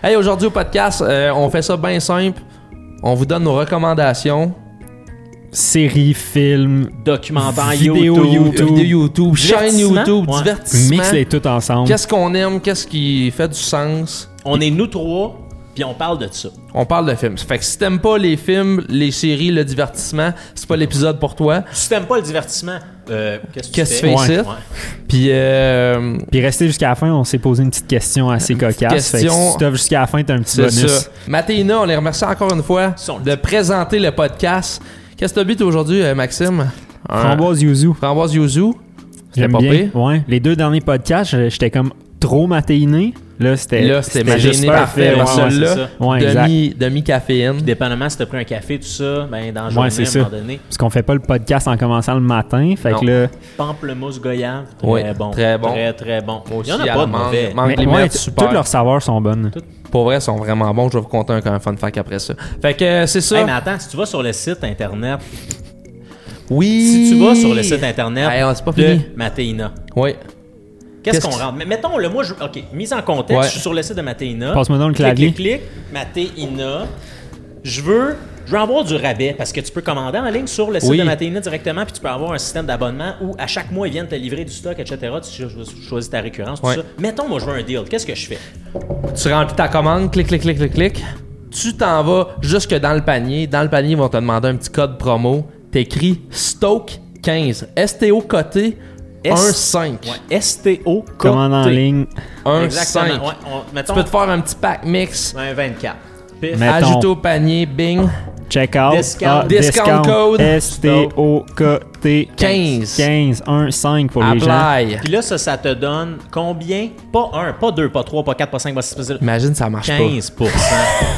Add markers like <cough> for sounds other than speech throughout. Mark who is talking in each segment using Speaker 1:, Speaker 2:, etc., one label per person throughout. Speaker 1: Hey, aujourd'hui au podcast, euh, on fait ça bien simple. On vous donne nos recommandations.
Speaker 2: séries, films,
Speaker 3: documentaire
Speaker 2: Vidéo
Speaker 3: YouTube,
Speaker 2: YouTube.
Speaker 1: Vidéo YouTube, chaîne
Speaker 3: Divertissement.
Speaker 1: YouTube,
Speaker 3: Ouais.
Speaker 1: divertissement.
Speaker 2: mixe les tout ensemble.
Speaker 1: Qu'est-ce qu'on aime, qu'est-ce qui fait du sens.
Speaker 3: On est nous trois, puis on parle de ça.
Speaker 1: On parle de films. Fait que si t'aimes pas les films, les séries, le divertissement, c'est pas l'épisode pour toi.
Speaker 3: Si t'aimes pas le divertissement, euh, qu'est-ce que tu
Speaker 1: Qu'est-ce que
Speaker 3: fais?
Speaker 1: tu fais
Speaker 3: Ouais.
Speaker 1: ici? Puis euh,
Speaker 2: Puis rester jusqu'à la fin, on s'est posé une petite question assez cocasse. Fait que
Speaker 1: question.
Speaker 2: si tu t'offres jusqu'à la fin, t'as un petit
Speaker 1: c'est
Speaker 2: bonus.
Speaker 1: ça. Mathéna, on les remercie encore une fois
Speaker 3: Sont-
Speaker 1: de présenter le podcast. Qu'est-ce que t'as bu toi, aujourd'hui, euh, Maxime? Un-
Speaker 2: Framboise Yuzu.
Speaker 1: Framboise Yuzu. C'était
Speaker 2: J'aime
Speaker 1: pas
Speaker 2: bien.
Speaker 1: pire.
Speaker 2: Ouais. Les deux derniers podcasts, je- j'étais comme trop matéiné. Là, c'était
Speaker 1: Là, c'était magéné parfait.
Speaker 2: Ouais,
Speaker 1: parce que
Speaker 2: ouais,
Speaker 3: c'est
Speaker 1: là,
Speaker 3: ça.
Speaker 2: Ouais, exact.
Speaker 1: demi, demi-caféine.
Speaker 3: Dépendamment si t'as pris un café, tout ça, ben dans le
Speaker 2: Ouais,
Speaker 3: journée,
Speaker 2: c'est
Speaker 3: à un
Speaker 2: ça.
Speaker 3: moment donné,
Speaker 2: Parce qu'on fait pas le podcast en commençant le matin. Fait
Speaker 1: Non.
Speaker 2: que là,
Speaker 3: pamplemousse goyave, très
Speaker 1: Ouais,
Speaker 3: bon.
Speaker 1: très bon.
Speaker 3: Très, très bon.
Speaker 1: Moi
Speaker 3: Il y en a
Speaker 1: aussi,
Speaker 3: pas de
Speaker 1: amande,
Speaker 3: mauvais.
Speaker 1: mangue. les
Speaker 2: ouais,
Speaker 1: meilleurs,
Speaker 2: t-
Speaker 1: super.
Speaker 2: toutes leurs saveurs sont bonnes.
Speaker 1: Pour vrai, ils sont vraiment bons. Je vais vous conter un, un fun fact après ça. Fait que euh, c'est ça.
Speaker 3: Hey, mais attends, si tu vas sur le site internet,
Speaker 1: oui.
Speaker 3: si tu vas sur le site internet
Speaker 1: Hey, on- c'est pas
Speaker 3: de
Speaker 1: fini.
Speaker 3: Mateina,
Speaker 1: Oui.
Speaker 3: qu'est-ce
Speaker 1: Qu'est-ce
Speaker 3: qu'on
Speaker 1: que-
Speaker 3: rentre? Mais mettons-le, moi, je... OK, mise en contexte,
Speaker 1: Ouais.
Speaker 3: je suis sur le site de Mateina.
Speaker 2: Passe-moi donc le
Speaker 3: Clique,
Speaker 2: clavier.
Speaker 3: Clique, clique, Mateina. Je veux, je veux avoir du rabais parce que tu peux commander en ligne sur le site
Speaker 1: Oui.
Speaker 3: de Mateina directement, puis tu peux avoir un système d'abonnement où à chaque mois ils viennent te livrer du stock, etc. Tu cho- cho- choisis ta récurrence, tout
Speaker 1: Ouais.
Speaker 3: ça. Mettons, moi, je veux un deal. Qu'est-ce que je fais?
Speaker 1: Tu remplis ta commande, clic, clic, clic, clic, clic. Tu t'en vas jusque dans le panier. Dans le panier, ils vont te demander un petit code promo. T'écris Stoke 15. STO coté
Speaker 3: S-
Speaker 1: 1-5.
Speaker 3: Ouais, STO
Speaker 2: Commande en
Speaker 3: côté.
Speaker 2: ligne.
Speaker 1: 1-5.
Speaker 3: Exactement. Ouais, on- mettons,
Speaker 1: Tu peux te faire un petit pack mix.
Speaker 3: un 24. Pif.
Speaker 2: Mais- Mettons.
Speaker 1: Ajoute au panier, bing.
Speaker 2: Check out. Ah,
Speaker 3: Discount.
Speaker 1: Discount code.
Speaker 2: S-T-O-K-T
Speaker 1: 15.
Speaker 2: 15. 1, 5 pour les gens.
Speaker 1: Apply.
Speaker 3: Puis là, ça, ça te donne combien? Pas 1, pas 2, pas 3, pas 4, pas 5, pas 6, pas 7.
Speaker 1: Imagine, ça
Speaker 2: Ah,
Speaker 1: marche pas.
Speaker 3: 15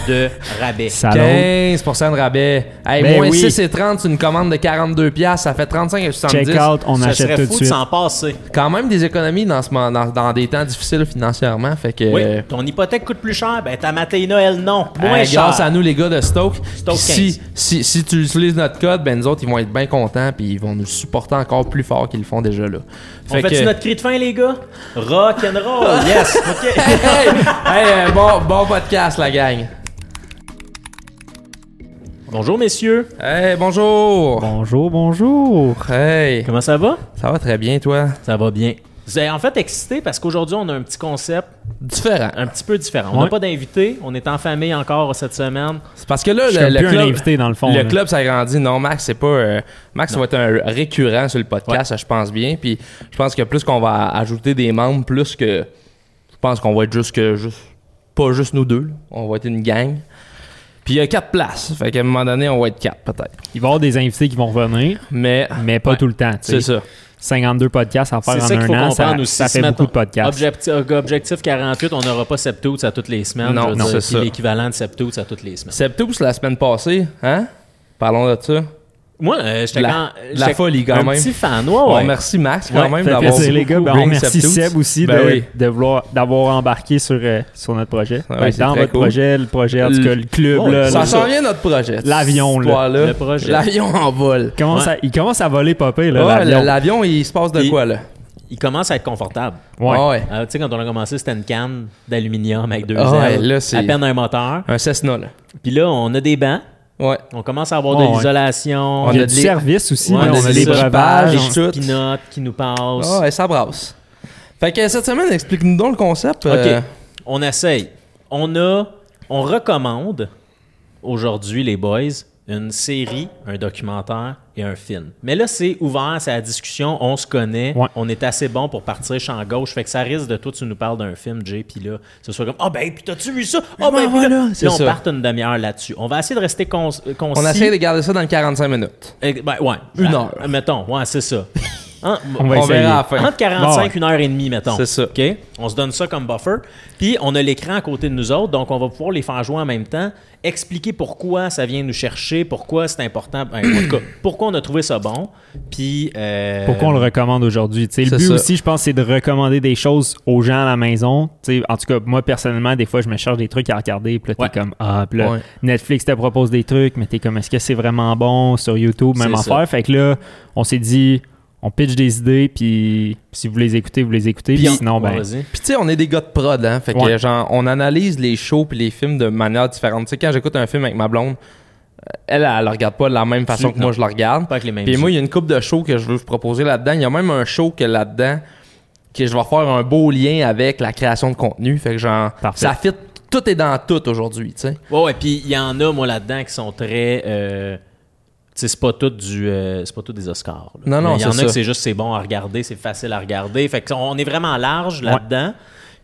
Speaker 3: de rabais.
Speaker 2: Salon.
Speaker 1: 15 de rabais. Hey,
Speaker 2: Ben
Speaker 1: moins
Speaker 2: oui.
Speaker 1: 6 et 30, c'est une commande de 42 pièces, ça fait 35 et 70.
Speaker 2: Check out, on
Speaker 3: Ce
Speaker 2: achète
Speaker 3: serait
Speaker 2: tout de
Speaker 3: fou
Speaker 2: suite.
Speaker 3: de s'en passer.
Speaker 1: Quand même des économies dans, ce, moment- dans, dans des temps difficiles financièrement, fait que
Speaker 3: Oui,
Speaker 1: euh,
Speaker 3: ton hypothèque coûte plus cher, ben ta Matéina, elle, non.
Speaker 2: Euh,
Speaker 3: Moins
Speaker 1: hey,
Speaker 3: cher.
Speaker 1: grâce à nous les gars de Stoke,
Speaker 3: Stoke
Speaker 1: si,
Speaker 3: 15.
Speaker 1: si, si tu utilises notre code, ben nous autres ils vont être bien contents puis ils vont nous supporter encore plus fort qu'ils le font déjà là.
Speaker 3: On fait-tu
Speaker 1: que-
Speaker 3: notre cri de fin, les gars?
Speaker 2: <laughs>
Speaker 3: Rock'n'roll, yes,
Speaker 1: <laughs>
Speaker 3: OK.
Speaker 1: hey, hey, euh, bon, bon podcast la gang.
Speaker 3: Bonjour, messieurs.
Speaker 1: Hey, bonjour.
Speaker 2: Bonjour, bonjour.
Speaker 1: Hey,
Speaker 3: Comment ça va?
Speaker 1: ça va très bien toi
Speaker 3: Ça va bien. Vous êtes en fait excité parce qu'aujourd'hui, on a un petit concept
Speaker 1: Différent.
Speaker 3: un petit peu différent. On n'a
Speaker 2: Ouais.
Speaker 3: pas d'invité, on est en famille encore cette semaine.
Speaker 1: C'est parce que là,
Speaker 2: Je suis
Speaker 1: le,
Speaker 2: comme
Speaker 1: le
Speaker 2: plus un
Speaker 1: club,
Speaker 2: invité, dans le fond, là.
Speaker 1: club s'agrandit. Non, Max, c'est pas. euh, Max va être un récurrent sur le podcast, je pense bien. Puis je pense que plus qu'on va ajouter des membres, plus que. Je pense qu'on va être juste que. Juste, pas juste nous deux. là. On va être une gang. Puis il y a quatre places. Fait qu'à un moment donné, on va être quatre, peut-être.
Speaker 2: Il va y avoir des invités qui vont revenir,
Speaker 1: Mais.
Speaker 2: mais pas
Speaker 1: Ouais.
Speaker 2: tout le temps. tu
Speaker 1: C'est
Speaker 2: sais.
Speaker 1: ça.
Speaker 2: 52 podcasts à faire
Speaker 3: C'est
Speaker 2: en
Speaker 3: ça qu'il
Speaker 2: un
Speaker 3: faut
Speaker 2: an,
Speaker 3: comprendre
Speaker 2: ça,
Speaker 3: aussi.
Speaker 2: ça
Speaker 3: Si,
Speaker 2: fait
Speaker 3: mettons,
Speaker 2: beaucoup de podcasts.
Speaker 3: Objectif, objectif 48, on n'aura pas Septout à toutes les semaines.
Speaker 1: Non,
Speaker 3: je veux
Speaker 1: non,
Speaker 3: dire,
Speaker 1: c'est
Speaker 3: puis
Speaker 1: ça.
Speaker 3: l'équivalent de Septout à toutes les semaines.
Speaker 1: Septus, la semaine passée, hein? Parlons de ça.
Speaker 3: Moi, euh, j'étais
Speaker 1: La-
Speaker 3: quand-
Speaker 1: la
Speaker 3: j'étais
Speaker 1: folie, quand
Speaker 3: un
Speaker 1: même.
Speaker 3: petit fan, ouais, ouais.
Speaker 1: On remercie Max quand
Speaker 3: Ouais,
Speaker 1: même
Speaker 2: Fait
Speaker 1: d'avoir.
Speaker 2: plaisir, les gars. Ben, on
Speaker 1: Bring
Speaker 2: remercie
Speaker 1: Septus.
Speaker 2: Seb aussi
Speaker 1: Ben
Speaker 2: de,
Speaker 1: oui.
Speaker 2: de vouloir- d'avoir embarqué sur, euh, sur notre projet.
Speaker 1: Ah
Speaker 2: Ben,
Speaker 1: oui, c'est
Speaker 2: dans
Speaker 1: très
Speaker 2: votre
Speaker 1: cool.
Speaker 2: projet, le projet, en tout cas, le club.
Speaker 3: Ouais,
Speaker 2: là,
Speaker 1: Ça
Speaker 2: là.
Speaker 1: sent bien notre projet. cette
Speaker 2: L'avion, là.
Speaker 1: histoire-là.
Speaker 3: Le projet.
Speaker 1: L'avion en vol.
Speaker 2: Il commence à- il commence à voler popé, là,
Speaker 1: Ouais,
Speaker 2: l'avion.
Speaker 1: Ah, le- l'avion, il se passe de
Speaker 3: Il-
Speaker 1: quoi, là?
Speaker 3: Il commence à être confortable.
Speaker 2: Ouais.
Speaker 1: Ah ouais.
Speaker 3: Euh, tu sais, quand on a commencé, c'était une canne d'aluminium avec deux
Speaker 1: Ah ouais,
Speaker 3: ailes,
Speaker 1: là, c'est-
Speaker 3: à peine un moteur.
Speaker 1: Un Cessna, là.
Speaker 3: Puis là, on a des bancs,
Speaker 1: Ouais.
Speaker 3: on commence à avoir
Speaker 2: Ouais,
Speaker 3: de
Speaker 2: ouais.
Speaker 3: l'isolation,
Speaker 1: On
Speaker 2: Il y
Speaker 1: a
Speaker 2: a du
Speaker 1: des-
Speaker 2: service aussi,
Speaker 3: Ouais,
Speaker 2: là,
Speaker 3: on
Speaker 2: on
Speaker 3: a
Speaker 2: a
Speaker 3: des
Speaker 2: des breuvages.
Speaker 1: équipages,
Speaker 3: des
Speaker 1: tout.
Speaker 3: pinottes qui nous passent.
Speaker 1: Ah ouais, ça brasse. Fait que cette semaine, explique-nous donc le concept. euh,
Speaker 3: OK, on essaye. On a, on recommande aujourd'hui, les boys, une série, un documentaire et un film. Mais là, c'est ouvert, c'est la discussion, on se connaît,
Speaker 2: Ouais.
Speaker 3: on est assez bon pour partir champ gauche, fait que ça risque de toi, tu nous parles d'un film, Jay, puis là, ce soit comme, ah ben, puis t'as-tu vu ça? Ah
Speaker 1: Je m'en
Speaker 3: ben, puis
Speaker 1: vais
Speaker 3: là,
Speaker 1: là.
Speaker 3: là,
Speaker 1: C'est
Speaker 3: on
Speaker 1: ça.
Speaker 3: part une demi-heure là-dessus. On va essayer de rester cons- euh, concis.
Speaker 1: on essaie de garder ça dans le 45 minutes.
Speaker 3: Eh, ben, ouais.
Speaker 1: Une
Speaker 3: Ah,
Speaker 1: heure.
Speaker 3: Mettons, ouais,
Speaker 1: <laughs>
Speaker 3: c'est ça. Hein,
Speaker 2: On va
Speaker 1: on
Speaker 2: essayer.
Speaker 1: verra à la fin.
Speaker 3: entre 45
Speaker 2: Ouais.
Speaker 3: une heure et demie, mettons.
Speaker 1: C'est ça.
Speaker 3: OK? On se donne ça comme buffer. Puis, on a l'écran à côté de nous autres, donc on va pouvoir les faire jouer en même temps, expliquer pourquoi ça vient nous chercher, pourquoi c'est important, ben, en tout cas, pourquoi on a trouvé ça bon, puis... euh,
Speaker 2: Pourquoi on le recommande aujourd'hui? Tu sais,
Speaker 1: c'est
Speaker 2: Le but
Speaker 1: ça.
Speaker 2: aussi, je pense, c'est de recommander des choses aux gens à la maison. Tu sais, en tout cas, moi, personnellement, des fois, je me cherche des trucs à regarder. Puis là, t'es
Speaker 3: Ouais.
Speaker 2: comme, ah, puis là,
Speaker 1: Ouais.
Speaker 2: Netflix te propose des trucs, mais t'es comme, est-ce que c'est vraiment bon sur YouTube, même
Speaker 3: C'est ça.
Speaker 2: affaire? Fait que là, on s'est dit, on pitch des idées, puis si vous les écoutez, vous les écoutez. Puis
Speaker 3: on-
Speaker 2: sinon, ben.
Speaker 3: Ouais, vas-y.
Speaker 1: Puis tu sais, on est des gars de prod, hein. Fait que
Speaker 2: Ouais.
Speaker 1: genre, on analyse les shows puis les films de manière différente. Tu sais, quand j'écoute un film avec ma blonde, euh, elle, elle, le regarde pas de la même façon que
Speaker 3: non.
Speaker 1: moi je le regarde.
Speaker 3: Pas avec les mêmes
Speaker 1: Puis
Speaker 3: yeux.
Speaker 1: moi, il y a une coupe de shows que je veux vous proposer là-dedans. Il y a même un show que là-dedans, que je vais faire un beau lien avec la création de contenu. Fait que genre,
Speaker 2: Parfait.
Speaker 1: ça fit, tout est dans tout aujourd'hui, tu sais.
Speaker 3: Ouais, ouais, puis il y en a, moi, là-dedans, qui sont très. euh, tu sais, c'est pas tout du. euh, c'est pas tout des Oscars.
Speaker 1: Non,
Speaker 3: là.
Speaker 1: non,
Speaker 3: Mais Il y en
Speaker 1: c'est
Speaker 3: a que
Speaker 1: ça.
Speaker 3: c'est juste, c'est bon à regarder, c'est facile à regarder. Fait que on est vraiment large là-dedans.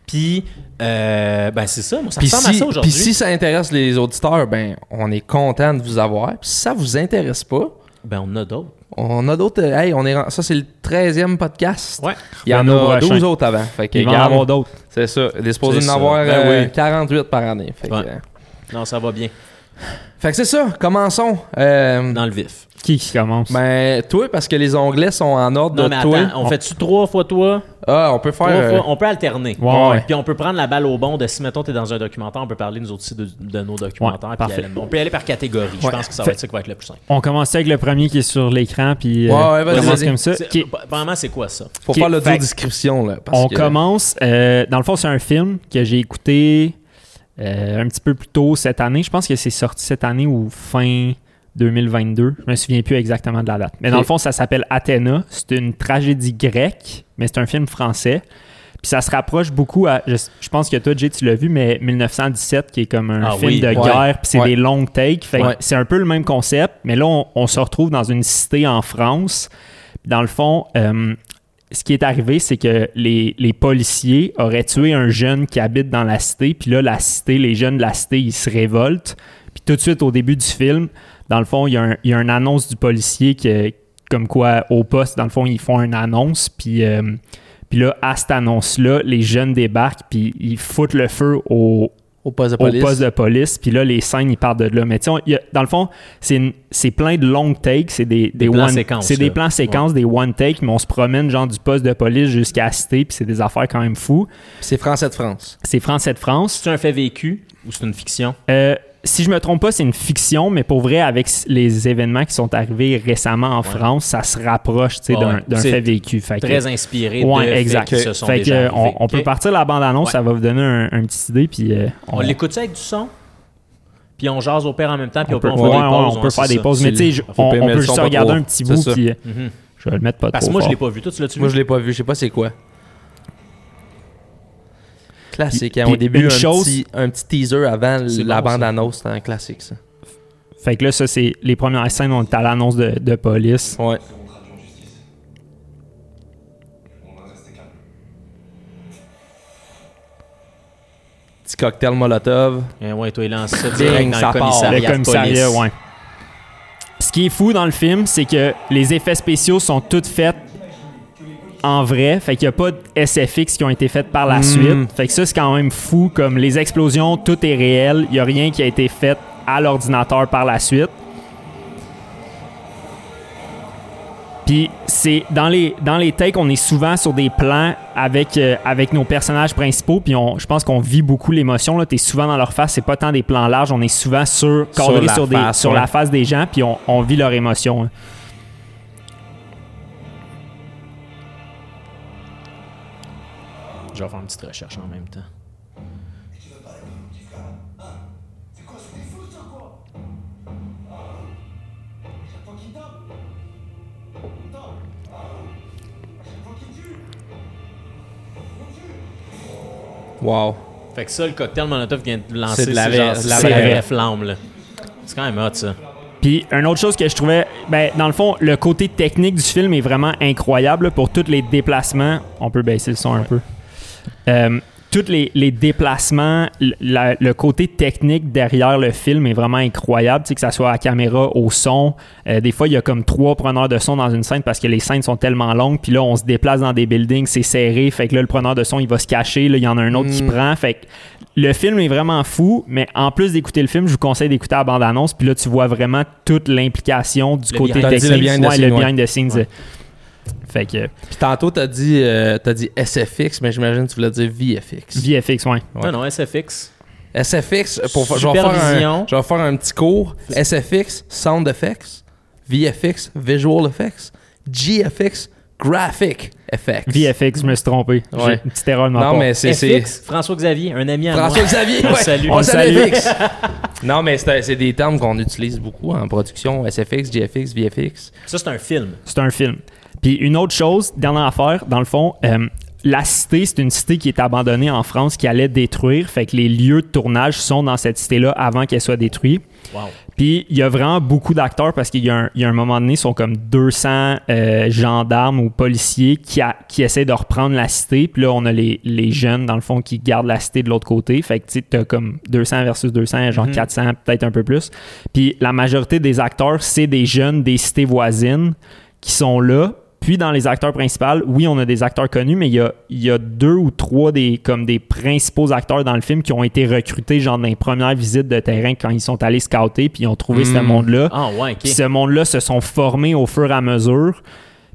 Speaker 3: Puis, euh, ben, c'est ça, moi, ça
Speaker 1: Puis
Speaker 3: ressemble à
Speaker 1: si,
Speaker 3: ça
Speaker 1: puis
Speaker 3: aujourd'hui.
Speaker 1: si ça intéresse les auditeurs, ben on est content de vous avoir. Puis si ça vous intéresse pas,
Speaker 3: Ben, on en a d'autres.
Speaker 1: on a d'autres. euh, Hey, on est ren- ça c'est le 13e podcast.
Speaker 3: Ouais.
Speaker 1: Il y en
Speaker 2: Revenons au
Speaker 1: a
Speaker 2: prochain.
Speaker 1: 12 autres avant. Fait que
Speaker 2: Il va en
Speaker 1: garde-
Speaker 2: avoir d'autres.
Speaker 1: C'est ça. Il est supposé
Speaker 3: C'est
Speaker 1: en
Speaker 3: ça.
Speaker 1: avoir
Speaker 3: Ben
Speaker 1: euh,
Speaker 3: oui.
Speaker 1: 48 par année. Fait que,
Speaker 3: Ouais.
Speaker 1: euh,
Speaker 3: Non, ça va bien.
Speaker 1: fait que c'est ça. Commençons. Euh,
Speaker 3: Dans le vif.
Speaker 2: Qui qui commence?
Speaker 1: ben, toi, parce que les onglets sont en ordre de
Speaker 3: Non, mais
Speaker 1: toi.
Speaker 3: attends, on fait-tu trois fois toi?
Speaker 1: Ah, on peut faire.
Speaker 3: Trois
Speaker 1: euh,
Speaker 3: fois? On peut alterner.
Speaker 2: Ouais, ouais.
Speaker 3: Puis on peut prendre la balle au bon de si, mettons, t'es dans un documentaire, on peut parler nous aussi de, de nos documentaires. puis
Speaker 2: parfait.
Speaker 3: aller- on peut y aller par catégorie. Je
Speaker 2: Ouais.
Speaker 3: pense que ça va
Speaker 2: Fait-
Speaker 3: être ça qui va être le plus simple.
Speaker 2: On commence avec le premier qui est sur l'écran, puis euh,
Speaker 1: Ouais, ouais, vas-y,
Speaker 2: on commence
Speaker 1: vas-y.
Speaker 2: comme ça.
Speaker 3: C'est-
Speaker 2: Qui-
Speaker 3: Apparemment, c'est quoi ça?
Speaker 1: faut
Speaker 2: qui-
Speaker 1: faire l'audio
Speaker 2: fait-
Speaker 1: description. Là, parce
Speaker 2: on
Speaker 1: que-
Speaker 2: commence. euh, dans le fond, c'est un film que j'ai écouté euh, un petit peu plus tôt cette année. Je pense que c'est sorti cette année ou fin 2022. Je me souviens plus exactement de la date. Mais dans
Speaker 1: Ok.
Speaker 2: le fond, ça s'appelle Athéna. C'est une tragédie grecque, mais c'est un film français. Puis ça se rapproche beaucoup à. Je, je pense que toi, Jay, tu l'as vu, mais 1917, qui est comme un
Speaker 3: Ah
Speaker 2: film
Speaker 3: oui,
Speaker 2: de
Speaker 3: ouais.
Speaker 2: guerre, puis c'est
Speaker 1: Ouais.
Speaker 2: des longues takes. Fait que
Speaker 1: Ouais.
Speaker 2: C'est un peu le même concept, mais là, on, on se retrouve dans une cité en France. Dans le fond, euh, ce qui est arrivé, c'est que les, les policiers auraient tué un jeune qui habite dans la cité, puis là, la cité, les jeunes de la cité, ils se révoltent. Puis tout de suite, au début du film, dans le fond, il y a, un- il y a une annonce du policier que, comme quoi, au poste, dans le fond, ils font une annonce, puis... euh, puis là, à cette annonce-là, les jeunes débarquent, puis ils foutent le feu au,
Speaker 1: Au poste de
Speaker 2: au
Speaker 1: police.
Speaker 2: poste de police. Puis là, les scènes, ils partent de là. Mais tu sais, on- il y a- dans le fond, c'est une- c'est plein de long takes. C'est des, des,
Speaker 3: plans
Speaker 2: one-
Speaker 3: séquences,
Speaker 2: C'est des
Speaker 3: là.
Speaker 2: plans séquences, des one take, mais on se promène genre du poste de police jusqu'à la cité. Puis c'est des affaires quand même fous.
Speaker 1: C'est français de France.
Speaker 2: C'est Français de France.
Speaker 3: C'est un fait vécu ou c'est une fiction?
Speaker 2: Euh, si je me trompe pas, c'est une fiction, mais pour vrai, avec s- les événements qui sont arrivés récemment en France, ça se rapproche tu sais,
Speaker 3: Ouais,
Speaker 2: d'un
Speaker 3: ouais.
Speaker 2: d'un
Speaker 3: C'est
Speaker 2: fait vécu. Fait que-
Speaker 3: Très inspiré de
Speaker 2: Ouais,
Speaker 3: faits
Speaker 2: exact.
Speaker 3: qui se sont
Speaker 2: Fait que,
Speaker 3: déjà
Speaker 2: euh, on,
Speaker 3: arrivés.
Speaker 2: on peut
Speaker 3: Ok.
Speaker 2: partir la bande-annonce,
Speaker 3: Ouais.
Speaker 2: ça va vous donner un, un petit idée. Puis, euh,
Speaker 3: On l'écoute avec du son, puis on jase au père en même temps, puis on, peut, on fait
Speaker 2: ouais,
Speaker 3: des
Speaker 2: ouais,
Speaker 3: pauses.
Speaker 2: on
Speaker 3: ouais,
Speaker 2: peut
Speaker 3: c'est
Speaker 2: faire des
Speaker 3: ça.
Speaker 2: pauses, mais tu sais, je-
Speaker 1: faut
Speaker 2: on,
Speaker 1: pas
Speaker 2: on
Speaker 1: aimer
Speaker 2: peut
Speaker 1: le
Speaker 2: juste
Speaker 1: son pas
Speaker 2: regarder
Speaker 1: trop.
Speaker 2: un petit
Speaker 1: C'est
Speaker 2: bout.
Speaker 1: ça.
Speaker 2: Puis, euh, Je vais le mettre pas
Speaker 3: Mhm. Parce que
Speaker 2: trop
Speaker 3: moi, je
Speaker 2: fort.
Speaker 3: l'ai pas vu. Toi, tu l'as-tu vu?
Speaker 1: Moi, je l'ai pas vu. Je sais pas c'est quoi. Classique. hein.
Speaker 2: Puis
Speaker 1: Au début,
Speaker 2: une
Speaker 1: un,
Speaker 2: chose-
Speaker 1: petit, un petit teaser avant
Speaker 3: C'est
Speaker 1: la
Speaker 3: bon, ça.
Speaker 1: bande-annonce. C'était un classique, ça.
Speaker 2: Fait que là, ça, c'est les premières scènes, on est à l'annonce de, de police.
Speaker 1: Ouais. Petit cocktail Molotov.
Speaker 3: Eh ouais, toi, il lance ça
Speaker 1: Ding,
Speaker 3: direct dans
Speaker 1: ça
Speaker 3: le
Speaker 1: part.
Speaker 3: commissariat.
Speaker 2: le
Speaker 3: de
Speaker 2: commissariat,
Speaker 3: police.
Speaker 2: ouais. Ce qui est fou dans le film, c'est que les effets spéciaux sont tous faits en vrai. Fait qu'il n'y a pas de SFX qui ont été faits
Speaker 1: Hmm.
Speaker 2: par la suite. Fait que ça, c'est quand même fou. Comme les explosions, tout est réel. Il n'y a rien qui a été fait à l'ordinateur par la suite. Puis c'est dans les dans les takes, on est souvent sur des plans avec euh, avec nos personnages principaux. Puis on, je pense qu'on vit beaucoup l'émotion. Là, t'es souvent dans leur face. C'est pas tant des plans larges. On est souvent sur cadré
Speaker 1: la
Speaker 2: sur, des
Speaker 1: face,
Speaker 2: sur
Speaker 1: ouais.
Speaker 2: la face des gens. Puis on, on vit leur émotion. hein.
Speaker 3: Je vais faire une petite recherche en même temps.
Speaker 1: Wow.
Speaker 3: Fait que ça, le cocktail Molotov vient de lancer
Speaker 1: C'est de la
Speaker 3: c'est
Speaker 1: vraie-
Speaker 3: genre-
Speaker 1: de la
Speaker 3: c'est
Speaker 2: vraie-
Speaker 3: vraie flamme, là. C'est quand même hot, ça.
Speaker 2: Puis une autre chose que je trouvais, ben, dans le fond, le côté technique du film est vraiment incroyable là, pour tous les déplacements. On peut baisser le son un peu. Euh, tous les, les déplacements, l- la- le côté technique derrière le film est vraiment incroyable, tu sais, que ça soit à la caméra, au son. Euh, des fois, il y a comme trois preneurs de son dans une scène parce que les scènes sont tellement longues. Puis là, on se déplace dans des buildings, c'est serré. Fait que là, le preneur de son, il va se cacher. Là, il y en a un autre qui prend. Fait que le film est vraiment fou, mais en plus d'écouter le film, je vous conseille d'écouter la bande-annonce. Puis là, tu vois vraiment toute l'implication du
Speaker 3: Le
Speaker 2: côté
Speaker 3: behind-
Speaker 1: t'as dit
Speaker 2: technique.
Speaker 1: le behind the
Speaker 2: Ouais,
Speaker 1: scene, ouais.
Speaker 2: behind the scenes. Fait que
Speaker 1: Puis tantôt, t'as dit, euh, t'as dit SFX, mais j'imagine que tu voulais dire VFX.
Speaker 2: VFX, ouais.
Speaker 1: Ouais.
Speaker 3: Non, non, SFX.
Speaker 1: SFX, pour, fa- je, vais faire un,
Speaker 3: Supervision.
Speaker 1: je vais faire un petit cours. SFX, Sound Effects. VFX, Visual Effects. GFX, Graphic FX.
Speaker 2: VFX, je me suis trompé. J'ai
Speaker 1: Ouais.
Speaker 2: Une petite erreur de ma part.
Speaker 1: Non, mais c'est. c'est-
Speaker 3: FX, François-Xavier, un ami à
Speaker 1: François
Speaker 3: moi.
Speaker 1: Xavier,
Speaker 3: On
Speaker 1: ouais.
Speaker 3: le salue.
Speaker 1: On
Speaker 2: On
Speaker 1: le
Speaker 2: le
Speaker 1: salue,
Speaker 2: salue.
Speaker 1: FX. Non, mais c'est c'est des termes qu'on utilise beaucoup en production SFX, GFX, VFX.
Speaker 3: Ça, c'est un film.
Speaker 2: C'est un film. Puis une autre chose, dernière affaire, dans le fond, euh, la cité, c'est une cité qui est abandonnée en France, qui allait détruire. Fait que les lieux de tournage sont dans cette cité-là avant qu'elle soit détruite.
Speaker 3: Wow.
Speaker 2: Puis il y a vraiment beaucoup d'acteurs parce qu'il y, a un- il y a un moment donné, ils sont comme 200 euh, gendarmes ou policiers qui, a- qui essaient de reprendre la cité. Puis là, on a les, les jeunes, dans le fond, qui gardent la cité de l'autre côté. Fait que tu sais, t'as comme 200 versus 200, genre 400, peut-être un peu plus. Puis la majorité des acteurs, c'est des jeunes des cités voisines qui sont là. Puis dans les acteurs principaux, oui, on a des acteurs connus, mais il y a, il y a deux ou trois des, comme des principaux acteurs dans le film qui ont été recrutés genre dans les premières visites de terrain quand ils sont allés scouter, puis ils ont trouvé ce monde-là.
Speaker 3: Ah, ouais, OK.
Speaker 2: Puis ce monde-là se sont formés au fur et à mesure.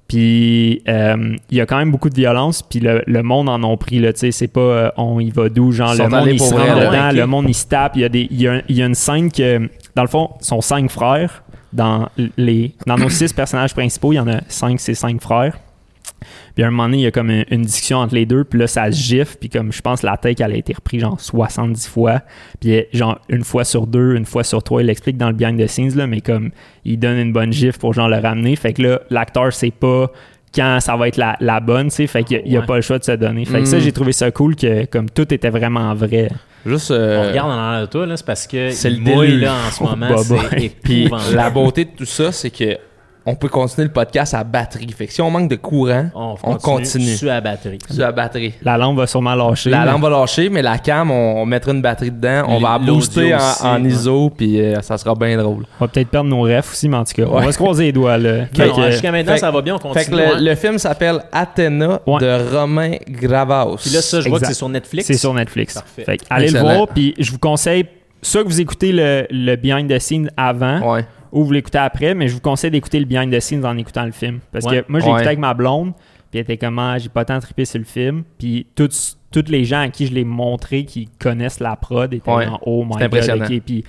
Speaker 2: Puis euh, il y a quand même beaucoup de violence, puis le, le monde en ont pris, là, tu sais, c'est pas euh, on y va d'où, genre
Speaker 1: Ils
Speaker 2: le
Speaker 1: sont
Speaker 2: monde
Speaker 1: allés
Speaker 2: il se
Speaker 1: pour
Speaker 2: rentre
Speaker 1: vrai, là.
Speaker 2: dedans,
Speaker 3: Ouais, ok.
Speaker 2: le monde il se tape, il y, a des, il, y a, il y a une scène que, dans le fond, sont cinq frères, dans, les, dans nos six personnages principaux, il y en a cinq, c'est cinq frères. Puis à un moment donné, il y a comme une, une discussion entre les deux, puis là, ça se gifle, puis comme je pense, la tech, elle a été reprise genre 70 fois, puis euh, genre une fois sur deux, une fois sur trois, il l'explique dans le behind the scenes, là, mais comme il donne une bonne gifle pour genre le ramener, fait que là, l'acteur sait pas quand ça va être la, la bonne, tu sais, fait qu'il n'y a,
Speaker 3: Ouais.
Speaker 2: pas le choix de se donner. Fait que
Speaker 1: Mm.
Speaker 2: ça, j'ai trouvé ça cool que comme tout était vraiment vrai.
Speaker 1: Juste. euh,
Speaker 3: On regarde en arrière de toi, là, c'est parce que
Speaker 1: c'est
Speaker 3: c'est
Speaker 1: le
Speaker 3: le mouille,
Speaker 1: déluge.
Speaker 3: là, en ce
Speaker 2: Oh,
Speaker 3: moment,
Speaker 2: bah, bah.
Speaker 3: c'est
Speaker 1: Puis
Speaker 3: épouvantable.
Speaker 1: la beauté de tout ça, c'est que on peut continuer le podcast à batterie. Fait que si on manque de courant, on, continue.
Speaker 3: Sur la batterie.
Speaker 1: Sur la batterie.
Speaker 2: La lampe va sûrement lâcher.
Speaker 1: La
Speaker 2: mais-
Speaker 1: lampe va lâcher, mais la cam, on, on mettra une batterie dedans. On va la
Speaker 3: L'audio
Speaker 1: booster en,
Speaker 3: aussi,
Speaker 1: en
Speaker 3: ouais.
Speaker 1: ISO, puis euh, ça sera bien drôle.
Speaker 2: On va peut-être perdre nos refs aussi, mais en tout cas, on
Speaker 1: Ouais. Ben,
Speaker 2: va se croiser les
Speaker 1: <laughs>
Speaker 2: doigts, là. Fait
Speaker 3: Non,
Speaker 2: que-
Speaker 3: Jusqu'à maintenant,
Speaker 1: fait-
Speaker 3: ça va bien, on continue.
Speaker 1: Fait que le,
Speaker 3: hein.
Speaker 1: le film s'appelle Athéna
Speaker 2: Ouais.
Speaker 1: de Romain Gravaus.
Speaker 3: Puis là, ça, je vois que
Speaker 2: Exact.
Speaker 3: c'est sur Netflix.
Speaker 2: C'est sur Netflix.
Speaker 3: Parfait.
Speaker 2: Fait que allez
Speaker 1: Excellent.
Speaker 2: le voir, puis je vous conseille, soit que vous écoutez le, le behind the scenes
Speaker 3: hein?
Speaker 2: avant,
Speaker 1: Ouais.
Speaker 2: ou vous l'écoutez après, mais je vous conseille d'écouter le behind the scenes en écoutant le film. Parce
Speaker 3: Ouais.
Speaker 2: que moi, j'ai écouté
Speaker 1: Ouais.
Speaker 2: avec ma blonde, puis elle était comme, Ah, j'ai pas tant trippé sur le film, puis tous toutes les gens à qui je l'ai montré qui connaissent la prod étaient
Speaker 1: Ouais.
Speaker 2: en oh my
Speaker 1: C'est
Speaker 2: god,
Speaker 1: impressionnant.
Speaker 2: ok. puis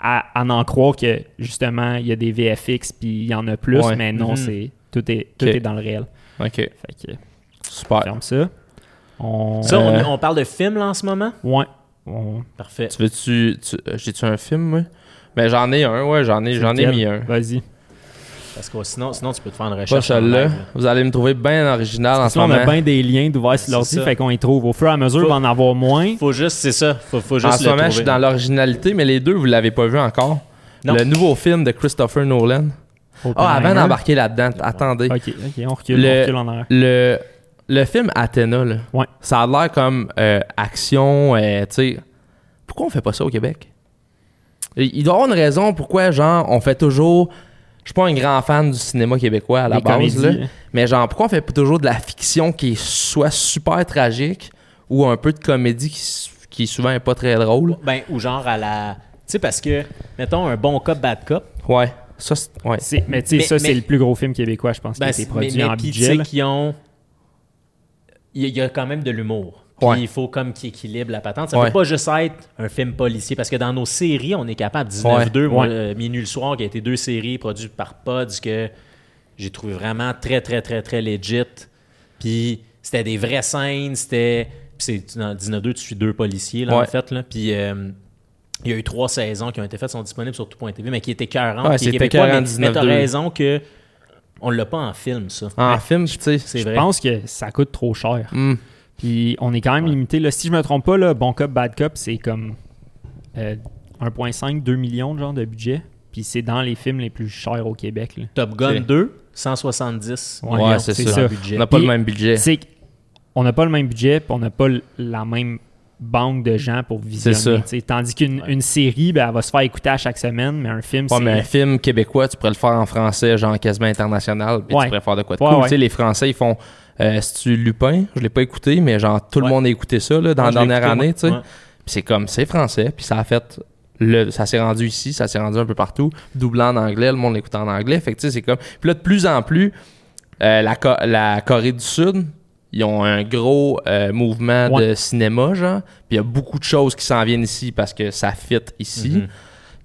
Speaker 2: à, à en croire que justement il y a des VFX puis il y en a plus,
Speaker 1: Ouais.
Speaker 2: mais non,
Speaker 3: Mhm.
Speaker 2: c'est tout est tout
Speaker 1: Ok.
Speaker 2: est dans le réel.
Speaker 1: Ok,
Speaker 2: Fait que
Speaker 1: super.
Speaker 2: ferme ça. On...
Speaker 3: Ça, on,
Speaker 1: Euh,
Speaker 3: on parle de film, là, en ce moment?
Speaker 2: Ouais. On-
Speaker 3: Parfait.
Speaker 1: Tu veux-tu. tu- euh, J'ai-tu un film, moi? Ben, j'en ai un, ouais, j'en ai, j'en ai mis un.
Speaker 2: Vas-y.
Speaker 3: Parce que sinon, sinon, tu peux te faire une
Speaker 1: Pas
Speaker 3: recherche. en
Speaker 1: celui-là.
Speaker 3: live, là.
Speaker 1: Vous allez me trouver bien original en
Speaker 2: Parce
Speaker 1: ce
Speaker 2: que là, on
Speaker 1: moment.
Speaker 2: a bien des liens d'ouvert sur l'ordi,
Speaker 3: C'est ça.
Speaker 2: fait qu'on y trouve. Au fur et à mesure,
Speaker 3: Faut-
Speaker 2: on va en avoir moins.
Speaker 3: Faut juste, c'est ça. Faut, faut juste
Speaker 1: En ce
Speaker 3: le
Speaker 1: moment,
Speaker 3: trouver.
Speaker 1: je suis dans l'originalité, mais les deux, vous l'avez pas vu encore.
Speaker 3: Non. hein?
Speaker 1: Le nouveau film de Christopher Nolan. Ah, avant d'embarquer là-dedans, t- attendez.
Speaker 2: Ok, ok, on recule,
Speaker 1: Le-
Speaker 2: on recule en arrière.
Speaker 1: Le, le film Athéna, là,
Speaker 2: Ouais.
Speaker 1: ça a l'air comme euh, action, euh, tu sais. Pourquoi on fait pas ça au Québec? Il il doit y avoir une raison pourquoi, genre, on fait toujours... Je suis pas un grand fan du cinéma québécois à la
Speaker 2: Des
Speaker 1: base,
Speaker 2: comédies,
Speaker 1: là.
Speaker 2: hein.
Speaker 1: Mais genre, pourquoi on fait pas toujours de la fiction qui est soit super tragique ou un peu de comédie qui, s- qui souvent est pas très drôle?
Speaker 3: Ben, ou genre à la... Tu sais, parce que, mettons, un bon cop, bad cop,
Speaker 1: Ouais. Ça, c'est- ouais.
Speaker 2: C'est- Mais tu
Speaker 3: Mais-
Speaker 2: sais, ça,
Speaker 3: mais-
Speaker 2: c'est le plus gros film québécois, je pense, qui a
Speaker 3: Ben,
Speaker 2: été
Speaker 3: c'est-
Speaker 2: produit
Speaker 3: mais,
Speaker 2: en
Speaker 3: puis, tu
Speaker 2: budget.
Speaker 3: sais
Speaker 2: là.
Speaker 3: qui ont. Il y, a- il y a quand même de l'humour. Puis
Speaker 1: Ouais.
Speaker 3: Il faut comme qu'ils équilibrent la patente. Ça
Speaker 1: Ouais.
Speaker 3: peut pas juste être un film policier parce que dans nos séries, on est capable. 19-2,
Speaker 1: Ouais.
Speaker 3: moi,
Speaker 2: Ouais.
Speaker 3: euh, Minuit le soir, qui a été deux séries produites par Pods que j'ai trouvé vraiment très, très, très, très legit. Puis c'était des vraies scènes. C'était. Puis c'est dans 19-2, tu suis deux policiers, là, en
Speaker 1: Ouais.
Speaker 3: fait. Là. Puis. euh, il y a eu trois saisons qui ont été faites, sont disponibles sur tout.tv, mais qui étaient 40.
Speaker 1: Ouais,
Speaker 3: qui est
Speaker 1: c'était
Speaker 3: québécois, mais-
Speaker 1: 49.2.
Speaker 3: mais t'as raison que on l'a pas en film, ça.
Speaker 1: En film, tu sais.
Speaker 3: C'est
Speaker 2: Je
Speaker 3: vrai.
Speaker 2: pense que ça coûte trop cher.
Speaker 1: Hmm.
Speaker 2: Puis on est quand même limité. Là, si je me trompe pas, là, Bon Cop, Bad Cop, c'est comme euh, 1,5, 2 millions genre, de budget. Puis c'est dans les films les plus chers au Québec. là.
Speaker 3: Top Gun
Speaker 1: Ok.
Speaker 3: 2, 170
Speaker 2: Ouais,
Speaker 3: millions.
Speaker 1: Ouais, c'est
Speaker 2: c'est
Speaker 1: ça.
Speaker 2: ça.
Speaker 1: On n'a pas le
Speaker 2: Puis-
Speaker 1: même budget.
Speaker 2: C'est qu'on n'a pas le même budget, puis on n'a pas l- la même banque de gens pour
Speaker 1: ça.
Speaker 2: visionner. t'sais. Tandis qu'une une série, ben, elle va se faire écouter à chaque semaine, mais un film,
Speaker 1: Ouais,
Speaker 2: c'est...
Speaker 1: mais un film québécois, tu pourrais le faire en français, genre quasiment international, puis
Speaker 2: Ouais.
Speaker 1: tu pourrais faire de quoi de
Speaker 2: Ouais,
Speaker 1: cool.
Speaker 2: ouais.
Speaker 1: Tu sais, les Français, ils font euh, tu Lupin, je l'ai pas écouté, mais genre tout le
Speaker 3: Ouais.
Speaker 1: monde a écouté ça là, dans
Speaker 3: Moi,
Speaker 1: la
Speaker 3: je l'ai
Speaker 1: dernière
Speaker 3: écouté, moi.
Speaker 1: année, tu sais.
Speaker 3: Ouais.
Speaker 1: Puis c'est comme c'est français, puis ça a fait le ça s'est rendu ici, ça s'est rendu un peu partout, doublant en anglais, le monde l'écoute en anglais, fait que tu sais c'est comme puis là de plus en plus euh, la, Co- la Corée du Sud, ils ont un gros euh, mouvement
Speaker 2: Ouais. Mm-hmm.
Speaker 1: de cinéma genre, puis il y a beaucoup de choses qui s'en viennent ici parce que ça fit ici.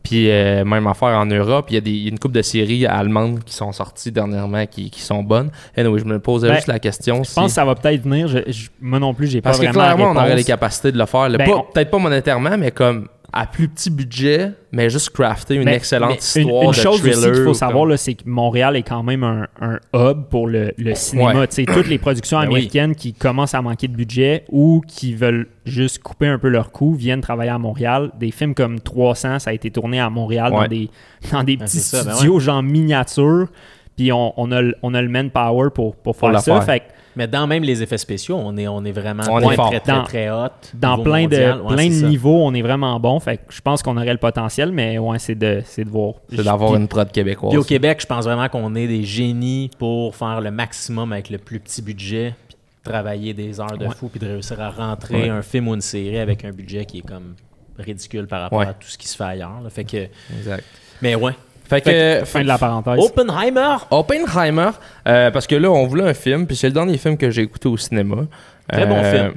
Speaker 1: Puis euh, même affaire en Europe, il y, a des- il y a une couple de séries allemandes qui sont sorties dernièrement qui, qui sont bonnes. Anyway, je me posais
Speaker 2: Ben,
Speaker 1: juste la question.
Speaker 2: Je
Speaker 1: si-
Speaker 2: pense que ça va peut-être venir. Je- je- moi non plus, j'ai pas
Speaker 1: Parce que
Speaker 2: vraiment
Speaker 1: clairement, on
Speaker 2: la
Speaker 1: aurait les
Speaker 2: réponse.
Speaker 1: capacités de le faire. là.
Speaker 2: Ben,
Speaker 1: Pas-
Speaker 2: on-
Speaker 1: Peut-être pas monétairement, mais comme à plus petit budget, mais juste crafter une
Speaker 2: Mais-
Speaker 1: excellente
Speaker 2: mais une-
Speaker 1: histoire
Speaker 2: Une,
Speaker 1: de
Speaker 2: chose
Speaker 1: thriller.
Speaker 2: aussi qu'il
Speaker 1: ou
Speaker 2: faut
Speaker 1: comme-
Speaker 2: savoir, là, c'est que Montréal est quand même un, un hub pour le, le cinéma.
Speaker 1: Ouais.
Speaker 2: Tu sais, Toutes les productions
Speaker 1: Ben oui.
Speaker 2: américaines qui commencent à manquer de budget ou qui veulent juste couper un peu leur coût viennent travailler à Montréal. Des films comme 300, ça a été tourné à Montréal dans
Speaker 1: Ouais.
Speaker 2: des, dans des
Speaker 3: Ben,
Speaker 2: petits
Speaker 3: c'est ça, ben
Speaker 2: studios genre miniature. Puis on, on a, le- on a le manpower pour, pour
Speaker 1: Pour
Speaker 2: faire
Speaker 1: le
Speaker 2: ça.
Speaker 1: faire.
Speaker 2: Fait que
Speaker 3: Mais dans même les effets spéciaux, on est, on est vraiment
Speaker 1: On
Speaker 3: très,
Speaker 1: est fort.
Speaker 3: très, très,
Speaker 2: Dans-
Speaker 3: très hot.
Speaker 2: dans
Speaker 3: niveau
Speaker 2: plein
Speaker 3: mondial.
Speaker 2: de,
Speaker 3: Ouais,
Speaker 2: plein
Speaker 3: c'est
Speaker 2: de
Speaker 3: ça.
Speaker 2: niveaux, on est vraiment bon. Fait que je pense qu'on aurait le potentiel, mais ouais, c'est de, c'est de voir.
Speaker 1: C'est d'avoir une prod québécoise.
Speaker 3: Puis au Québec, je pense vraiment qu'on est des génies pour faire le maximum avec le plus petit budget, puis de travailler des heures de
Speaker 2: Ouais.
Speaker 3: fou, puis de réussir à rentrer
Speaker 1: Ouais.
Speaker 3: un film ou une série avec un budget qui est comme ridicule par rapport
Speaker 1: Ouais.
Speaker 3: à tout ce qui se fait ailleurs. là. Fait que,
Speaker 1: Exact.
Speaker 3: mais ouais.
Speaker 1: Fait que,
Speaker 2: Fait que, fin de la
Speaker 1: Oh,
Speaker 2: parenthèse.
Speaker 3: Oppenheimer!
Speaker 1: Oppenheimer, euh, parce que là, on voulait un film, puis c'est le dernier film que j'ai écouté au cinéma. Euh,
Speaker 3: Très bon film.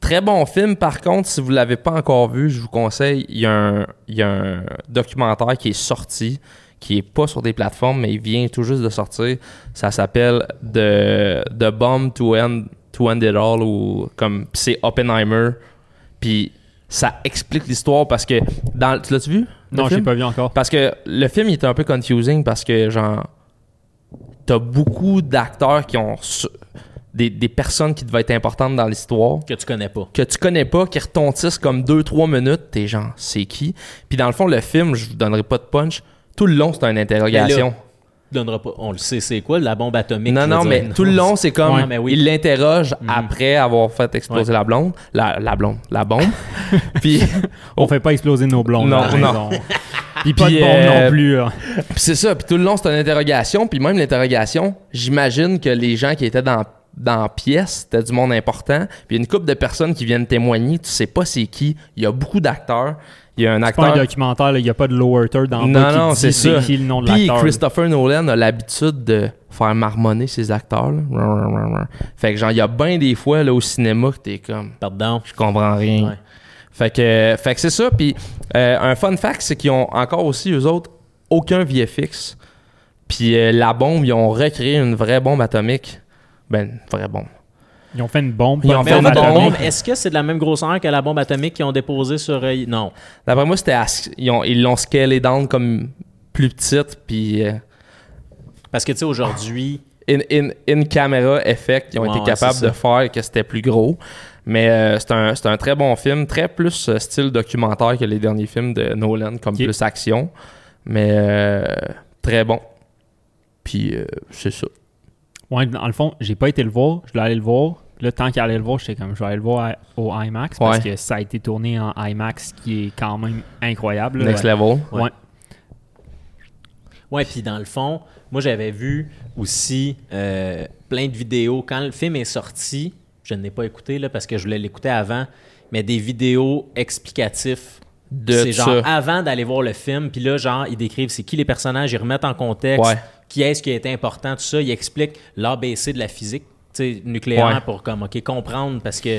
Speaker 1: Très bon film. Par contre, si vous l'avez pas encore vu, je vous conseille, il y, a un- il y a un documentaire qui est sorti, qui est pas sur des plateformes, mais il vient tout juste de sortir. Ça s'appelle The, The Bomb to End, to End It All, ou comme puis c'est Oppenheimer. Puis ça explique l'histoire parce que. Dans, tu l'as-tu vu? le
Speaker 2: Non, j'ai
Speaker 1: film?
Speaker 2: pas vu encore.
Speaker 1: Parce que le film il était un peu confusing parce que genre t'as beaucoup d'acteurs qui ont su- des, des personnes qui devaient être importantes dans l'histoire
Speaker 3: Que tu connais pas.
Speaker 1: que tu connais pas qui retentissent comme 2-3 minutes t'es genre c'est qui puis dans le fond le film je vous donnerai pas de punch tout le long c'est une interrogation
Speaker 3: Tu donneras pas. On le sait, c'est quoi la bombe atomique?
Speaker 1: non
Speaker 3: je
Speaker 1: non
Speaker 3: veux
Speaker 1: mais
Speaker 3: dire.
Speaker 1: tout le long c'est comme
Speaker 3: Ouais, mais oui. Mm.
Speaker 1: il l'interroge après avoir fait exploser la blonde la, la blonde la
Speaker 3: <laughs>
Speaker 1: bombe puis
Speaker 2: On fait pas exploser nos blondes.
Speaker 1: Non,
Speaker 2: là,
Speaker 1: non.
Speaker 2: raison.
Speaker 1: <laughs>
Speaker 2: Puis pas
Speaker 1: Oh.
Speaker 2: de
Speaker 1: Puis,
Speaker 2: bombe
Speaker 1: euh,
Speaker 2: non plus. hein.
Speaker 1: Puis c'est ça, puis tout le long, c'est une interrogation, puis même l'interrogation, j'imagine que les gens qui étaient dans dans la pièce, c'était du monde important, puis une couple de personnes qui viennent témoigner, tu sais pas c'est qui, il y a beaucoup d'acteurs, il y a un
Speaker 2: C'est pas un
Speaker 1: acteur
Speaker 2: documentaire, il n'y a pas de lower third dans
Speaker 1: non,
Speaker 2: bas qui
Speaker 1: non,
Speaker 2: dit
Speaker 1: c'est ça.
Speaker 2: c'est qui le nom de
Speaker 1: Puis
Speaker 2: l'acteur.
Speaker 1: Christopher Nolan a l'habitude de faire marmonner ses acteurs. là. Rar, rar, rar. Fait que genre, il y a bien des fois là, au cinéma que t'es comme,
Speaker 3: Pardon.
Speaker 1: je comprends rien.
Speaker 3: Ouais.
Speaker 1: Fait que, fait que c'est ça. Puis euh, un fun fact, c'est qu'ils ont encore aussi, eux autres, aucun VFX. Puis euh, la bombe, ils ont recréé une vraie bombe atomique. Ben, une vraie bombe.
Speaker 2: Ils ont fait une bombe.
Speaker 1: Ils
Speaker 2: pas
Speaker 1: ont
Speaker 2: de
Speaker 3: Mais
Speaker 1: fait
Speaker 3: on
Speaker 2: bombe
Speaker 1: une
Speaker 3: a-
Speaker 2: atomique.
Speaker 1: bombe.
Speaker 3: Est-ce que c'est de la même grosseur que la bombe atomique qu'ils ont déposée sur. euh, Non.
Speaker 1: D'après moi, c'était as- ils ont- ils l'ont scalé down comme plus petite. Puis euh,
Speaker 3: Parce que, tu sais, aujourd'hui,
Speaker 1: in, in, in camera effect, ils ont
Speaker 3: Ouais,
Speaker 1: été
Speaker 3: ouais,
Speaker 1: capables
Speaker 3: c'est ça.
Speaker 1: de faire que c'était plus gros. Mais euh, c'est un, c'est un très bon film, très plus euh, style documentaire que les derniers films de Nolan, comme
Speaker 2: Ok.
Speaker 1: plus action. Mais euh, très bon. Puis euh, c'est ça.
Speaker 2: Ouais, dans le fond, j'ai pas été le voir. Je voulais aller le voir. Là, tant qu'il allait le voir, j'étais comme je vais aller le voir à- au IMAX parce
Speaker 1: Ouais.
Speaker 2: que ça a été tourné en IMAX qui est quand même incroyable. là.
Speaker 1: Next
Speaker 2: Ouais.
Speaker 1: level.
Speaker 2: Ouais.
Speaker 3: Ouais. Ouais, puis dans le fond, moi j'avais vu aussi euh, plein de vidéos. Quand le film est sorti, je ne l'ai pas écouté là, parce que je voulais l'écouter avant, mais des vidéos explicatives.
Speaker 1: De
Speaker 3: c'est
Speaker 1: ça.
Speaker 3: genre avant d'aller voir le film, puis là, genre, ils décrivent c'est qui les personnages, ils remettent en contexte
Speaker 1: Ouais.
Speaker 3: qui est-ce qui a été important, tout ça. Ils expliquent l'ABC de la physique tu sais, nucléaire
Speaker 1: Ouais.
Speaker 3: pour comme, OK, comprendre parce que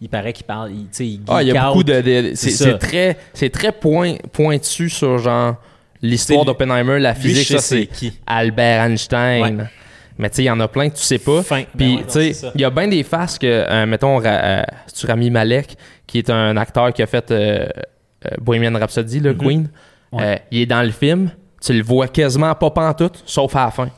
Speaker 3: il paraît qu'ils parlent, ils- tu sais, ils
Speaker 1: Ah, il y
Speaker 3: geek
Speaker 1: a beaucoup
Speaker 3: out.
Speaker 1: de. de- c'est,
Speaker 3: C'est ça.
Speaker 1: c'est très, c'est très point, pointu sur genre l'histoire
Speaker 3: C'est lui-
Speaker 1: d'Oppenheimer, la
Speaker 3: lui, je
Speaker 1: physique,
Speaker 3: sais
Speaker 1: ça c'est
Speaker 3: c'est qui.
Speaker 1: Albert Einstein.
Speaker 3: Ouais.
Speaker 1: Mais tu sais, il y en a plein que tu sais pas.
Speaker 3: Fin. Ben
Speaker 1: Puis
Speaker 3: ouais, non,
Speaker 1: tu
Speaker 3: c'est
Speaker 1: sais,
Speaker 3: ça.
Speaker 1: il y a bien des faces que, euh, mettons, Ra- euh, c'est-tu Rami Malek, qui est un acteur qui a fait euh, euh, Bohemian Rhapsody,
Speaker 3: Mhm.
Speaker 1: le Queen.
Speaker 2: Ouais.
Speaker 1: Euh, il est dans le film, tu le vois quasiment pas pantoute, sauf à la fin.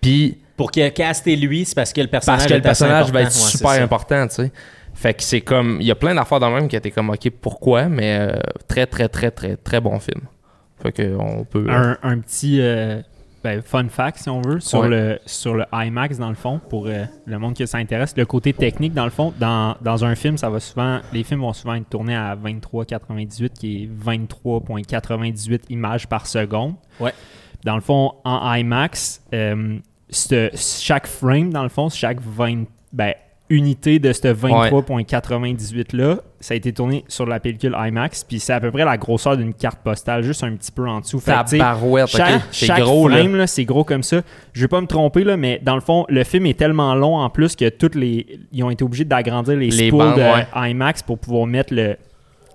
Speaker 1: Puis
Speaker 3: Pour qu'il casté lui, c'est parce que Ah, le personnage
Speaker 1: parce que le
Speaker 3: est assez
Speaker 1: personnage va être
Speaker 3: important. Ouais, c'est
Speaker 1: super
Speaker 3: ça.
Speaker 1: important, tu sais. Fait que c'est comme. Il y a plein d'affaires dans le même qui étaient comme, ok, pourquoi, mais euh, très, très, très, très, très bon film. Fait que on peut.
Speaker 2: un, un petit euh, ben, fun fact, si on veut, sur,
Speaker 1: Ouais.
Speaker 2: le, sur le IMAX, dans le fond, pour euh, le monde qui s'intéresse. Le côté technique, dans le fond, dans, dans un film, ça va souvent, les films vont souvent être tournés à 23,98, qui est 23,98 images par seconde.
Speaker 3: Ouais.
Speaker 2: Dans le fond, en IMAX, euh, ce- chaque frame, dans le fond, chaque 20, ben, unité de ce 23.98-là, ça a été tourné sur la pellicule IMAX, puis c'est à peu près la grosseur d'une carte postale, juste un petit peu en dessous. Fait que, tu sais,
Speaker 1: Tabarouette, ok.
Speaker 2: chaque,
Speaker 1: C'est
Speaker 2: chaque
Speaker 1: gros, là.
Speaker 2: frame, là, c'est gros comme ça. Je vais pas me tromper, là, mais dans le fond, le film est tellement long en plus que toutes les, ils ont été obligés d'agrandir les,
Speaker 1: Les
Speaker 2: spools
Speaker 1: bandes,
Speaker 2: de
Speaker 1: ouais.
Speaker 2: IMAX pour pouvoir mettre le,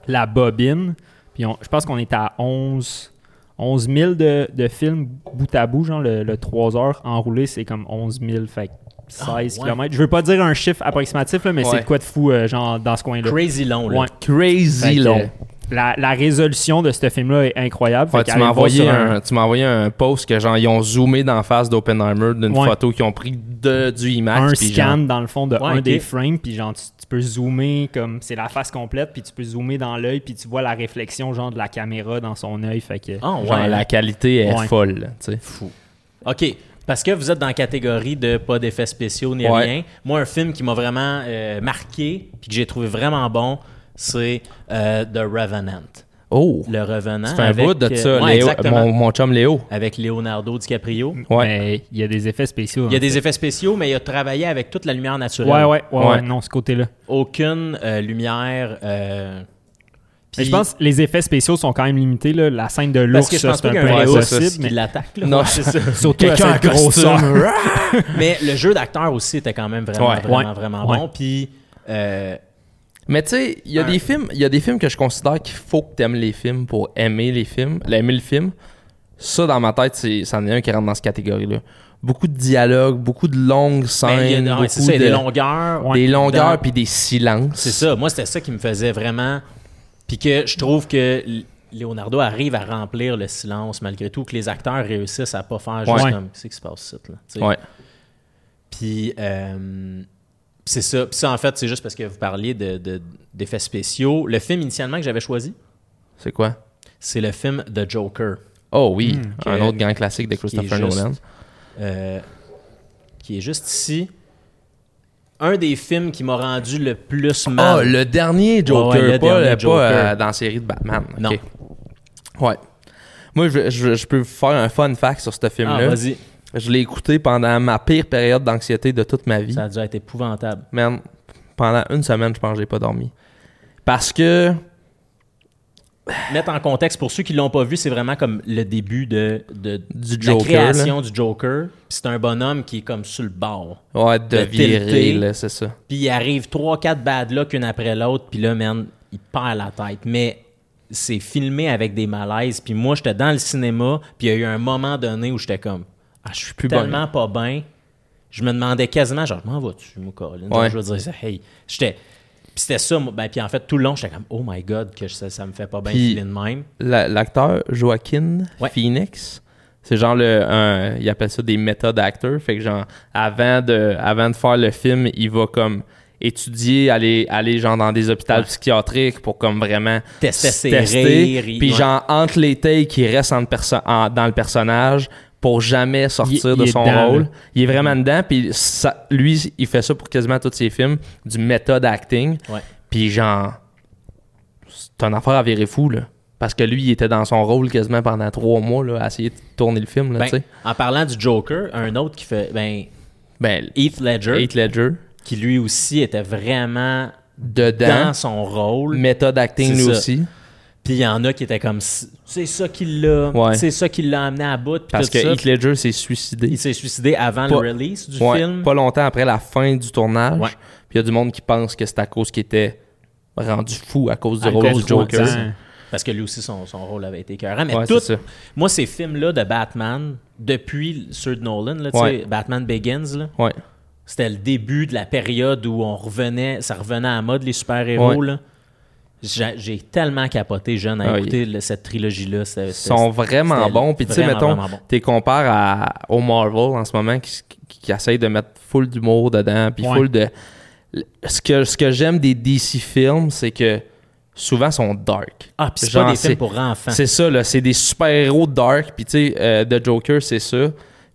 Speaker 2: la bobine Puis on- je pense qu'on est à 11, 11 000 de, de films bout à bout. Genre, le, le 3 heures enroulé, c'est comme 11 000, fait que 16
Speaker 3: ouais.
Speaker 2: km. Je veux pas dire un chiffre approximatif, là, mais c'est
Speaker 1: Ah, Ouais.
Speaker 2: de quoi de fou, euh, genre, dans ce coin-là.
Speaker 3: Crazy long, là.
Speaker 2: Ouais. Fait
Speaker 1: Crazy
Speaker 2: que,
Speaker 1: long.
Speaker 2: euh, la, la résolution de ce film-là est incroyable.
Speaker 1: Ouais,
Speaker 2: Fait
Speaker 1: tu
Speaker 2: qu'allez
Speaker 1: m'as
Speaker 2: le voir
Speaker 1: envoyé
Speaker 2: sur
Speaker 1: un, tu m'as envoyé un post que genre ils ont zoomé d'en face d'Oppenheimer d'une
Speaker 2: Ouais.
Speaker 1: photo qu'ils ont pris de du IMAX.
Speaker 2: un
Speaker 1: puis
Speaker 2: scan
Speaker 1: genre-
Speaker 2: dans le fond de
Speaker 3: Ouais,
Speaker 2: un
Speaker 3: ok.
Speaker 2: des frames puis genre tu, tu peux zoomer comme c'est la face complète puis tu peux zoomer dans l'œil puis tu vois la réflexion genre de la caméra dans son œil fait que
Speaker 3: Ah, ouais.
Speaker 1: genre, la qualité est
Speaker 2: Ouais.
Speaker 1: folle. là, tu sais.
Speaker 3: Fou. OK. Parce que vous êtes dans la catégorie de pas d'effets spéciaux ni
Speaker 1: Ouais.
Speaker 3: rien. Moi, un film qui m'a vraiment euh, marqué puis que j'ai trouvé vraiment bon, c'est euh, The Revenant.
Speaker 1: Oh,
Speaker 3: Le Revenant.
Speaker 1: c'est un
Speaker 3: avec,
Speaker 1: bout de
Speaker 3: euh,
Speaker 1: ça,
Speaker 3: ouais,
Speaker 1: Léo-
Speaker 3: exactement.
Speaker 1: mon, Mm. mon chum Léo.
Speaker 3: Avec Leonardo DiCaprio.
Speaker 1: Ouais.
Speaker 2: mais il y a des effets spéciaux
Speaker 3: Il y a
Speaker 2: hein.
Speaker 3: des effets spéciaux, mais il a travaillé avec toute la lumière naturelle.
Speaker 2: ouais, ouais ouais ouais,
Speaker 1: Ouais.
Speaker 2: non ce côté là
Speaker 3: Aucune euh, lumière. euh,
Speaker 2: mais
Speaker 3: puis-
Speaker 2: je pense que les effets spéciaux sont quand même limités là. la scène de
Speaker 3: parce
Speaker 2: l'ours
Speaker 3: que je
Speaker 2: ça,
Speaker 3: pense
Speaker 2: c'est
Speaker 3: pas
Speaker 2: un
Speaker 3: qu'il y
Speaker 2: peu
Speaker 3: a un
Speaker 1: Ouais, c'est
Speaker 2: impossible
Speaker 1: ça,
Speaker 3: réhaussiste
Speaker 2: mais
Speaker 3: qui l'attaque. là.
Speaker 1: Non,
Speaker 3: Ouais, c'est ça. <laughs>
Speaker 2: surtout à
Speaker 1: Quelqu'un
Speaker 2: cette
Speaker 1: en costume.
Speaker 2: grosseur <laughs>
Speaker 3: Mais le jeu d'acteur aussi était quand même vraiment,
Speaker 1: Ouais.
Speaker 3: vraiment,
Speaker 2: Ouais.
Speaker 3: vraiment
Speaker 2: Ouais.
Speaker 3: bon. Puis, euh,
Speaker 1: Mais tu sais, il y a
Speaker 3: Un-
Speaker 1: des films, il y a des films que je considère qu'il faut que t'aimes les films pour aimer les films, l'aimer le film. Ça dans ma tête, c'est ça en est un qui rentre dans cette catégorie là. Beaucoup de dialogues, beaucoup de longues
Speaker 3: ben, il y a-
Speaker 1: scènes,
Speaker 3: non,
Speaker 1: beaucoup
Speaker 3: c'est ça, il y
Speaker 1: de
Speaker 3: a des longueurs.
Speaker 1: des longueurs
Speaker 3: Dans-
Speaker 1: puis des silences.
Speaker 3: C'est ça. Moi, c'était ça qui me faisait vraiment. Puis que je trouve que L- Leonardo arrive à remplir le silence malgré tout, que les acteurs réussissent à pas faire juste
Speaker 2: Ouais.
Speaker 3: comme. Qu'est-ce qui se passe ici, là? Tu sais.
Speaker 1: Ouais.
Speaker 3: Puis euh, c'est ça. Puis ça, en fait, c'est juste parce que vous parliez de- de- d'effets spéciaux. Le film initialement que j'avais choisi,
Speaker 1: C'est quoi
Speaker 3: c'est le film The Joker.
Speaker 1: Oh oui, un
Speaker 3: que-
Speaker 1: autre grand classique de Christopher
Speaker 3: juste-
Speaker 1: Nolan.
Speaker 3: euh, qui est juste ici. Un des films qui m'a rendu le plus mal.
Speaker 1: Ah, le dernier Joker,
Speaker 3: Ouais, ouais, le
Speaker 1: pas,
Speaker 3: dernier
Speaker 1: pas,
Speaker 3: Joker.
Speaker 1: euh, dans la série de Batman.
Speaker 3: Non.
Speaker 1: ok. Ouais. Moi, je, je- je peux vous faire un fun fact sur ce
Speaker 3: Ah,
Speaker 1: film-là.
Speaker 3: vas-y.
Speaker 1: je l'ai écouté pendant ma pire période d'anxiété de toute ma vie.
Speaker 3: Ça a dû être épouvantable.
Speaker 1: Man, pendant une semaine, je pense que j'ai pas dormi. Parce que.
Speaker 3: Mettre en contexte, pour ceux qui l'ont pas vu, c'est vraiment comme le début de, de,
Speaker 1: Du
Speaker 3: de
Speaker 1: Joker,
Speaker 3: la création du Joker. Puis C'est un bonhomme qui est comme sur le bord.
Speaker 1: Ouais, de
Speaker 3: Le
Speaker 1: virer,
Speaker 3: tilté.
Speaker 1: là, c'est ça.
Speaker 3: Puis il arrive trois, quatre bad luck une après l'autre. Puis là, man, il perd la tête. Mais c'est filmé avec des malaises. Puis moi, j'étais dans le cinéma. Puis il y a eu un moment donné où j'étais comme, ah, je suis
Speaker 1: Plus bon.
Speaker 3: tellement pas bien. Je me demandais quasiment, genre, comment vas-tu, mon Colin? Genre,
Speaker 1: Ouais.
Speaker 3: Je veux dire, hey, j'étais. Puis c'était ça, moi. ben, puis en fait, tout le long, j'étais comme, oh my god, que ça, ça me fait pas bien
Speaker 1: Puis-
Speaker 3: filer de même.
Speaker 1: La- L'acteur Joaquin
Speaker 3: Ouais.
Speaker 1: Phoenix, c'est genre le. Un, il appelle ça des méthodes acteurs. Fait que genre, avant de, avant de faire le film, il va comme étudier, aller, aller genre dans des hôpitaux
Speaker 3: Ouais.
Speaker 1: psychiatriques pour comme vraiment
Speaker 3: Tester
Speaker 1: se
Speaker 3: ses rires, il-
Speaker 1: Puis
Speaker 3: ouais.
Speaker 1: genre, entre les takes, qui reste en perso- en- dans le personnage pour jamais sortir
Speaker 2: il
Speaker 1: de
Speaker 2: est
Speaker 1: son
Speaker 2: dedans,
Speaker 1: rôle.
Speaker 2: là.
Speaker 1: Il est vraiment dedans. Puis ça- lui, il fait ça pour quasiment tous ses films, du méthode acting.
Speaker 3: Ouais.
Speaker 1: Puis genre, c'est une affaire à virer fou, là. Parce que lui, il était dans son rôle quasiment pendant trois mois, là, à essayer de tourner le film, là,
Speaker 3: Ben,
Speaker 1: tu sais.
Speaker 3: en parlant du Joker, un autre qui fait, ben,
Speaker 1: Ben,
Speaker 3: Heath Ledger,
Speaker 1: Heath Ledger,
Speaker 3: qui lui aussi était vraiment
Speaker 1: dedans,
Speaker 3: dans son rôle.
Speaker 1: méthode acting
Speaker 3: C'est
Speaker 1: lui
Speaker 3: ça.
Speaker 1: aussi.
Speaker 3: Puis il y en a qui étaient comme, c'est ça qui l'a,
Speaker 1: Ouais.
Speaker 3: c'est ça qui l'a amené à bout. Puis
Speaker 1: Parce
Speaker 3: tout
Speaker 1: que
Speaker 3: ça.
Speaker 1: Heath Ledger s'est suicidé.
Speaker 3: il s'est suicidé avant
Speaker 1: Pas-
Speaker 3: le release du
Speaker 1: Ouais,
Speaker 3: film.
Speaker 1: Pas longtemps après la fin du tournage.
Speaker 3: Ouais.
Speaker 1: Puis il y a du monde qui pense que c'est à cause qu'il était rendu fou à cause du
Speaker 3: À
Speaker 1: rôle
Speaker 3: cause
Speaker 1: du
Speaker 3: trop
Speaker 1: Joker.
Speaker 3: dedans. Parce que lui aussi, son, son rôle avait été écœurant. Mais
Speaker 1: Ouais,
Speaker 3: tout,
Speaker 1: c'est ça.
Speaker 3: moi, ces films-là de Batman, depuis ceux de Nolan, là, tu
Speaker 1: Ouais.
Speaker 3: sais, Batman Begins, là,
Speaker 1: Ouais.
Speaker 3: c'était le début de la période où on revenait, ça revenait à la mode, les super-héros.
Speaker 1: Ouais.
Speaker 3: là. J'ai j'ai tellement capoté jeune à
Speaker 1: Ah,
Speaker 3: écouter le- cette trilogie-là. C'était-
Speaker 1: Ils
Speaker 3: c'était-
Speaker 1: sont vraiment
Speaker 3: c'était
Speaker 1: bons. Puis tu sais,
Speaker 3: vraiment,
Speaker 1: mettons,
Speaker 3: vraiment bon.
Speaker 1: t'es compares à, au Marvel en ce moment qui, qui, qui essaye de mettre full d'humour dedans. Puis
Speaker 2: Ouais.
Speaker 1: full de. Ce que, ce que j'aime des DC films, c'est que souvent ils sont dark.
Speaker 3: Ah, puis c'est
Speaker 1: Genre,
Speaker 3: pas des films
Speaker 1: c'est-
Speaker 3: pour enfants.
Speaker 1: C'est ça, là. C'est des super-héros dark. Puis tu sais, euh, The Joker, c'est ça.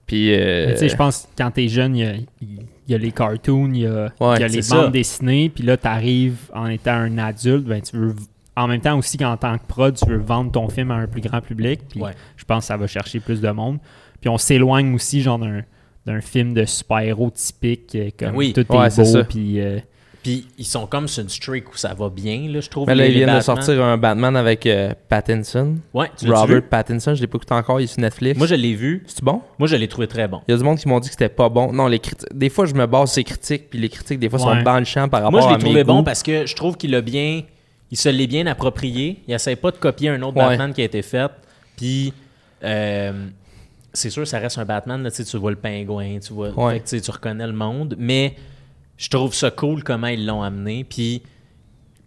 Speaker 1: Puis. euh,
Speaker 2: Mais tu sais, je pense que quand t'es jeune, il y a, il y a les cartoons, il y a,
Speaker 1: Ouais,
Speaker 2: il y a les
Speaker 3: c'est ça.
Speaker 2: bandes dessinées, puis là, t'arrives en étant un adulte, ben tu veux... En même temps aussi qu'en tant que prod, tu veux vendre ton film à un plus grand public, puis
Speaker 3: Ouais.
Speaker 2: je pense que ça va chercher plus de monde. Puis on s'éloigne aussi, genre, d'un, d'un film de super-héros typique, euh, comme
Speaker 3: Oui.
Speaker 2: tout
Speaker 1: Ouais,
Speaker 2: est
Speaker 1: c'est ça.
Speaker 2: beau, puis... euh,
Speaker 3: Puis ils sont comme sur une streak où ça va bien, là, je trouve.
Speaker 1: Mais là,
Speaker 3: les-
Speaker 1: ils
Speaker 3: les
Speaker 1: viennent de
Speaker 3: Batman.
Speaker 1: sortir un Batman avec euh, Pattinson.
Speaker 3: Ouais, tu l'as-tu
Speaker 1: Robert
Speaker 3: vu?
Speaker 1: Pattinson, je l'ai pas écouté encore, il est sur Netflix.
Speaker 3: Moi, je l'ai vu.
Speaker 1: C'est bon?
Speaker 3: Moi, je l'ai trouvé très bon.
Speaker 1: Il y a du monde qui m'ont dit que c'était pas bon. Non, les critiques. Des fois, je me base sur les critiques, puis les critiques, des fois,
Speaker 2: Ouais.
Speaker 1: sont dans le champ par rapport
Speaker 3: Moi, je
Speaker 1: à
Speaker 3: l'ai
Speaker 1: mes
Speaker 3: trouvé bon
Speaker 1: goûts.
Speaker 3: parce que je trouve qu'il a bien. il se l'est bien approprié. Il essaie pas de copier un autre
Speaker 1: Ouais.
Speaker 3: Batman qui a été fait. Puis, euh, c'est sûr, ça reste un Batman. Là, tu sais, tu vois le pingouin, tu vois,
Speaker 1: Ouais.
Speaker 3: fait que, tu sais, tu reconnais le monde. Mais je trouve ça cool comment ils l'ont amené. Puis,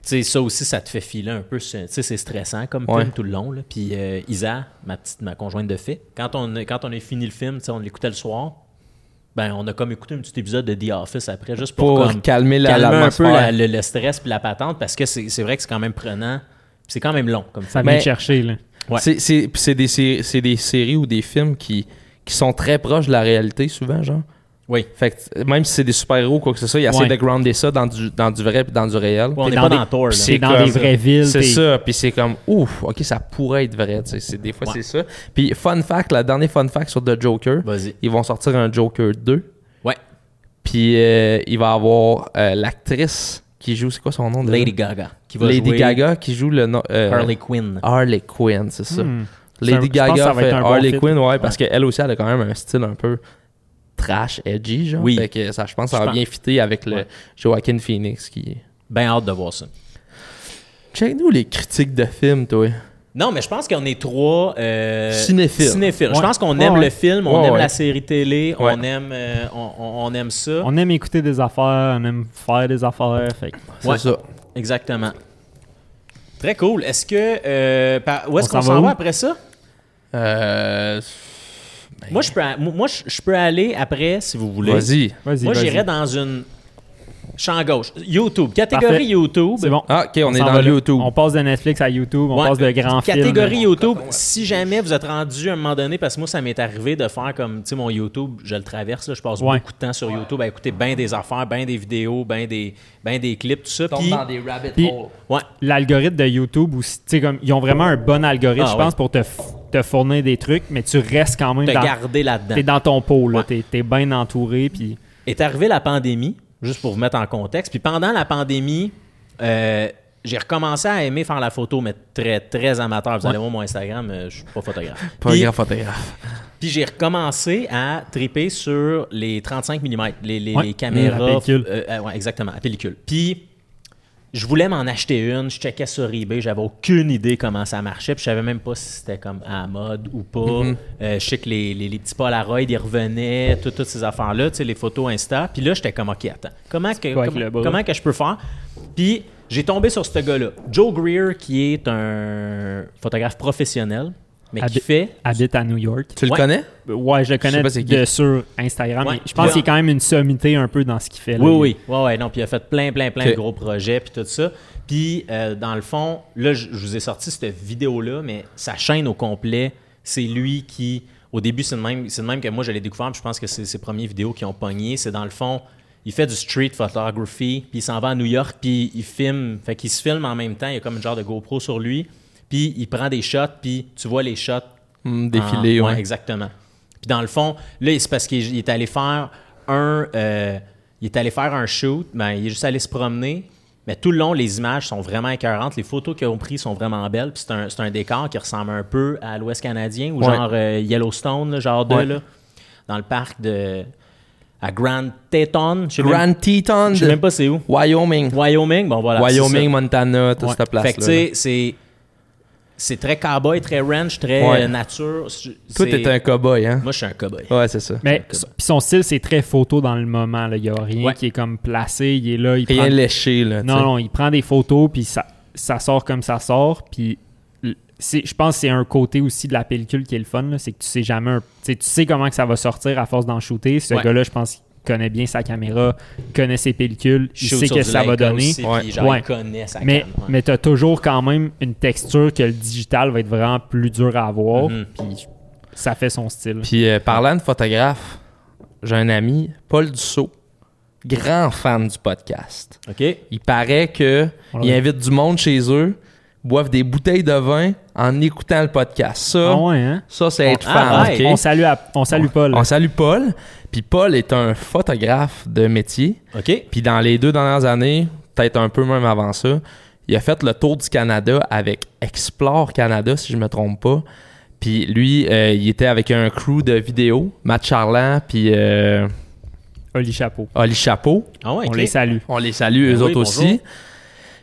Speaker 3: tu sais, ça aussi, ça te fait filer un peu. ce- Tu sais, c'est stressant comme
Speaker 1: Ouais.
Speaker 3: film tout le long. là. Puis euh, Isa, ma petite, ma conjointe de fait, quand on, a- quand on a fini le film, tu sais, on l'écoutait le soir. Ben, on a comme écouté un petit épisode de The Office après, juste pour,
Speaker 1: Pour
Speaker 3: comme,
Speaker 1: calmer la-
Speaker 3: calmer un peu
Speaker 1: l'atmosphère.
Speaker 3: la- le, le stress puis la patente, parce que c'est c'est vrai que c'est quand même prenant. puis C'est quand même long comme
Speaker 2: Ça
Speaker 3: film.
Speaker 2: vient
Speaker 1: Mais-
Speaker 2: te chercher, là.
Speaker 3: Ouais.
Speaker 1: C'est- C'est puis c'est des, sé- c'est des séries ou des films qui, qui sont très proches de la réalité, souvent, genre.
Speaker 3: Oui.
Speaker 1: Fait que même si c'est des super-héros ou quoi que ce soit, ils
Speaker 2: Ouais.
Speaker 1: essaient de grounder ça dans du, dans du vrai et dans du réel.
Speaker 3: on
Speaker 2: T'es
Speaker 3: n'est pas
Speaker 2: des-
Speaker 3: dans Thor, là.
Speaker 2: puis C'est dans
Speaker 1: comme-
Speaker 2: des vraies villes.
Speaker 1: C'est
Speaker 2: t'es-
Speaker 1: ça, puis c'est comme ouf, ok, ça pourrait être vrai, tu sais, c'est- des fois
Speaker 3: Ouais.
Speaker 1: c'est ça. Puis fun fact, la dernière fun fact sur The Joker,
Speaker 3: Vas-y.
Speaker 1: ils vont sortir un Joker 2,
Speaker 3: Ouais.
Speaker 1: puis euh, il va avoir euh, l'actrice qui joue, c'est quoi son nom? déjà?
Speaker 3: Lady Gaga. Qui va
Speaker 1: Lady
Speaker 3: jouer
Speaker 1: Gaga qui joue le nom. euh,
Speaker 3: Harley Quinn.
Speaker 1: Harley Quinn, c'est ça.
Speaker 2: Hmm. C'est un-
Speaker 1: Lady
Speaker 2: je pense que ça
Speaker 1: Gaga
Speaker 2: va être
Speaker 1: fait
Speaker 2: un bon
Speaker 1: Harley
Speaker 2: fit.
Speaker 1: Quinn, ouais, parce qu'elle aussi, elle a quand même un style un peu trash, edgy, genre.
Speaker 3: Oui.
Speaker 1: Fait que ça, je pense, que ça
Speaker 3: Je
Speaker 1: va
Speaker 3: pense.
Speaker 1: bien fitter avec le
Speaker 3: Ouais.
Speaker 1: Joaquin Phoenix qui.
Speaker 3: Ben hâte de voir ça.
Speaker 1: Check-nous les critiques de films, toi.
Speaker 3: Non, mais je pense qu'on est trois euh,
Speaker 1: Cinéphiles.
Speaker 3: cinéphiles. Je
Speaker 2: Ouais.
Speaker 3: pense qu'on
Speaker 2: Ouais,
Speaker 3: aime
Speaker 2: ouais.
Speaker 3: le film, on
Speaker 1: Ouais,
Speaker 3: aime
Speaker 1: ouais.
Speaker 3: la série télé, on
Speaker 1: Ouais.
Speaker 3: aime, euh, on, on- on aime ça.
Speaker 2: On aime écouter des affaires, on aime faire des affaires. Fait que
Speaker 1: C'est
Speaker 3: Ouais.
Speaker 1: ça.
Speaker 3: Exactement. Très cool. Est-ce que euh, par- où est-ce
Speaker 2: On
Speaker 3: qu'on
Speaker 2: s'en
Speaker 3: s'en
Speaker 2: va
Speaker 3: va,
Speaker 2: où?
Speaker 3: après ça
Speaker 1: Euh,
Speaker 3: Moi, je peux, a- moi, je, je peux aller après si vous voulez.
Speaker 1: Ben, Vas-y.
Speaker 2: Vas-y,
Speaker 3: Moi,
Speaker 2: vas-y.
Speaker 3: j'irais dans une champ gauche. YouTube, catégorie
Speaker 2: Parfait.
Speaker 3: YouTube.
Speaker 2: C'est bon.
Speaker 1: Ah, ok, on, est
Speaker 2: s'en
Speaker 1: dans
Speaker 2: va là.
Speaker 1: YouTube.
Speaker 2: On passe de Netflix à YouTube, on
Speaker 3: Ouais.
Speaker 2: passe de grands films.
Speaker 3: Catégorie YouTube, si jamais vous êtes rendu à un moment donné, parce que moi, ça m'est arrivé de faire comme, tu sais, mon YouTube, je le traverse, là, je passe
Speaker 2: Ouais.
Speaker 3: beaucoup de temps sur YouTube à écouter bien des affaires, bien des vidéos, bien des, ben des clips, tout ça.
Speaker 1: tombe
Speaker 3: puis-
Speaker 1: dans des rabbit
Speaker 2: Puis-
Speaker 1: holes.
Speaker 3: ouais,
Speaker 2: L'algorithme de YouTube, aussi, tu sais, comme, ils ont vraiment un bon algorithme,
Speaker 3: Ah,
Speaker 2: je pense, pour te, f- te fournir des trucs, mais tu restes quand même
Speaker 3: te
Speaker 2: dans,
Speaker 3: garder là-dedans.
Speaker 2: t'es dans ton pôle. là.
Speaker 3: Ouais.
Speaker 2: T'es- T'es bien entouré. Puis
Speaker 3: Est arrivée la pandémie, juste pour vous mettre en contexte. Puis pendant la pandémie, euh, j'ai recommencé à aimer faire la photo, mais très, très amateur. Vous allez voir mon Instagram, euh, je suis pas photographe.
Speaker 1: Pas
Speaker 3: Puis-
Speaker 1: grand photographe.
Speaker 3: Puis j'ai recommencé à triper sur les 35 mm, les, les,
Speaker 2: Ouais,
Speaker 3: les caméras.
Speaker 2: la pellicule.
Speaker 3: euh, euh, ouais, exactement, la pellicule. Puis je voulais m'en acheter une, je checkais sur eBay, j'avais aucune idée comment ça marchait, puis je savais même pas si c'était comme à la mode ou pas.
Speaker 2: Mhm.
Speaker 3: Euh, je sais que les, les, les petits Polaroid, ils revenaient, tout- toutes ces affaires-là, tu sais, les photos Insta. Puis là, j'étais comme, OK, attends, comment que,
Speaker 2: quoi avec
Speaker 3: comment,
Speaker 2: le bras?
Speaker 3: comment que je peux faire? Puis j'ai tombé sur ce gars-là, Joe Greer, qui est un photographe professionnel, mais qui
Speaker 2: Habi-
Speaker 3: fait...
Speaker 2: habite à New York.
Speaker 1: Tu le
Speaker 3: Ouais.
Speaker 1: connais?
Speaker 2: Ouais, je le
Speaker 1: sais
Speaker 2: connais
Speaker 1: pas c'est qui.
Speaker 2: de sur Instagram.
Speaker 3: Ouais.
Speaker 2: mais je pense
Speaker 3: Ouais.
Speaker 2: qu'il est quand même une sommité un peu dans ce qu'il fait. là.
Speaker 3: Oui, oui. Ouais, ouais, non, puis il a fait plein, plein, plein
Speaker 1: Ok.
Speaker 3: de gros projets, puis tout ça. Puis, euh, dans le fond, là, je je vous ai sorti cette vidéo-là, mais sa chaîne au complet, c'est lui qui, au début, c'est le même, c'est le même que moi, j'allais découvrir, puis je pense que c'est ses premières vidéos qui ont pogné. C'est dans le fond, il fait du street photography, puis il s'en va à New York, puis il filme. Fait qu'il se filme en même temps, il y a comme une genre de GoPro sur lui, puis il prend des shots, puis tu vois les shots
Speaker 1: Hmm, défilé,
Speaker 3: ah,
Speaker 1: ouais.
Speaker 3: exactement. Puis dans le fond, là, c'est parce qu'il il est allé faire un. euh, il est allé faire un shoot, ben, il est juste allé se promener. Mais tout le long, les images sont vraiment écœurantes. Les photos qu'ils ont prises sont vraiment belles. Puis c'est un, c'est un décor qui ressemble un peu à l'Ouest canadien ou
Speaker 1: Ouais.
Speaker 3: genre euh, Yellowstone, là, genre de,
Speaker 1: Ouais.
Speaker 3: là, dans le parc de. à Grand Teton. Je sais même-
Speaker 1: Grand Teton,
Speaker 3: je sais
Speaker 1: de
Speaker 3: même pas c'est où.
Speaker 1: Wyoming.
Speaker 3: Wyoming, bon voilà. c'est ça.
Speaker 1: Wyoming, Montana, toute
Speaker 2: Ouais.
Speaker 1: cette place-là.
Speaker 3: Fait que tu sais, c'est. C'est très cowboy, très ranch, très
Speaker 1: Ouais.
Speaker 3: euh, nature.
Speaker 1: Toi, t'es un cowboy, hein?
Speaker 3: Moi, je suis un cowboy.
Speaker 1: Ouais, c'est ça.
Speaker 2: Mais s- puis son style, c'est très photo dans le moment. là. Il n'y a rien
Speaker 3: Ouais.
Speaker 2: qui est comme placé. Il est là. Il
Speaker 1: Rien
Speaker 2: prend...
Speaker 1: léché, là. tu
Speaker 2: Non,
Speaker 1: sais.
Speaker 2: non, il prend des photos, puis ça, ça sort comme ça sort. Puis l- c'est- je pense que c'est un côté aussi de la pellicule qui est le fun. là, C'est que tu sais jamais. un- tu sais, tu sais comment que ça va sortir à force d'en shooter. Ce
Speaker 3: Ouais.
Speaker 2: gars-là, je pense qu'il connaît bien sa caméra, il connaît ses pellicules, il
Speaker 3: shoot
Speaker 2: sait
Speaker 3: sur
Speaker 2: que
Speaker 3: du
Speaker 2: ça va
Speaker 3: Leica
Speaker 2: donner.
Speaker 3: aussi, puis
Speaker 1: Ouais.
Speaker 3: genre,
Speaker 2: Ouais.
Speaker 3: il connaît sa
Speaker 2: Mais,
Speaker 3: canne, ouais.
Speaker 2: mais tu as toujours quand même une texture que le digital va être vraiment plus dur à avoir.
Speaker 3: Mhm.
Speaker 2: Puis ça fait son style.
Speaker 1: Puis euh, parlant de photographe, j'ai un ami, Paul Dussault, grand fan du podcast.
Speaker 3: OK.
Speaker 1: Il paraît que
Speaker 2: Ouais.
Speaker 1: ils invitent du monde chez eux, boivent des bouteilles de vin en écoutant le podcast. Ça,
Speaker 2: Ah ouais, hein?
Speaker 1: ça c'est être
Speaker 3: ah,
Speaker 1: fan.
Speaker 3: ouais.
Speaker 1: ok?
Speaker 2: On salue, à- on salue Paul.
Speaker 1: On salue Paul. Puis Paul est un photographe de métier.
Speaker 3: OK.
Speaker 1: Puis dans les deux dernières années, peut-être un peu même avant ça, il a fait le tour du Canada avec Explore Canada, si je me trompe pas. Puis lui, euh, il était avec un crew de vidéo, Matt Charland, puis euh,
Speaker 2: Oli Chapeau.
Speaker 1: Oli Chapeau.
Speaker 3: Ah ouais,
Speaker 2: On
Speaker 3: OK.
Speaker 2: les salue.
Speaker 1: On les salue,
Speaker 3: Ben
Speaker 1: eux
Speaker 3: oui,
Speaker 1: autres
Speaker 3: bonjour.
Speaker 1: aussi.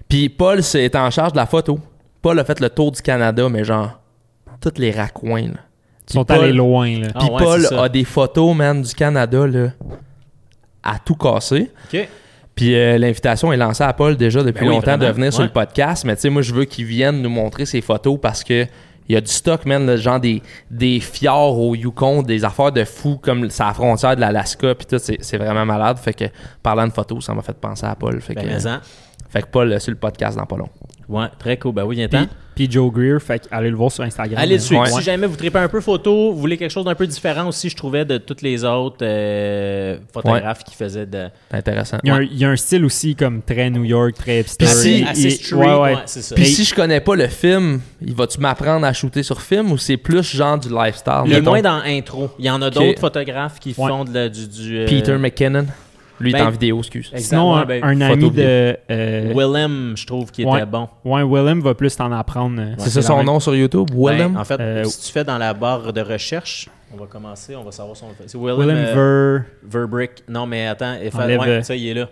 Speaker 1: Puis Paul c'est en charge de la photo. Paul a fait le tour du Canada, mais genre, tous les raccoins, là.
Speaker 2: Ils sont
Speaker 1: Puis Paul-
Speaker 2: allés loin, là.
Speaker 3: Ah,
Speaker 1: Puis
Speaker 3: ouais,
Speaker 1: Paul
Speaker 3: c'est ça.
Speaker 1: a des photos, man, du Canada, là, à tout casser.
Speaker 3: OK.
Speaker 1: Puis euh, l'invitation est lancée à Paul déjà depuis
Speaker 3: Ben oui,
Speaker 1: longtemps de
Speaker 3: vraiment,
Speaker 1: venir sur
Speaker 3: ouais.
Speaker 1: le podcast. Mais tu sais, moi, je veux qu'il vienne nous montrer ses photos parce que il y a du stock, man, là, genre des, des fjords au Yukon, des affaires de fous comme ça à la frontière de l'Alaska, puis tout, c'est c'est vraiment malade. Fait que, parlant de photos, ça m'a fait penser à Paul. Fait que,
Speaker 3: Ben, mais-en.
Speaker 1: fait que Paul euh, sur le podcast dans pas long.
Speaker 3: Ouais, très cool. Ben oui, viens-t'en.
Speaker 2: Puis, puis Joe Greer, fait que allez le voir sur Instagram. là.
Speaker 3: Allez le suivre.
Speaker 1: Ouais.
Speaker 3: Si jamais vous tripez un peu photo, vous voulez quelque chose d'un peu différent aussi, je trouvais, de toutes les autres euh, photographes qui faisaient de.
Speaker 1: C'est intéressant.
Speaker 2: Il y, a un, il y a un style aussi comme très New York, très hipster.
Speaker 1: Puis si-
Speaker 2: Il-
Speaker 3: assez
Speaker 2: il-
Speaker 3: street,
Speaker 2: ouais, ouais.
Speaker 3: ouais, c'est ça.
Speaker 1: Puis
Speaker 2: Mais-
Speaker 1: si je connais pas le film, il va-tu m'apprendre à shooter sur film ou c'est plus genre du lifestyle?
Speaker 3: Il est
Speaker 1: mettons?
Speaker 3: moins dans intro. Il y en a d'autres photographes qui
Speaker 2: Ouais.
Speaker 3: font de la- du. du euh,
Speaker 1: Peter McKinnon. Lui, il est
Speaker 3: ben-
Speaker 1: en vidéo, excuse.
Speaker 3: Exact.
Speaker 2: Sinon,
Speaker 3: Ouais,
Speaker 2: un,
Speaker 3: ben,
Speaker 2: un
Speaker 1: photo
Speaker 2: ami
Speaker 1: vidéo.
Speaker 2: de. euh,
Speaker 3: Willem, je trouve, qui
Speaker 2: Ouais.
Speaker 3: était bon.
Speaker 2: ouais, Willem va plus t'en apprendre. euh,
Speaker 1: c'est ça
Speaker 2: la
Speaker 1: son
Speaker 2: même-
Speaker 1: nom sur YouTube? Willem?
Speaker 3: Ben, en fait,
Speaker 2: Euh,
Speaker 3: si tu fais dans la barre de recherche, on va commencer, on va savoir son. C'est Willem,
Speaker 2: Willem
Speaker 3: euh,
Speaker 2: Ver.
Speaker 3: Verbrick. Non, mais attends, il fait-
Speaker 2: Enlève,
Speaker 3: ouais,
Speaker 2: euh,
Speaker 3: ça, il est là.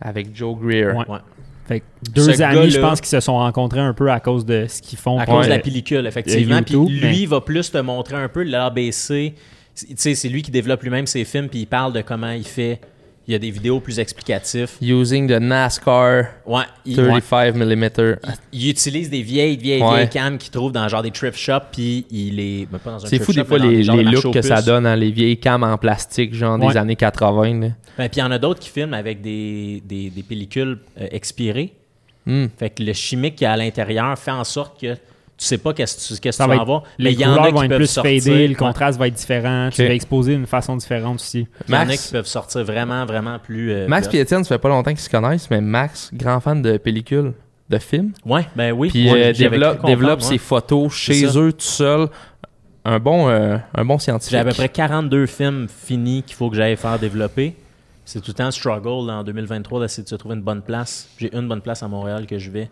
Speaker 1: Avec Joe Greer.
Speaker 2: Ouais.
Speaker 3: Ouais.
Speaker 2: Fait que deux
Speaker 3: Ce
Speaker 2: amis, je
Speaker 3: gars-là-
Speaker 2: pense, qui se sont rencontrés un peu à cause de ce qu'ils font.
Speaker 3: À
Speaker 2: pour-
Speaker 3: cause de la
Speaker 1: Ouais.
Speaker 3: pellicule, effectivement. Puis
Speaker 2: YouTube,
Speaker 3: lui
Speaker 2: mais-
Speaker 3: va plus te montrer un peu l'ABC. C'est- Tu sais, c'est lui qui développe lui-même ses films, puis il parle de comment il fait. Il y a des vidéos plus explicatives.
Speaker 1: Using the NASCAR
Speaker 3: Ouais, il,
Speaker 1: 35 mm.
Speaker 3: il utilise des vieilles, vieilles,
Speaker 1: Ouais.
Speaker 3: vieilles cams qu'il trouve dans genre des thrift shops, puis il est. ben, pas dans un
Speaker 1: C'est
Speaker 3: thrift
Speaker 1: fou des
Speaker 3: shop,
Speaker 1: fois
Speaker 3: mais dans
Speaker 1: les,
Speaker 3: genre
Speaker 1: les
Speaker 3: de marché
Speaker 1: looks
Speaker 3: aux
Speaker 1: que ça
Speaker 3: puces.
Speaker 1: donne, hein, les vieilles cams en plastique, genre des
Speaker 2: Ouais.
Speaker 1: années 80. là.
Speaker 3: Ben, puis il y en a d'autres qui filment avec des, des, des pellicules euh, expirées.
Speaker 1: Hmm.
Speaker 3: Fait que le chimique qui est à l'intérieur fait en sorte que tu sais pas qu'est-ce que tu- qu'est-ce
Speaker 2: Ça
Speaker 3: que tu
Speaker 2: va
Speaker 3: vas
Speaker 2: être-
Speaker 3: avoir. Mais
Speaker 2: les
Speaker 3: il y en a
Speaker 2: couleurs vont
Speaker 3: qui
Speaker 2: être
Speaker 3: peuvent
Speaker 2: plus
Speaker 3: sortir.
Speaker 2: fadées, le
Speaker 3: ouais.
Speaker 2: contrat va être différent, tu
Speaker 1: Ok.
Speaker 2: vas exposer d'une façon différente aussi.
Speaker 3: Il y en a
Speaker 1: Max-
Speaker 3: qui peuvent sortir vraiment, vraiment plus. euh,
Speaker 1: Max
Speaker 3: belles.
Speaker 1: et Étienne, ça fait pas longtemps qu'ils se connaissent, mais Max, grand fan de pellicules, de films.
Speaker 3: Ouais, ben oui.
Speaker 1: Puis
Speaker 3: Ouais,
Speaker 1: euh,
Speaker 3: j'avais
Speaker 1: développe,
Speaker 3: cru
Speaker 1: développe
Speaker 3: comprendre,
Speaker 1: ses
Speaker 3: ouais.
Speaker 1: photos chez
Speaker 3: C'est ça.
Speaker 1: eux tout seul. Un bon, euh, un bon scientifique.
Speaker 3: J'ai à peu près 42 films finis qu'il faut que j'aille faire développer. C'est tout le temps un struggle là, en 2023 d'essayer de se trouver une bonne place. J'ai une bonne place à Montréal que je vais.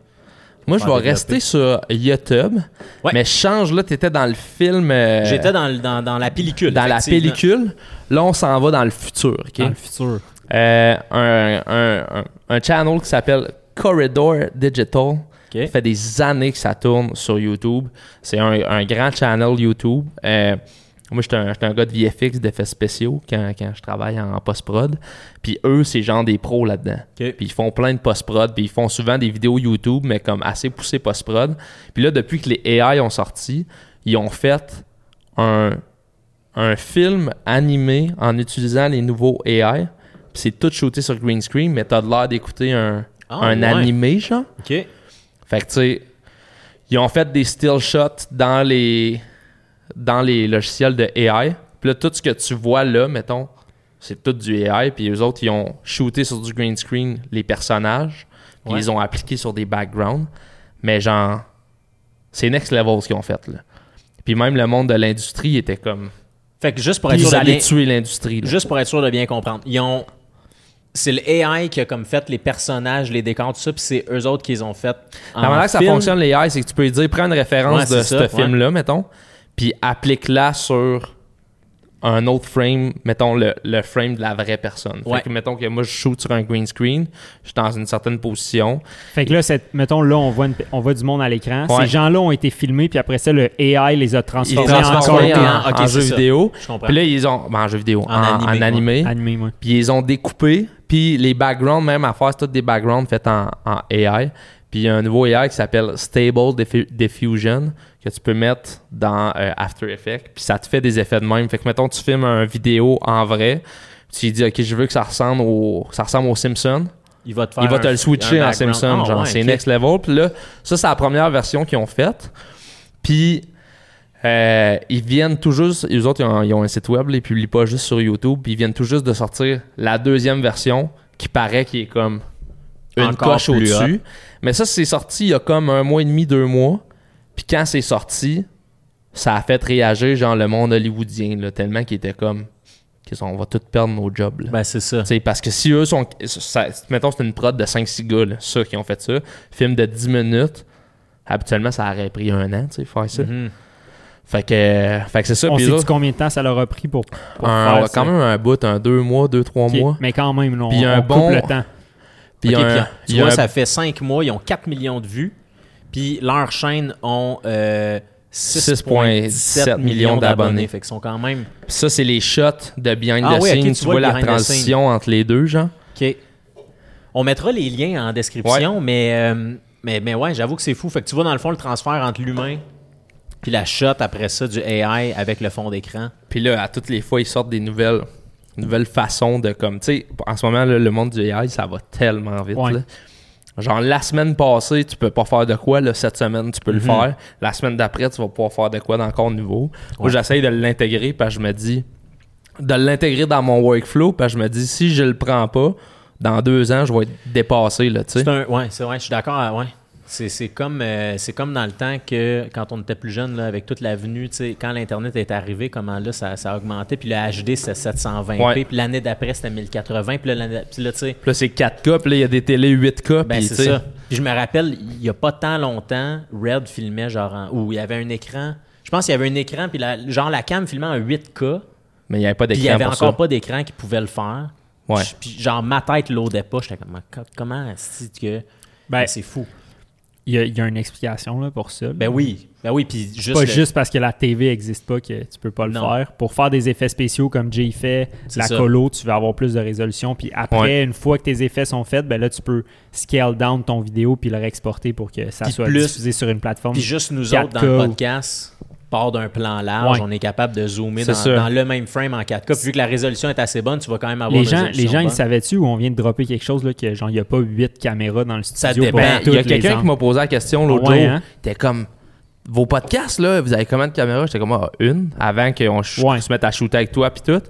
Speaker 1: Moi, je
Speaker 3: faire
Speaker 1: vais
Speaker 3: développer.
Speaker 1: rester sur YouTube.
Speaker 3: Ouais.
Speaker 1: Mais change, là, t'étais dans le film. euh,
Speaker 3: J'étais dans, le- dans, dans la pellicule.
Speaker 1: dans la
Speaker 3: effectivement. Ah.
Speaker 1: pellicule. Là, on s'en va dans le futur. ok?
Speaker 2: Dans le futur.
Speaker 1: Euh, un, un, un, un channel qui s'appelle Corridor Digital.
Speaker 3: Ok.
Speaker 1: Ça fait des années que ça tourne sur YouTube. C'est un, un grand channel YouTube. Euh, moi, j'étais un, j'étais un gars de VFX, d'effets spéciaux quand, quand je travaille en post-prod. Puis eux, c'est genre des pros là-dedans.
Speaker 3: Ok.
Speaker 1: Puis ils font plein de post-prod. Puis ils font souvent des vidéos YouTube, mais comme assez poussées post-prod. Puis là, depuis que les AI ont sorti, ils ont fait un, un film animé en utilisant les nouveaux AI. Puis c'est tout shooté sur green screen, mais t'as de l'air d'écouter un,
Speaker 3: Ah,
Speaker 1: un
Speaker 3: ouais.
Speaker 1: animé, genre.
Speaker 3: OK.
Speaker 1: Fait que, tu sais, ils ont fait des still shots dans les, dans les logiciels de AI. Puis là, tout ce que tu vois là, mettons, c'est tout du AI. Puis eux autres, ils ont shooté sur du green screen les personnages. Puis
Speaker 3: Ouais.
Speaker 1: ils ont appliqué sur des backgrounds. Mais genre, c'est next level ce qu'ils ont fait, là. Puis même le monde de l'industrie était comme...
Speaker 3: Fait que juste pour être sûr
Speaker 1: Ils
Speaker 3: de
Speaker 1: allaient
Speaker 3: bien-
Speaker 1: tuer l'industrie, là.
Speaker 3: Juste pour être sûr de bien comprendre, ils ont. C'est le AI qui a comme fait les personnages, les décors, tout ça, puis c'est eux autres qui les ont fait.
Speaker 1: La
Speaker 3: en
Speaker 1: manière que ça
Speaker 3: film.
Speaker 1: fonctionne, les AI, c'est que tu peux lui dire, prends une référence
Speaker 3: Ouais,
Speaker 1: de ce
Speaker 3: c'est ça, ouais.
Speaker 1: film-là, mettons, puis applique-la sur un autre frame, mettons le, le frame de la vraie personne.
Speaker 3: Ouais.
Speaker 1: Fait que, mettons que moi, je shoot sur un green screen, je suis dans une certaine position.
Speaker 2: Fait que là, cette, mettons, là, on voit, une- on voit du monde à l'écran.
Speaker 1: Ouais.
Speaker 2: Ces gens-là ont été filmés, puis après ça, le AI les a transformés
Speaker 3: les a
Speaker 2: en
Speaker 3: transformés
Speaker 1: transformé
Speaker 2: content
Speaker 1: en,
Speaker 3: ok,
Speaker 1: en
Speaker 3: c'est
Speaker 1: jeu
Speaker 3: ça.
Speaker 1: vidéo.
Speaker 3: Je comprends.
Speaker 1: Puis là, ils ont... ben, en jeu vidéo, en, en
Speaker 3: animé,
Speaker 1: animé.
Speaker 2: animé, moi.
Speaker 1: Puis ils ont découpé, puis les backgrounds, même à faire, c'est tous des backgrounds faits en, en AI. Puis il y a un nouveau AI qui s'appelle Stable Diffu- Diffusion que tu peux mettre dans euh, After Effects. Puis ça te fait des effets de même. Fait que mettons, tu filmes un vidéo en vrai, tu lui dis, OK, je veux que ça ressemble au, ça ressemble aux Simpsons.
Speaker 3: Il va te faire
Speaker 1: Il va te
Speaker 3: un-
Speaker 1: le switcher
Speaker 3: un
Speaker 1: en
Speaker 3: background.
Speaker 1: Simpson,
Speaker 3: Ah,
Speaker 1: genre
Speaker 3: ouais,
Speaker 1: c'est
Speaker 3: ok.
Speaker 1: next level. Puis là, ça c'est la première version qu'ils ont faite. Puis euh, ils viennent tout juste, les autres ils ont, ils ont un site web, là, ils publient pas juste sur YouTube, puis ils viennent tout juste de sortir la deuxième version qui paraît qui est comme une
Speaker 3: Encore
Speaker 1: coche
Speaker 3: plus
Speaker 1: au-dessus. Mais ça c'est sorti il y a comme un mois et demi, deux mois. Puis quand c'est sorti, ça a fait réagir genre le monde hollywoodien là, tellement qu'ils étaient comme, Qu'est-ce qu'on va tout perdre nos jobs. là.
Speaker 3: Ben, c'est ça.
Speaker 1: T'sais, parce que si eux sont. ça- mettons, c'est une prod de 5-6 gars, là, ceux qui ont fait ça. Film de 10 minutes. Habituellement, ça aurait pris un an, tu sais, faire ça.
Speaker 3: Mhm.
Speaker 1: Fait que, fait que c'est ça.
Speaker 2: On
Speaker 1: puis
Speaker 2: sait
Speaker 1: les autres,
Speaker 2: combien de temps ça leur a pris pour, pour
Speaker 1: un-
Speaker 2: faire ça?
Speaker 1: quand même un bout, un 2 mois, 2-3
Speaker 2: Ok,
Speaker 1: mois.
Speaker 2: Mais quand même, là, on,
Speaker 1: Puis il y a un
Speaker 2: on coupe
Speaker 1: bon-
Speaker 2: le temps.
Speaker 1: Puis il y a
Speaker 3: Ok,
Speaker 1: un-
Speaker 3: puis, tu
Speaker 1: il y a
Speaker 3: vois,
Speaker 1: un-
Speaker 3: ça fait 5 mois, ils ont 4 millions de vues. Puis leur chaîne ont euh, 6,17
Speaker 1: 6,17
Speaker 3: millions
Speaker 1: millions
Speaker 3: d'abonnés.
Speaker 1: d'abonnés.
Speaker 3: Fait qu'ils sont quand même.
Speaker 1: Puis ça, c'est les shots de behind
Speaker 3: Ah
Speaker 1: the
Speaker 3: oui, ok,
Speaker 1: scenes.
Speaker 3: tu
Speaker 1: tu,
Speaker 3: vois
Speaker 1: vois
Speaker 3: le
Speaker 1: la
Speaker 3: behind the
Speaker 1: transition entre les deux, genre.
Speaker 3: OK. On mettra les liens en description, mais, euh, mais, mais ouais, j'avoue que c'est fou. Fait que tu vois, dans le fond, le transfert entre l'humain puis la shot après ça du AI avec le fond d'écran.
Speaker 1: Puis là, à toutes les fois, ils sortent des nouvelles nouvelles façons de comme tu sais en ce moment là, le monde du AI ça va tellement vite
Speaker 2: Ouais.
Speaker 1: là. genre la semaine passée tu peux pas faire de quoi là, cette semaine tu
Speaker 3: Mhm.
Speaker 1: peux le faire la semaine d'après tu vas pouvoir faire de quoi d'encore nouveau moi j'essaye de l'intégrer parce que je me dis de l'intégrer dans mon workflow parce que je me dis si je le prends pas dans deux ans je vais être dépassé là tu sais
Speaker 3: C'est un. Ouais, c'est vrai, je suis d'accord. euh, Ouais. C'est, c'est comme, euh, c'est comme dans le temps que quand on était plus jeune, là, avec toute l'avenue, tu sais, quand l'Internet est arrivé, comment là, ça, ça a augmenté. Puis le HD, c'était 720p.
Speaker 1: Ouais.
Speaker 3: Puis l'année d'après, c'était 1080. Puis là, l'année d'a- puis là, tu sais,
Speaker 1: Puis là c'est 4K puis là il y a des télé 8K
Speaker 3: Ben,
Speaker 1: puis
Speaker 3: c'est
Speaker 1: tu sais,
Speaker 3: ça. Puis je me rappelle, il n'y a pas tant longtemps, Red filmait genre en- où il y avait un écran. Je pense qu'il y avait un écran, puis la- genre la cam filmait en 8K,
Speaker 1: mais il n'y avait pas
Speaker 3: puis il n'y
Speaker 1: d'écran
Speaker 3: avait
Speaker 1: pour
Speaker 3: encore
Speaker 1: ça
Speaker 3: pas d'écran qui pouvait le faire.
Speaker 1: Ouais.
Speaker 3: Puis- Puis genre ma tête l'audait pas. J'étais comme, Ah, co- comment est-ce que.
Speaker 2: Ben,
Speaker 3: Ben, c'est fou.
Speaker 2: Il y, a- il y a une explication là, pour ça. là.
Speaker 3: Ben oui. Ben oui, puis juste.
Speaker 2: pas
Speaker 3: le-
Speaker 2: juste parce que la TV n'existe pas que tu peux pas le
Speaker 3: Non.
Speaker 2: faire. Pour faire des effets spéciaux comme Jay fait,
Speaker 3: C'est
Speaker 2: la
Speaker 3: ça.
Speaker 2: colo, tu vas avoir plus de résolution. Puis après,
Speaker 1: Ouais.
Speaker 2: une fois que tes effets sont faits, ben là, tu peux scale down ton vidéo puis le réexporter pour que ça
Speaker 3: Puis
Speaker 2: soit
Speaker 3: plus-
Speaker 2: diffusé sur une plateforme.
Speaker 3: Puis juste nous
Speaker 2: 4K
Speaker 3: autres, dans le
Speaker 2: ou-
Speaker 3: podcast, part d'un plan large,
Speaker 2: Ouais.
Speaker 3: on est capable de zoomer
Speaker 1: C'est
Speaker 3: dans,
Speaker 1: sûr.
Speaker 3: dans le même frame en 4K. Puis vu que la résolution est assez bonne, tu vas quand même avoir
Speaker 2: les
Speaker 3: une
Speaker 2: gens, les
Speaker 3: résolution
Speaker 2: gens ils
Speaker 3: bonne.
Speaker 2: savaient-tu où on vient de dropper quelque chose là, que genre, il n'y a pas huit caméras dans le studio pour
Speaker 3: dépend.
Speaker 1: Ben, il y a
Speaker 2: toutes les
Speaker 1: quelqu'un qui
Speaker 2: angles.
Speaker 1: m'a posé la question l'autre
Speaker 2: Ouais,
Speaker 1: jour.
Speaker 2: hein?
Speaker 1: T'es comme, vos podcasts, là, vous avez combien de caméras? J'étais comme, ah, une, avant qu'on ch-
Speaker 2: Ouais.
Speaker 1: se mette à shooter avec toi, puis tout.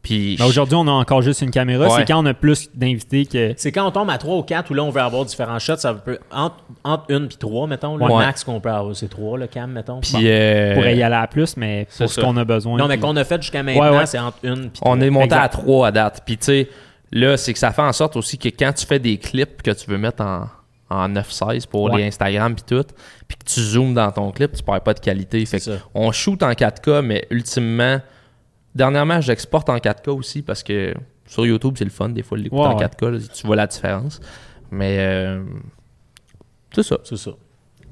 Speaker 1: Puis,
Speaker 2: Ben, Aujourd'hui, on a encore juste une caméra.
Speaker 1: Ouais.
Speaker 2: C'est quand on a plus d'invités que.
Speaker 3: C'est quand on tombe à 3 ou 4 où là on veut avoir différents shots, ça peut entre, entre une puis 3 mettons, le
Speaker 1: Ouais.
Speaker 3: max qu'on peut avoir c'est 3 le cam mettons.
Speaker 1: puis,
Speaker 3: Bon.
Speaker 1: euh,
Speaker 2: On pourrait y aller à plus, mais
Speaker 1: c'est
Speaker 2: pour ce
Speaker 1: ça.
Speaker 2: qu'on a besoin.
Speaker 3: non mais
Speaker 2: puis-
Speaker 3: qu'on a fait jusqu'à maintenant,
Speaker 2: Ouais, ouais.
Speaker 3: c'est entre une puis
Speaker 1: on est monté à
Speaker 2: Exact.
Speaker 1: trois à date. Puis, tu sais, là, c'est que ça fait en sorte aussi que quand tu fais des clips que tu veux mettre en, en 9-16 pour
Speaker 2: Ouais.
Speaker 1: les Instagram, puis tout, puis que tu zoomes dans ton clip, tu perds pas de qualité. Fait
Speaker 3: C'est
Speaker 1: que
Speaker 3: ça.
Speaker 1: on shoot en 4K, mais ultimement, dernièrement, j'exporte en 4K aussi parce que sur YouTube, c'est le fun, des fois, de l'écouter
Speaker 2: Ouais,
Speaker 1: en
Speaker 2: ouais.
Speaker 1: 4K, là, tu vois la différence. Mais euh, c'est ça.
Speaker 3: c'est ça.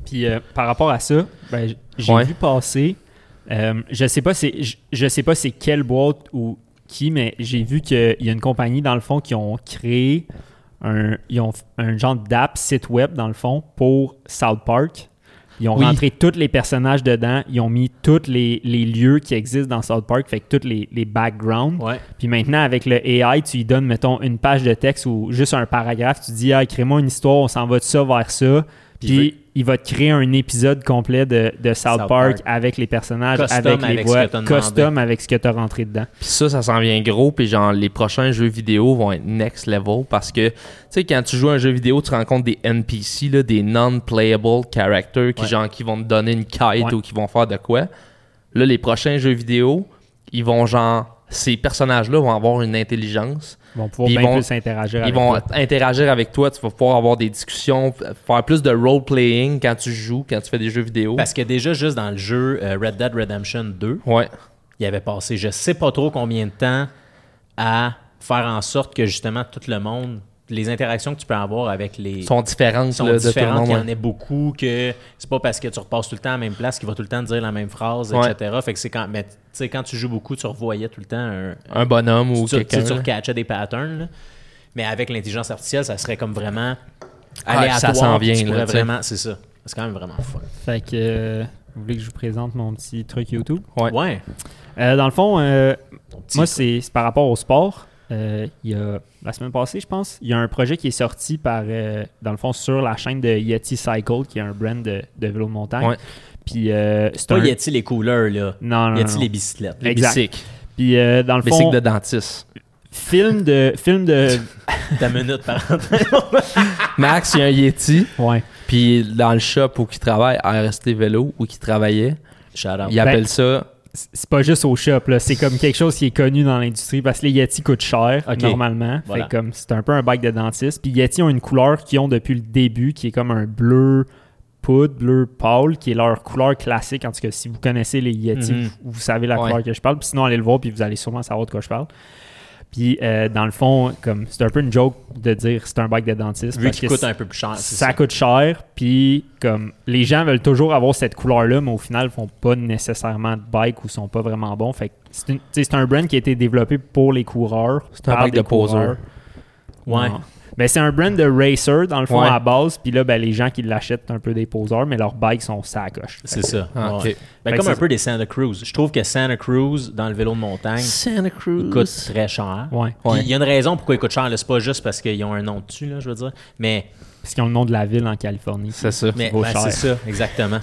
Speaker 2: Puis euh, par rapport à ça, ben, j- j'ai
Speaker 1: Ouais.
Speaker 2: vu passer. euh, je sais pas c'est je, je sais pas c'est quelle boîte ou qui, mais j'ai vu qu'il y a une compagnie dans le fond qui ont créé un ils ont f- un genre d'app site web dans le fond pour South Park. Ils ont
Speaker 1: Oui.
Speaker 2: rentré tous les personnages dedans, ils ont mis tous les, les lieux qui existent dans South Park, fait que tous les, les backgrounds.
Speaker 3: Ouais.
Speaker 2: Puis maintenant, avec le AI, tu lui donnes, mettons, une page de texte ou juste un paragraphe. Tu dis, ah, crée-moi une histoire, on s'en va de ça vers ça. Puis,
Speaker 3: il
Speaker 2: il, va te créer un épisode complet de, de South,
Speaker 3: South Park.
Speaker 2: Park, avec les personnages,
Speaker 3: Custom
Speaker 2: avec les
Speaker 3: avec ce
Speaker 2: voix,
Speaker 3: que t'as demandé.
Speaker 2: custom avec ce que tu as rentré dedans.
Speaker 1: Puis ça, ça s'en vient gros. Puis genre, les prochains jeux vidéo vont être next level parce que, tu sais, quand tu joues à un jeu vidéo, tu rencontres des NPC, là, des non-playable characters qui,
Speaker 3: Ouais.
Speaker 1: genre, qui vont te donner une quête
Speaker 2: Ouais.
Speaker 1: ou qui vont faire de quoi. Là, les prochains jeux vidéo, ils vont genre, ces personnages-là vont avoir une intelligence.
Speaker 2: Ils vont pouvoir
Speaker 1: Puis ils
Speaker 2: bien
Speaker 1: vont-
Speaker 2: plus interagir
Speaker 1: Ils
Speaker 2: avec
Speaker 1: vont
Speaker 2: toi.
Speaker 1: interagir avec toi, tu vas pouvoir avoir des discussions, f- faire plus de role-playing quand tu joues, quand tu fais des jeux vidéo.
Speaker 2: Ben,
Speaker 3: Parce que déjà juste dans le jeu euh, Red Dead Redemption 2,
Speaker 1: Ouais.
Speaker 3: il avait passé je sais pas trop combien de temps à faire en sorte que justement tout le monde les interactions que tu peux avoir avec les
Speaker 1: sont différentes
Speaker 3: sont
Speaker 1: là, de tout le
Speaker 3: différentes,
Speaker 1: monde.
Speaker 3: qu'il y
Speaker 1: ouais.
Speaker 3: en a beaucoup, que c'est pas parce que tu repasses tout le temps à la même place qu'il va tout le temps te dire la même phrase,
Speaker 1: Ouais.
Speaker 3: etc. Fait que c'est quand, mais, tu sais, quand tu joues beaucoup, tu revoyais tout le temps un,
Speaker 1: Un bonhomme ou
Speaker 3: tu, tu-
Speaker 1: quelqu'un.
Speaker 3: tu
Speaker 1: là.
Speaker 3: recatchais des patterns. là. Mais avec l'intelligence artificielle, ça serait comme vraiment
Speaker 1: Ah,
Speaker 3: aléatoire.
Speaker 1: ça s'en
Speaker 3: puis
Speaker 1: vient,
Speaker 3: tu
Speaker 1: là,
Speaker 3: pourrais
Speaker 1: tu sais.
Speaker 3: vraiment, c'est ça. C'est quand même vraiment fun.
Speaker 2: Fait que, euh, vous voulez que je vous présente mon petit truc YouTube?
Speaker 1: Ouais.
Speaker 3: Ouais.
Speaker 2: Euh, dans le fond, euh,
Speaker 3: Ton petit-
Speaker 2: moi, c'est c'est par rapport au sport. Euh, il y a, la semaine passée, je pense, il y a un projet qui est sorti par, euh, dans le fond, sur la chaîne de Yeti Cycle, qui est un brand de, de vélo de montagne.
Speaker 1: Ouais.
Speaker 2: Puis, euh, c'est
Speaker 3: Pas
Speaker 2: un...
Speaker 3: y a-t-il les couleurs, là?
Speaker 2: Non, non,
Speaker 3: Y
Speaker 2: non.
Speaker 3: a-t-il les bicyclettes?
Speaker 1: Les
Speaker 2: Exact.
Speaker 1: bicycles.
Speaker 2: Puis, euh, dans le
Speaker 1: Bicycle
Speaker 2: fond,
Speaker 1: de dentiste.
Speaker 2: film de... Film de...
Speaker 3: Ta minute, par
Speaker 1: Max, il y a un Yeti,
Speaker 2: ouais.
Speaker 1: puis dans le shop où il travaille, à RST Vélo, où il travaillait,
Speaker 3: Shout out.
Speaker 1: il appelle ça...
Speaker 2: c'est c'est pas juste au shop, là. C'est comme quelque chose qui est connu dans l'industrie parce que les Yeti coûtent cher
Speaker 3: Ok.
Speaker 2: normalement.
Speaker 3: Voilà.
Speaker 2: Fait comme c'est un peu un bac de dentiste. Puis Yeti ont une couleur qu'ils ont depuis le début qui est comme un bleu poudre, bleu pâle, qui est leur couleur classique. En tout cas, si vous connaissez les Yeti,
Speaker 3: Mhm.
Speaker 2: vous, vous savez la
Speaker 1: Ouais.
Speaker 2: couleur que je parle. Puis sinon, allez le voir, puis vous allez sûrement savoir de quoi je parle. Puis euh, dans le fond, comme c'est un peu une joke de dire c'est un bac de dentiste.
Speaker 3: Vu
Speaker 2: parce
Speaker 3: qu'il
Speaker 2: que
Speaker 3: coûte un peu plus cher. c'est
Speaker 2: ça coûte cher, puis comme les gens veulent toujours avoir cette couleur-là, mais au final, font pas nécessairement de bike ou sont pas vraiment bons. Fait que c'est une- tu sais, c'est un brand qui a été développé pour les coureurs.
Speaker 1: C'est un
Speaker 2: par
Speaker 1: bike
Speaker 2: des
Speaker 1: de poseur.
Speaker 2: coureurs.
Speaker 3: Ouais.
Speaker 1: Ah.
Speaker 2: Non. Ben, c'est un brand de racer, dans le fond,
Speaker 1: Ouais.
Speaker 2: à la base. Puis là, ben, les gens qui l'achètent, c'est un peu des poseurs, mais leurs bikes sont sacoches.
Speaker 3: C'est ça.
Speaker 1: Ah,
Speaker 3: ouais.
Speaker 1: ok.
Speaker 3: Ben,
Speaker 2: Fait
Speaker 3: comme
Speaker 2: que
Speaker 3: un
Speaker 2: c'est-
Speaker 3: peu des Santa Cruz. Je trouve que Santa Cruz, dans le vélo de montagne,
Speaker 1: Santa Cruz.
Speaker 3: il coûte très cher.
Speaker 2: Ouais.
Speaker 3: Puis
Speaker 1: Ouais.
Speaker 3: il y a une raison pourquoi il coûte cher. là. C'est pas juste parce qu'ils ont un nom dessus, là, je veux dire. Mais,
Speaker 2: Parce qu'ils ont le nom de la ville en Californie.
Speaker 1: C'est ça.
Speaker 3: mais
Speaker 2: vaut
Speaker 3: ben,
Speaker 2: cher.
Speaker 3: c'est ça, exactement.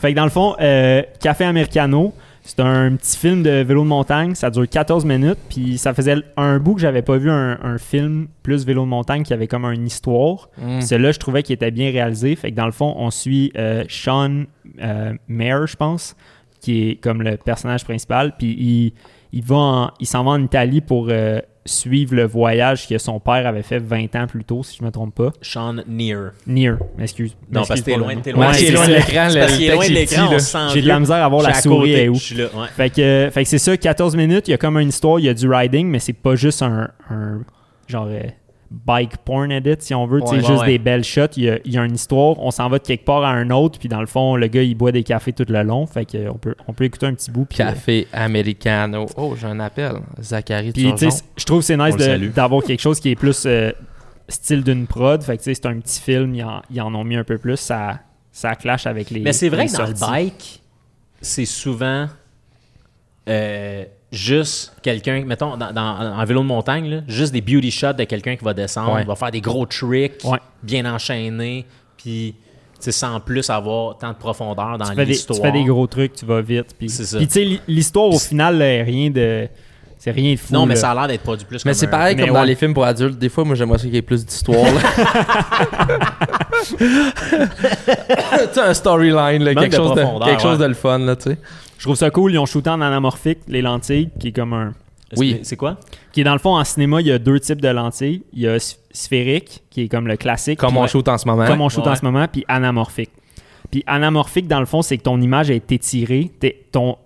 Speaker 2: Fait que dans le fond, euh, Café Americano, c'est un petit film de vélo de montagne. Ça dure 14 minutes. Puis ça faisait un bout que j'avais pas vu un, un film plus vélo de montagne qui avait comme une histoire.
Speaker 1: Mm.
Speaker 2: Celui-là, je trouvais qu'il était bien réalisé. Fait que dans le fond, on suit euh, Sean euh, Mayer, je pense, qui est comme le personnage principal. Puis il, il va en- il s'en va en Italie pour euh, suivre le voyage que son père avait fait 20 ans plus tôt, si je me trompe pas.
Speaker 3: Sean Near.
Speaker 2: Near, m'excuse.
Speaker 3: Non,
Speaker 2: M'excuse
Speaker 3: parce que t'es
Speaker 2: pour le
Speaker 3: loin,
Speaker 2: nom.
Speaker 3: t'es loin.
Speaker 2: Ouais,
Speaker 1: c'est
Speaker 2: c'est
Speaker 1: loin
Speaker 2: ça.
Speaker 1: de l'écran.
Speaker 3: C'est
Speaker 1: le-
Speaker 3: parce
Speaker 1: le
Speaker 3: qu'il est loin
Speaker 1: texte
Speaker 3: de
Speaker 1: est
Speaker 3: l'écran,
Speaker 1: petit,
Speaker 3: on
Speaker 1: là.
Speaker 3: se sent
Speaker 2: J'ai de la
Speaker 3: vieux.
Speaker 2: misère à voir
Speaker 3: Je
Speaker 2: la
Speaker 3: suis à
Speaker 2: souris
Speaker 3: côté,
Speaker 2: est où.
Speaker 3: Je suis là, ouais.
Speaker 2: Fait que, fait que c'est ça, 14 minutes, il y a comme une histoire, il y a du riding, mais c'est pas juste un, un genre euh, bike porn edit, si on veut, tu sais,
Speaker 1: Ouais, ouais,
Speaker 2: juste
Speaker 3: ouais.
Speaker 2: des belles shots, il y, a, il y a une histoire, on s'en va de quelque part à un autre, puis dans le fond, le gars, il boit des cafés tout le long, fait que euh, on peut, on peut écouter un petit bout, puis... euh,
Speaker 1: Café Americano. Oh, j'ai un appel. Zachary
Speaker 2: puis, tu
Speaker 1: Turgeon.
Speaker 2: sais, je trouve que c'est nice
Speaker 3: On le
Speaker 2: de-
Speaker 3: salue.
Speaker 2: d'avoir quelque chose qui est plus euh, style d'une prod, fait que tu sais, c'est un petit film, ils en, ils en ont mis un peu plus, ça, ça clash avec les
Speaker 3: Mais c'est vrai
Speaker 2: les
Speaker 3: que dans le
Speaker 2: sorties.
Speaker 3: bike, c'est souvent euh, juste quelqu'un, mettons, dans, dans- en vélo de montagne, là, juste des beauty shots de quelqu'un qui va descendre,
Speaker 1: Ouais.
Speaker 3: va faire des gros tricks,
Speaker 2: Ouais.
Speaker 3: bien enchaînés, puis tu sais, sans plus avoir tant de profondeur dans
Speaker 2: tu fais, des, tu
Speaker 3: l'histoire.
Speaker 2: fais des gros trucs, tu vas vite. Puis,
Speaker 3: C'est ça.
Speaker 2: puis tu sais, li- l'histoire au final, là, est rien de. C'est rien de fou.
Speaker 3: Non, mais
Speaker 2: là.
Speaker 3: ça a l'air d'être pas du plus.
Speaker 1: Mais
Speaker 3: comme
Speaker 1: c'est
Speaker 3: un-
Speaker 1: pareil
Speaker 2: mais
Speaker 1: comme dans
Speaker 2: ouais.
Speaker 1: les films pour adultes. Des fois, moi, j'aimerais ça qu'il y ait plus d'histoire. là. <laughs> tu sais, un storyline, là,
Speaker 3: Manque
Speaker 1: quelque,
Speaker 3: de
Speaker 1: chose, de,
Speaker 3: profondeur,
Speaker 1: quelque chose
Speaker 3: ouais.
Speaker 1: de le fun, là, tu sais.
Speaker 2: Je trouve ça cool. Ils ont shooté en anamorphique les lentilles, qui est comme un.
Speaker 1: Oui.
Speaker 3: C'est quoi
Speaker 2: Qui est dans le fond, en cinéma, il y a deux types de lentilles. Il y a s- sphérique, qui est comme le classique.
Speaker 1: Comme
Speaker 2: puis
Speaker 1: on
Speaker 2: ouais,
Speaker 1: shoot en ce moment.
Speaker 2: comme on shoot
Speaker 3: hein? Ouais.
Speaker 2: en ce moment, puis anamorphique. Puis anamorphique, dans le fond, c'est que ton image a été tirée. T'es- ton,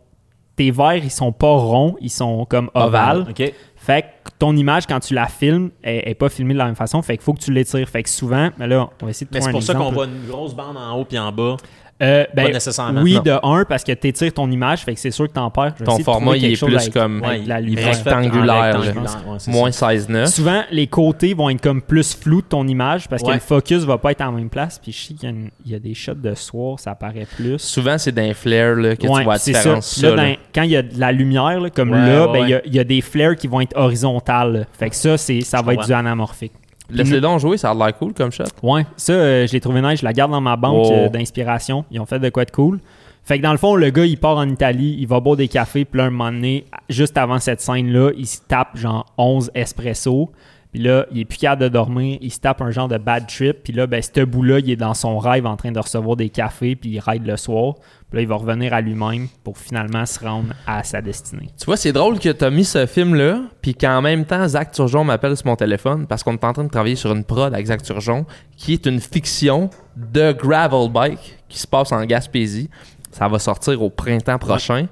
Speaker 2: tes verres, ils sont pas ronds, ils sont comme
Speaker 1: Ovales.
Speaker 2: ovales.
Speaker 3: Ok.
Speaker 2: Fait que ton image, quand tu la filmes, elle n'est pas filmée de la même façon. Fait qu'il faut que tu l'étires. Fait que souvent, mais là, on va essayer de
Speaker 3: Mais
Speaker 2: trouver
Speaker 3: c'est
Speaker 2: un
Speaker 3: pour ça qu'on
Speaker 2: exemple.
Speaker 3: voit une grosse bande en haut puis en bas.
Speaker 2: Euh, ben,
Speaker 3: Pas nécessairement.
Speaker 2: Oui,
Speaker 3: Non.
Speaker 2: de un, parce que t'étires ton image. Fait que c'est sûr que t'en perds. Je vais
Speaker 1: Ton
Speaker 2: essayer de
Speaker 1: format,
Speaker 2: trouver
Speaker 1: il est
Speaker 2: quelque chose
Speaker 1: plus
Speaker 2: avec-
Speaker 1: comme
Speaker 2: avec
Speaker 3: Ouais,
Speaker 2: la lumière.
Speaker 3: il est fait en
Speaker 1: rectangulaire,
Speaker 3: rectangulaire, ouais, c'est
Speaker 1: moins
Speaker 3: ça.
Speaker 1: 16-9.
Speaker 2: Souvent, les côtés vont être comme plus flous de ton image parce que
Speaker 3: Ouais.
Speaker 2: le focus va pas être en même place. Puis je sais qu'il y a une- il y, a des shots de soir, ça apparaît plus.
Speaker 1: Souvent, c'est d'un flair là, que
Speaker 2: Ouais,
Speaker 1: tu vois la
Speaker 2: c'est ça.
Speaker 1: différence.
Speaker 2: Puis là,
Speaker 1: ça, là.
Speaker 2: dans- quand il y a de la lumière, là, comme
Speaker 3: Ouais,
Speaker 2: là,
Speaker 3: ouais,
Speaker 2: ben, il y a- il y, a des flares qui vont être horizontales. là. Fait que ça, c'est- ça va être
Speaker 3: comprends.
Speaker 2: du anamorphique.
Speaker 1: Laisse-les donc jouer, ça a l'air cool comme shot.
Speaker 2: Ouais, ça, euh, je l'ai trouvé nice. Je la garde dans ma banque
Speaker 1: Oh.
Speaker 2: euh, d'inspiration. Ils ont fait de quoi de cool. Fait que dans le fond, le gars, il part en Italie, il va boire des cafés, puis là, un moment donné, juste avant cette scène-là, il se tape genre 11 espresso. Puis là, il est plus capable de dormir, il se tape un genre de bad trip. Puis là, ben, ce bout-là, il est dans son rêve en train de recevoir des cafés, puis il ride le soir. Puis là, il va revenir à lui-même pour finalement se rendre à sa destinée.
Speaker 1: Tu vois, c'est drôle que t'as mis ce film-là, puis qu'en même temps, Zach Turgeon m'appelle sur mon téléphone parce qu'on est en train de travailler sur une prod avec Zach Turgeon, qui est une fiction de Gravel Bike qui se passe en Gaspésie. Ça va sortir au printemps prochain.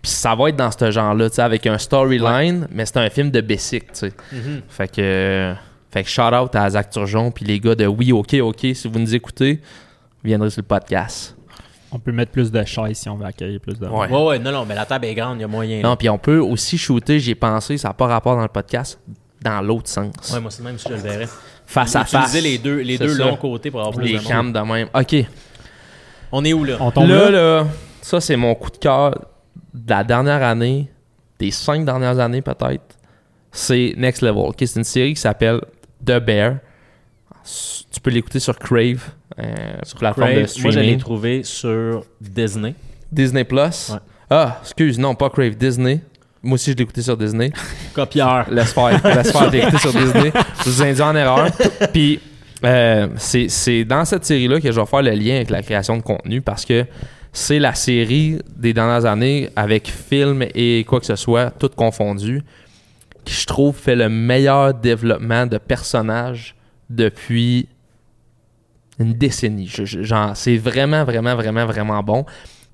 Speaker 1: Puis ça va être dans ce genre-là, tu sais, avec un storyline, mais c'est un film de basic, tu sais.
Speaker 2: Mm-hmm.
Speaker 1: Fait que. Fait que shout out à Zach Turgeon, puis les gars de Oui, OK, OK, si vous nous écoutez, vous viendrez sur le podcast.
Speaker 2: On peut mettre plus de chaises si on veut accueillir plus de monde.
Speaker 1: Ouais.
Speaker 3: Ouais, ouais, non, non, mais la table est grande, il y a moyen. là.
Speaker 1: Non, puis on peut aussi shooter, j'ai pensé, ça n'a pas rapport dans le podcast, dans l'autre sens.
Speaker 3: Ouais, moi, c'est le même si je le verrais.
Speaker 1: face à face.
Speaker 3: Utiliser les deux, les
Speaker 1: C'est
Speaker 3: deux
Speaker 1: ça.
Speaker 3: longs côtés pour avoir plus
Speaker 1: Les
Speaker 3: de monde.
Speaker 1: cams de même. OK.
Speaker 3: On est où là?
Speaker 2: On tombe
Speaker 1: là,
Speaker 2: là?
Speaker 1: là, ça, c'est mon coup de cœur de la dernière année, des cinq dernières années peut-être. C'est Next Level. OK, c'est une série qui s'appelle The Bear. S- Tu peux l'écouter sur Crave, euh, plateforme de
Speaker 3: Crave, moi, je l'ai
Speaker 1: streaming.
Speaker 3: trouvé sur Disney.
Speaker 1: Disney Plus.
Speaker 3: Ouais.
Speaker 1: Ah, excuse, non, pas Crave, Disney. Moi aussi, je l'ai écouté sur Disney.
Speaker 3: Copieur.
Speaker 1: Laisse faire, laisse faire d'écouter sur Disney. Je vous induis en erreur. Puis, euh, c'est c'est dans cette série-là que je vais faire le lien avec la création de contenu parce que c'est la série des dernières années avec film et quoi que ce soit, tout confondu, qui je trouve fait le meilleur développement de personnages depuis une décennie. Je- je- genre, c'est vraiment, vraiment, vraiment, vraiment bon.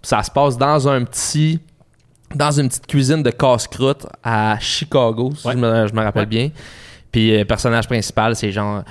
Speaker 1: Ça se passe dans un petit dans une petite cuisine de casse-croûte à Chicago, si
Speaker 3: Ouais.
Speaker 1: je, me, je me rappelle
Speaker 3: Ouais.
Speaker 1: bien. Puis euh, le personnage principal, c'est genre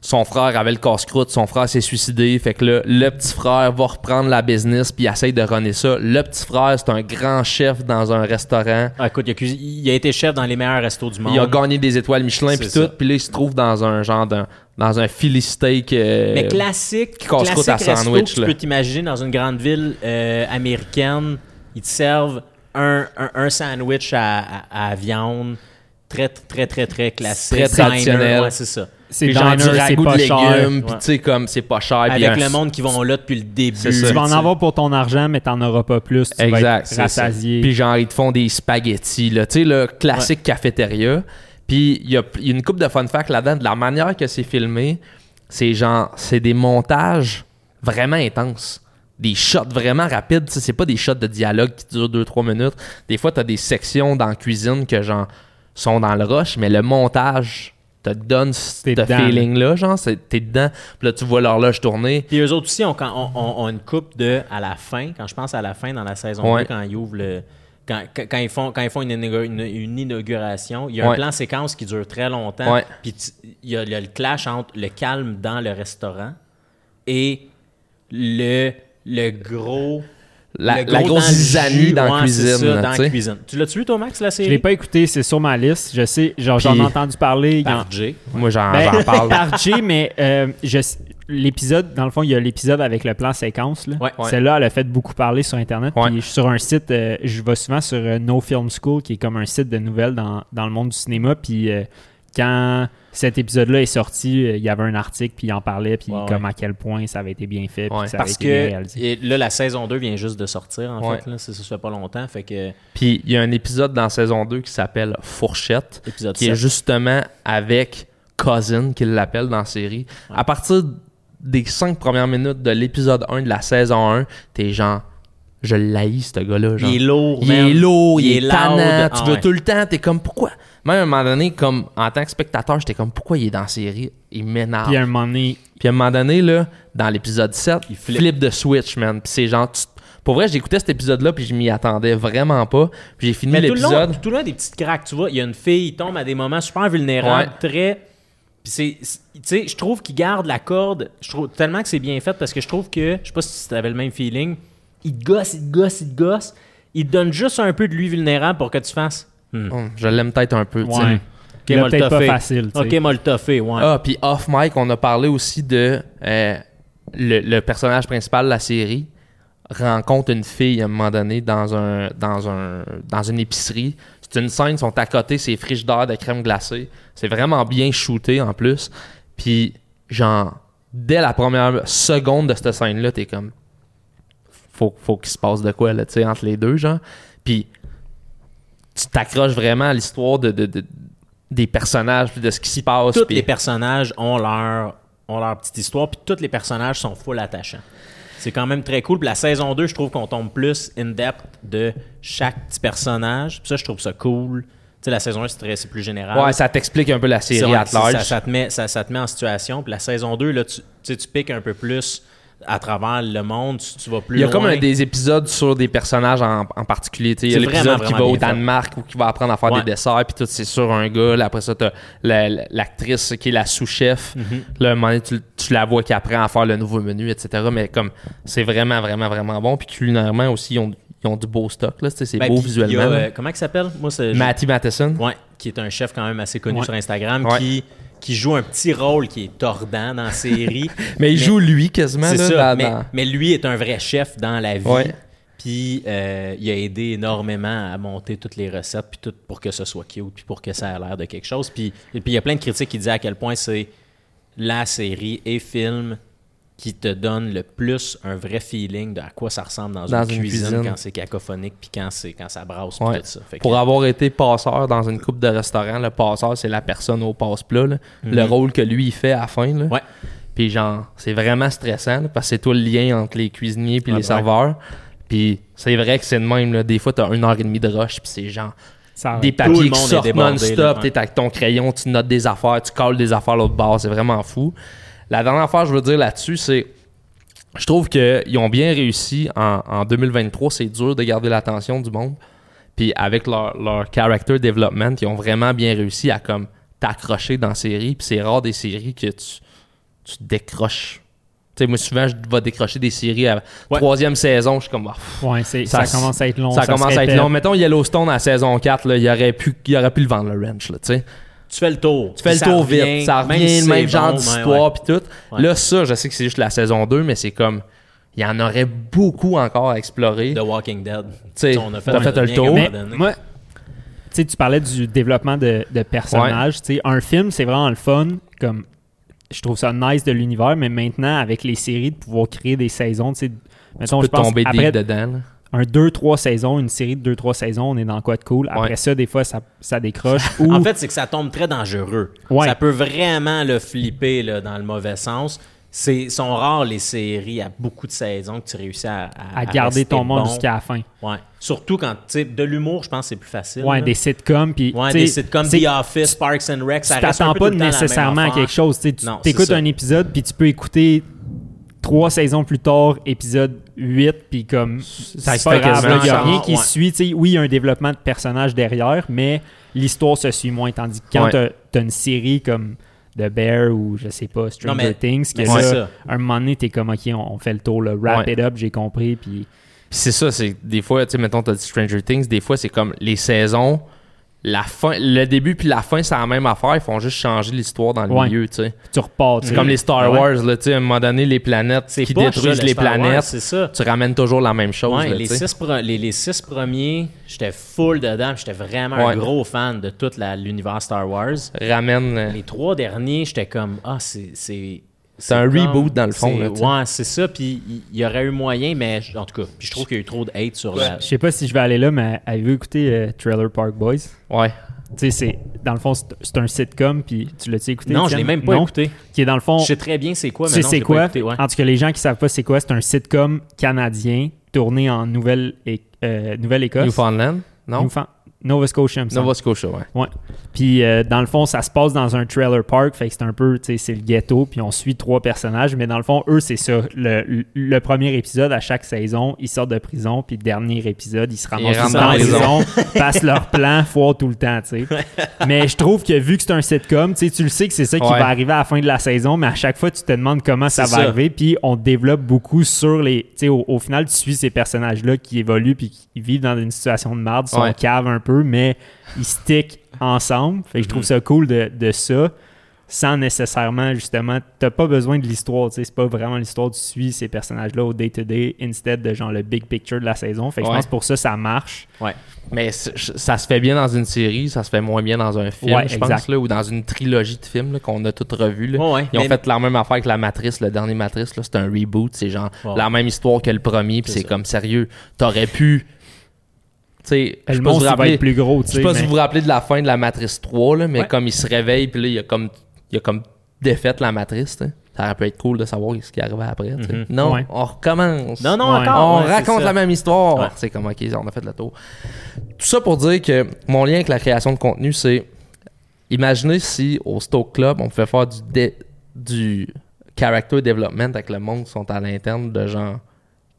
Speaker 1: son frère avait le casse-croûte, son frère s'est suicidé, fait que là, le petit frère va reprendre la business puis il essaye de runner ça. Le petit frère, c'est un grand chef dans un restaurant.
Speaker 3: Ah, écoute, il a, cuisi- il a été chef dans les meilleurs restos du monde.
Speaker 1: Il a gagné des étoiles Michelin puis
Speaker 3: C'est ça.
Speaker 1: tout, puis là il se trouve dans un genre d'un dans un Philly steak euh,
Speaker 3: Mais classique,
Speaker 1: casse-croûte
Speaker 3: classique
Speaker 1: à
Speaker 3: resto
Speaker 1: sandwich,
Speaker 3: que tu
Speaker 1: là.
Speaker 3: peux t'imaginer dans une grande ville euh, américaine. Ils te servent un, un, un sandwich à, à- à viande. Très, très, très, très classique.
Speaker 1: Très
Speaker 3: Diner,
Speaker 1: traditionnel.
Speaker 3: ouais, c'est ça.
Speaker 2: C'est
Speaker 1: puis genre
Speaker 2: diner,
Speaker 1: du
Speaker 2: c'est
Speaker 1: ragoût de
Speaker 2: pas cher.
Speaker 1: légumes, puis
Speaker 3: Ouais.
Speaker 1: tu sais comme c'est pas cher puis
Speaker 3: Avec
Speaker 1: un-
Speaker 3: le monde qui vont là depuis le début.
Speaker 1: C'est ça.
Speaker 2: Tu vas en
Speaker 3: tu sais.
Speaker 2: avoir pour ton argent, mais t'en auras pas plus. Tu vas
Speaker 1: Exact.
Speaker 2: être
Speaker 1: c'est ça.
Speaker 2: rassasié.
Speaker 1: Puis genre, ils te font des spaghettis, là. Tu sais, le classique cafétéria. Puis il y a, il y a une coupe de fun facts là-dedans. De la manière que c'est filmé, c'est genre, c'est des montages vraiment intenses. Des shots vraiment rapides. Tu sais, C'est pas des shots de dialogue qui durent 2-3 minutes. Des fois, t'as des sections dans la cuisine que genre sont dans le rush, mais le montage te donne ce
Speaker 2: T'es dedans.
Speaker 1: feeling-là. Genre, c'est- t'es dedans. Puis là, tu vois l'horloge tourner.
Speaker 3: Puis eux autres aussi ont, quand- ont- ont- ont une coupe de à la fin, quand je pense à la fin dans la saison
Speaker 1: Ouais.
Speaker 3: 2, quand ils ouvrent le. Quand, quand- quand ils font, quand ils font une, inaugura- une- une inauguration, il y a
Speaker 1: Ouais.
Speaker 3: un plan séquence qui dure très longtemps.
Speaker 1: Ouais.
Speaker 3: Puis tu- il y, a il y a le clash entre le calme dans le restaurant et le, le gros.
Speaker 1: La,
Speaker 3: le
Speaker 1: la
Speaker 3: gros
Speaker 1: grosse
Speaker 3: dans le jus,
Speaker 1: zizanie dans la
Speaker 3: ouais, c'est
Speaker 1: cuisine.
Speaker 3: ça,
Speaker 1: là,
Speaker 3: dans
Speaker 1: tu
Speaker 3: la
Speaker 1: sais.
Speaker 3: cuisine. Tu l'as-tu vu, toi, Max, la
Speaker 2: Je l'ai
Speaker 3: série?
Speaker 2: pas écouté, c'est sur ma liste. Je sais, genre, j'en
Speaker 1: Puis-
Speaker 2: ai entendu parler. il y en-
Speaker 3: Par Jay.
Speaker 1: Moi, j'en
Speaker 2: Ben,
Speaker 1: j'en parle.
Speaker 3: <laughs>
Speaker 2: par Jay, mais euh, je s- l'épisode, dans le fond, il y a l'épisode avec le plan séquence. Là.
Speaker 3: Ouais, ouais.
Speaker 2: Celle-là, elle a fait beaucoup parler sur Internet.
Speaker 1: Ouais.
Speaker 2: Puis je suis sur un site, euh, je vais souvent sur euh, No Film School, qui est comme un site de nouvelles dans, dans le monde du cinéma. Puis euh, quand cet épisode-là est sorti, euh, il y avait un article, puis il en parlait, puis
Speaker 3: Ouais,
Speaker 2: comme à quel point ça avait été bien fait, puis
Speaker 1: Ouais.
Speaker 2: que ça avait
Speaker 3: Parce
Speaker 2: été bien
Speaker 3: que
Speaker 2: réalisé.
Speaker 3: et là, la saison 2 vient juste de sortir, en
Speaker 1: Ouais.
Speaker 3: fait. Là, ça ne fait pas longtemps. Fait que,
Speaker 1: Puis il y a un épisode dans saison 2 qui s'appelle Fourchette,
Speaker 3: épisode
Speaker 1: qui est
Speaker 3: 7.
Speaker 1: justement avec Cousin, qu'il l'appelle dans la série. À partir des cinq premières minutes de l'épisode 1 de la saison 1, t'es genre, je l'haïs, ce gars-là. genre.
Speaker 3: Il est lourd,
Speaker 1: Il
Speaker 3: man.
Speaker 1: est lourd, il, est
Speaker 3: loud.
Speaker 1: tannant, tu
Speaker 3: Ah
Speaker 1: veux
Speaker 3: ouais.
Speaker 1: tout le temps, t'es comme, pourquoi? Même à un moment donné, comme, en tant que spectateur, j'étais comme, pourquoi il est dans la série? Il m'énerve.
Speaker 2: Puis à un moment donné,
Speaker 1: Puis à un moment donné, là, dans l'épisode 7, il
Speaker 3: flippe.
Speaker 1: flippe. de Switch, man. Puis c'est genre... tu- Pour vrai, j'écoutais cet épisode-là, puis je m'y attendais vraiment pas. Puis j'ai fini
Speaker 3: Mais tout le, long,
Speaker 1: l'épisode.
Speaker 3: tout le long, des petites craques, tu vois, il y a une fille, il tombe à des moments super vulnérables, très. Puis c'est, c'est- tu sais, je trouve qu'il garde la corde. Je trouve tellement que c'est bien fait parce que je trouve que, je sais pas si tu avais le même feeling, il te gosse, il te gosse, il te gosse. Il te donne juste un peu de lui vulnérable pour que tu fasses. Hmm.
Speaker 1: Hum, Je l'aime peut-être un peu, tu sais.
Speaker 2: ouais, il
Speaker 3: Ok,
Speaker 2: l'a
Speaker 3: m'a le
Speaker 2: peut-être pas
Speaker 3: toffé.
Speaker 2: facile. tu sais.
Speaker 3: Ok, m'a le toffé, ouais.
Speaker 1: Ah, puis off mic, on a parlé aussi de euh, le, le personnage principal de la série rencontre une fille à un moment donné dans un dans un dans une épicerie. C'est une scène, ils sont à côté, c'est frigidaire de crème glacée. C'est vraiment bien shooté en plus. Puis genre dès la première seconde de cette scène là, t'es comme faut faut qu'il se passe de quoi là, tu sais entre les deux genre. Puis tu t'accroches vraiment à l'histoire de, de- de- des personnages puis de ce qui s'y passe.
Speaker 3: tous
Speaker 1: puis-
Speaker 3: les personnages ont leur, ont leur petite histoire, puis tous les personnages sont full attachants. C'est quand même très cool. Puis la saison 2, je trouve qu'on tombe plus in-depth de chaque petit personnage. Puis ça, je trouve ça cool. Tu sais, la saison 1, c'est très- c'est plus général.
Speaker 1: Ouais, ça t'explique un peu la
Speaker 3: C'est
Speaker 1: série
Speaker 3: vrai
Speaker 1: à
Speaker 3: que ça,
Speaker 1: large.
Speaker 3: ça te met, ça, ça te met en situation. Puis la saison 2, là, tu, tu sais, tu piques un peu plus à travers le monde. Tu, tu vas plus
Speaker 1: Il y a
Speaker 3: loin.
Speaker 1: comme un des épisodes sur des personnages en, en particulier. tu sais. Il y a
Speaker 3: C'est
Speaker 1: l'épisode
Speaker 3: vraiment,
Speaker 1: qui va
Speaker 3: vraiment
Speaker 1: au
Speaker 3: bien fait.
Speaker 1: Danemark ou qui va apprendre à faire
Speaker 3: Ouais.
Speaker 1: des desserts, puis tout, c'est sur un gars. Là, après ça, t'as la- la- l'actrice qui est la sous-chef.
Speaker 3: Mm-hmm.
Speaker 1: Là, à un moment donné, tu, tu la vois qui apprend à faire le nouveau menu, etc. Mais comme, c'est vraiment, vraiment, vraiment bon. Puis culinairement aussi, ils ont, ils ont du beau stock. là, tu sais, C'est
Speaker 3: Ben,
Speaker 1: beau
Speaker 3: puis il y a,
Speaker 1: visuellement. hein.
Speaker 3: euh, comment il s'appelle Moi, c'est. je-
Speaker 1: Matty Matheson.
Speaker 3: Ouais, qui est un chef quand même assez connu
Speaker 2: Ouais.
Speaker 3: sur Instagram,
Speaker 1: Ouais.
Speaker 3: qui, qui joue un petit rôle qui est tordant dans la série.
Speaker 1: <laughs> Mais il joue lui quasiment.
Speaker 3: C'est
Speaker 1: là,
Speaker 3: ça,
Speaker 1: dans-
Speaker 3: mais,
Speaker 1: dans-
Speaker 3: mais lui est un vrai chef dans la vie.
Speaker 1: Ouais.
Speaker 3: Puis euh, il a aidé énormément à monter toutes les recettes, puis tout pour que ce soit cute, puis pour que ça ait l'air de quelque chose. Puis, et puis il y a plein de critiques qui disent à quel point c'est la série et film qui te donne le plus un vrai feeling de à quoi ça ressemble dans,
Speaker 1: Dans
Speaker 3: une,
Speaker 1: une
Speaker 3: cuisine,
Speaker 1: cuisine.
Speaker 3: quand c'est cacophonique, puis quand, c'est- quand ça brasse, puis
Speaker 1: Ouais.
Speaker 3: tout ça. Fait que-
Speaker 1: Pour avoir été passeur dans une coupe de restaurant, le passeur, c'est la personne au passe-plat. là. Le rôle que lui, il fait à la fin. là.
Speaker 3: Mhm. Ouais.
Speaker 1: Puis genre, c'est vraiment stressant là, parce que c'est toi le lien entre les cuisiniers puis
Speaker 3: Ouais,
Speaker 1: les
Speaker 3: ouais.
Speaker 1: serveurs. Puis c'est vrai que c'est le même. là. Des fois, t'as une heure et demie de rush puis c'est genre
Speaker 2: Ça arrête.
Speaker 1: des
Speaker 3: Tout le
Speaker 1: papiers qui
Speaker 3: monde est
Speaker 1: sortent
Speaker 3: débordé, là,
Speaker 1: non-stop.
Speaker 3: ouais.
Speaker 1: T'es avec ton crayon, tu notes des affaires, tu colles des affaires à l'autre bord. C'est vraiment fou. La dernière affaire que je veux dire là-dessus, c'est je trouve qu'ils ont bien réussi en, en 2023. C'est dur de garder l'attention du monde. Puis avec leur, leur character development, ils ont vraiment bien réussi à comme t'accrocher dans la série. Puis c'est rare des séries que tu, tu décroches. Tu sais, moi, souvent, je vais décrocher des séries à
Speaker 3: Ouais.
Speaker 1: troisième saison. Je suis comme, Ah, pff,
Speaker 2: Ouais, c'est-
Speaker 1: Ça
Speaker 2: ça,
Speaker 1: s-
Speaker 2: commence à être long.
Speaker 1: ça,
Speaker 2: se
Speaker 1: commence à être
Speaker 2: répète.
Speaker 1: long. Mettons Yellowstone à la saison 4, là, il, aurait pu, il aurait pu le vendre, le ranch. Là, tu sais.
Speaker 3: Tu fais le tour.
Speaker 1: Tu fais le tour vite, ça revient, le même genre d'histoire puis tout.
Speaker 3: Ouais.
Speaker 1: Là, ça, je sais que c'est juste la saison 2, mais c'est comme. Il y en aurait beaucoup encore à explorer.
Speaker 3: The Walking Dead.
Speaker 1: sais,
Speaker 3: Tu sais, on a fait,
Speaker 1: t'as fait le
Speaker 3: lien à un
Speaker 1: tour.
Speaker 3: moment
Speaker 2: Mais
Speaker 3: donné.
Speaker 2: moi, tu sais, tu parlais du développement de, de personnages. Tu sais, Un film, c'est vraiment le fun. Comme, je trouve ça nice de l'univers, mais maintenant, avec les séries, de pouvoir créer des saisons, tu sais, mettons,
Speaker 1: tu
Speaker 2: je
Speaker 1: peux
Speaker 2: pense,
Speaker 1: tomber
Speaker 2: après
Speaker 1: deep dedans. là.
Speaker 2: un 2-3 saisons, une série de 2-3 saisons, on est dans quoi de cool. Après
Speaker 1: Ouais.
Speaker 2: ça, des fois, ça, ça décroche. ou,
Speaker 3: En fait, c'est que ça tombe très dangereux.
Speaker 2: Ouais.
Speaker 3: Ça peut vraiment le flipper là, dans le mauvais sens. C'est sont rares les séries à beaucoup de saisons que tu réussis à, à-
Speaker 2: à
Speaker 3: à
Speaker 2: garder
Speaker 3: rester
Speaker 2: ton monde
Speaker 3: bon.
Speaker 2: jusqu'à la fin.
Speaker 3: Ouais. Surtout quand tu sais, de l'humour, je pense que c'est plus facile.
Speaker 2: Ouais,
Speaker 3: là.
Speaker 2: des sitcoms. Puis,
Speaker 3: Ouais,
Speaker 2: tu
Speaker 3: des
Speaker 2: sais,
Speaker 3: sitcoms
Speaker 2: c'est-
Speaker 3: The Office, Parks and Rec, ça
Speaker 2: tu
Speaker 3: reste un
Speaker 2: t'attends
Speaker 3: peu
Speaker 2: pas
Speaker 3: tout le temps la même
Speaker 2: nécessairement à
Speaker 3: affaire.
Speaker 2: quelque chose. tu sais,
Speaker 3: Non,
Speaker 2: tu écoutes
Speaker 3: c'est ça.
Speaker 2: un épisode, puis tu peux écouter trois saisons plus tard, épisode 8, puis comme ça
Speaker 1: se fait quasiment
Speaker 2: Il n'y a
Speaker 1: ensemble,
Speaker 2: rien qui
Speaker 3: ouais.
Speaker 2: se suit. tu sais, oui, il y a un développement de personnage derrière, mais l'histoire se suit moins. Tandis que quand
Speaker 1: Ouais.
Speaker 2: t'as tu as une série comme The Bear ou je sais pas, Stranger
Speaker 3: Non, mais-
Speaker 2: Things, que
Speaker 3: mais
Speaker 2: là,
Speaker 3: c'est ça.
Speaker 2: un moment donné, t'es comme, OK, on, on fait le tour, le wrap
Speaker 1: Ouais.
Speaker 2: it up, j'ai compris, puis
Speaker 1: Puis c'est ça, c'est des fois, tu sais, mettons, t'as dit Stranger Things, des fois, c'est comme les saisons, la fin, le début puis la fin, c'est la même affaire, ils font juste changer l'histoire dans le
Speaker 2: Ouais.
Speaker 1: milieu, tu sais.
Speaker 2: tu repars. tu
Speaker 1: C'est
Speaker 2: sais. Ah
Speaker 1: comme les Star
Speaker 2: Ouais.
Speaker 1: Wars, là, tu sais, à un moment donné, les planètes
Speaker 3: C'est
Speaker 1: qui
Speaker 3: poche,
Speaker 1: détruisent
Speaker 3: ça, le
Speaker 1: les
Speaker 3: Star Wars,
Speaker 1: planètes,
Speaker 3: C'est ça.
Speaker 1: tu ramènes toujours la même chose,
Speaker 3: Ouais,
Speaker 1: là,
Speaker 3: les,
Speaker 1: tu sais.
Speaker 3: six pre- les, les six premiers, j'étais full dedans, puis j'étais vraiment
Speaker 1: Ouais.
Speaker 3: un gros fan de tout la- l'univers Star Wars.
Speaker 1: Ramène. euh,
Speaker 3: Les trois derniers, j'étais comme ah c'est c'est
Speaker 1: C'est un
Speaker 3: comme-
Speaker 1: reboot, dans le fond,
Speaker 3: c'est-
Speaker 1: là, tu sais.
Speaker 3: ouais, c'est ça. Puis il il y, aurait eu moyen, mais j- en tout cas, puis je trouve qu'il y a eu trop de hate sur la.
Speaker 2: Je sais pas si je vais aller là, mais avez-vous écouté euh, Trailer Park Boys?
Speaker 1: Ouais.
Speaker 2: Tu sais, c'est dans le fond, c'est c'est un sitcom, puis tu l'as-tu écouté?
Speaker 3: Non, je l'ai
Speaker 2: Étienne?
Speaker 3: même pas
Speaker 2: Non.
Speaker 3: écouté.
Speaker 2: Qui est dans le fond,
Speaker 3: Je
Speaker 2: tu
Speaker 3: sais très bien c'est quoi, mais
Speaker 2: sais
Speaker 3: non, je l'ai
Speaker 2: c'est
Speaker 3: pas
Speaker 2: quoi?
Speaker 3: écouté, ouais.
Speaker 2: En tout cas, les gens qui savent pas c'est quoi, c'est un sitcom canadien tourné en Nouvelle- é- euh, Nouvelle-Écosse.
Speaker 1: Newfoundland, non?
Speaker 2: Newfound- Nova Scotia, il me semble.
Speaker 1: Nova Scotia, ouais.
Speaker 2: Ouais. Puis euh, dans le fond, ça se passe dans un trailer park, fait que c'est un peu, tu sais, c'est le ghetto, puis on suit trois personnages, mais dans le fond, eux, c'est ça. Le, le premier épisode à chaque saison, ils sortent de prison, puis le dernier épisode, ils se ramassent
Speaker 1: rentrent
Speaker 2: tous dans,
Speaker 3: dans
Speaker 2: la prison,
Speaker 3: la
Speaker 2: <laughs> passent leur plan, foire tout le temps, tu sais. mais je trouve que vu que c'est un sitcom, tu sais, tu le sais que c'est ça qui
Speaker 1: Ouais.
Speaker 2: va arriver à la fin de la saison, mais à chaque fois, tu te demandes comment ça va
Speaker 3: C'est ça.
Speaker 2: arriver, puis on développe beaucoup sur les, tu sais, au, au final, tu suis ces personnages-là qui évoluent, puis qui vivent dans une situation de merde, sont
Speaker 1: Ouais.
Speaker 2: cave un peu, mais ils stick ensemble. Fait que je trouve
Speaker 1: Mm-hmm.
Speaker 2: ça cool de, de ça, sans nécessairement, justement, t'as pas besoin de l'histoire, tu sais, c'est pas vraiment l'histoire, tu suis ces personnages-là au day-to-day, instead de genre le big picture de la saison. Fait que
Speaker 1: Ouais.
Speaker 2: je pense pour ça, ça marche.
Speaker 3: Ouais.
Speaker 1: Mais c- ça se fait bien dans une série, ça se fait moins bien dans un film,
Speaker 2: Ouais,
Speaker 1: je
Speaker 2: exact.
Speaker 1: pense, là, ou dans une trilogie de films là, qu'on a toutes revues. là.
Speaker 3: Ouais, ouais.
Speaker 1: Ils ont
Speaker 3: Mais-
Speaker 1: fait la même affaire que la Matrice, le dernier Matrice, là, c'est un reboot, c'est genre
Speaker 3: Ouais.
Speaker 1: la même histoire que le premier, puis
Speaker 3: C'est
Speaker 1: c'est
Speaker 3: ça.
Speaker 1: comme sérieux, t'aurais pu... Tu sais, je
Speaker 2: Le
Speaker 1: sais pas si vous
Speaker 2: monstre il va
Speaker 1: rappelez-
Speaker 2: être plus gros, tu
Speaker 1: je sais
Speaker 2: sais.
Speaker 1: pas si
Speaker 2: mais-
Speaker 1: vous vous rappelez de la fin de la Matrice 3, là, mais
Speaker 3: Ouais.
Speaker 1: comme il se réveille, puis là, il y a comme, il y a comme défaite la Matrice, tu sais. ça aurait pu être cool de savoir ce qui arrivait après. tu sais. Non,
Speaker 2: Mm-hmm. Ouais.
Speaker 1: on recommence.
Speaker 3: Non, non,
Speaker 2: Ouais.
Speaker 3: encore.
Speaker 1: On
Speaker 3: ouais, c'est
Speaker 1: raconte
Speaker 3: ça.
Speaker 1: la même histoire.
Speaker 3: Ouais.
Speaker 1: C'est comme, OK, on a fait le tour. Tout ça pour dire que mon lien avec la création de contenu, c'est imaginez si au Stoke Club, on pouvait faire du, dé- du character development avec le monde qui sont à l'interne, de genre,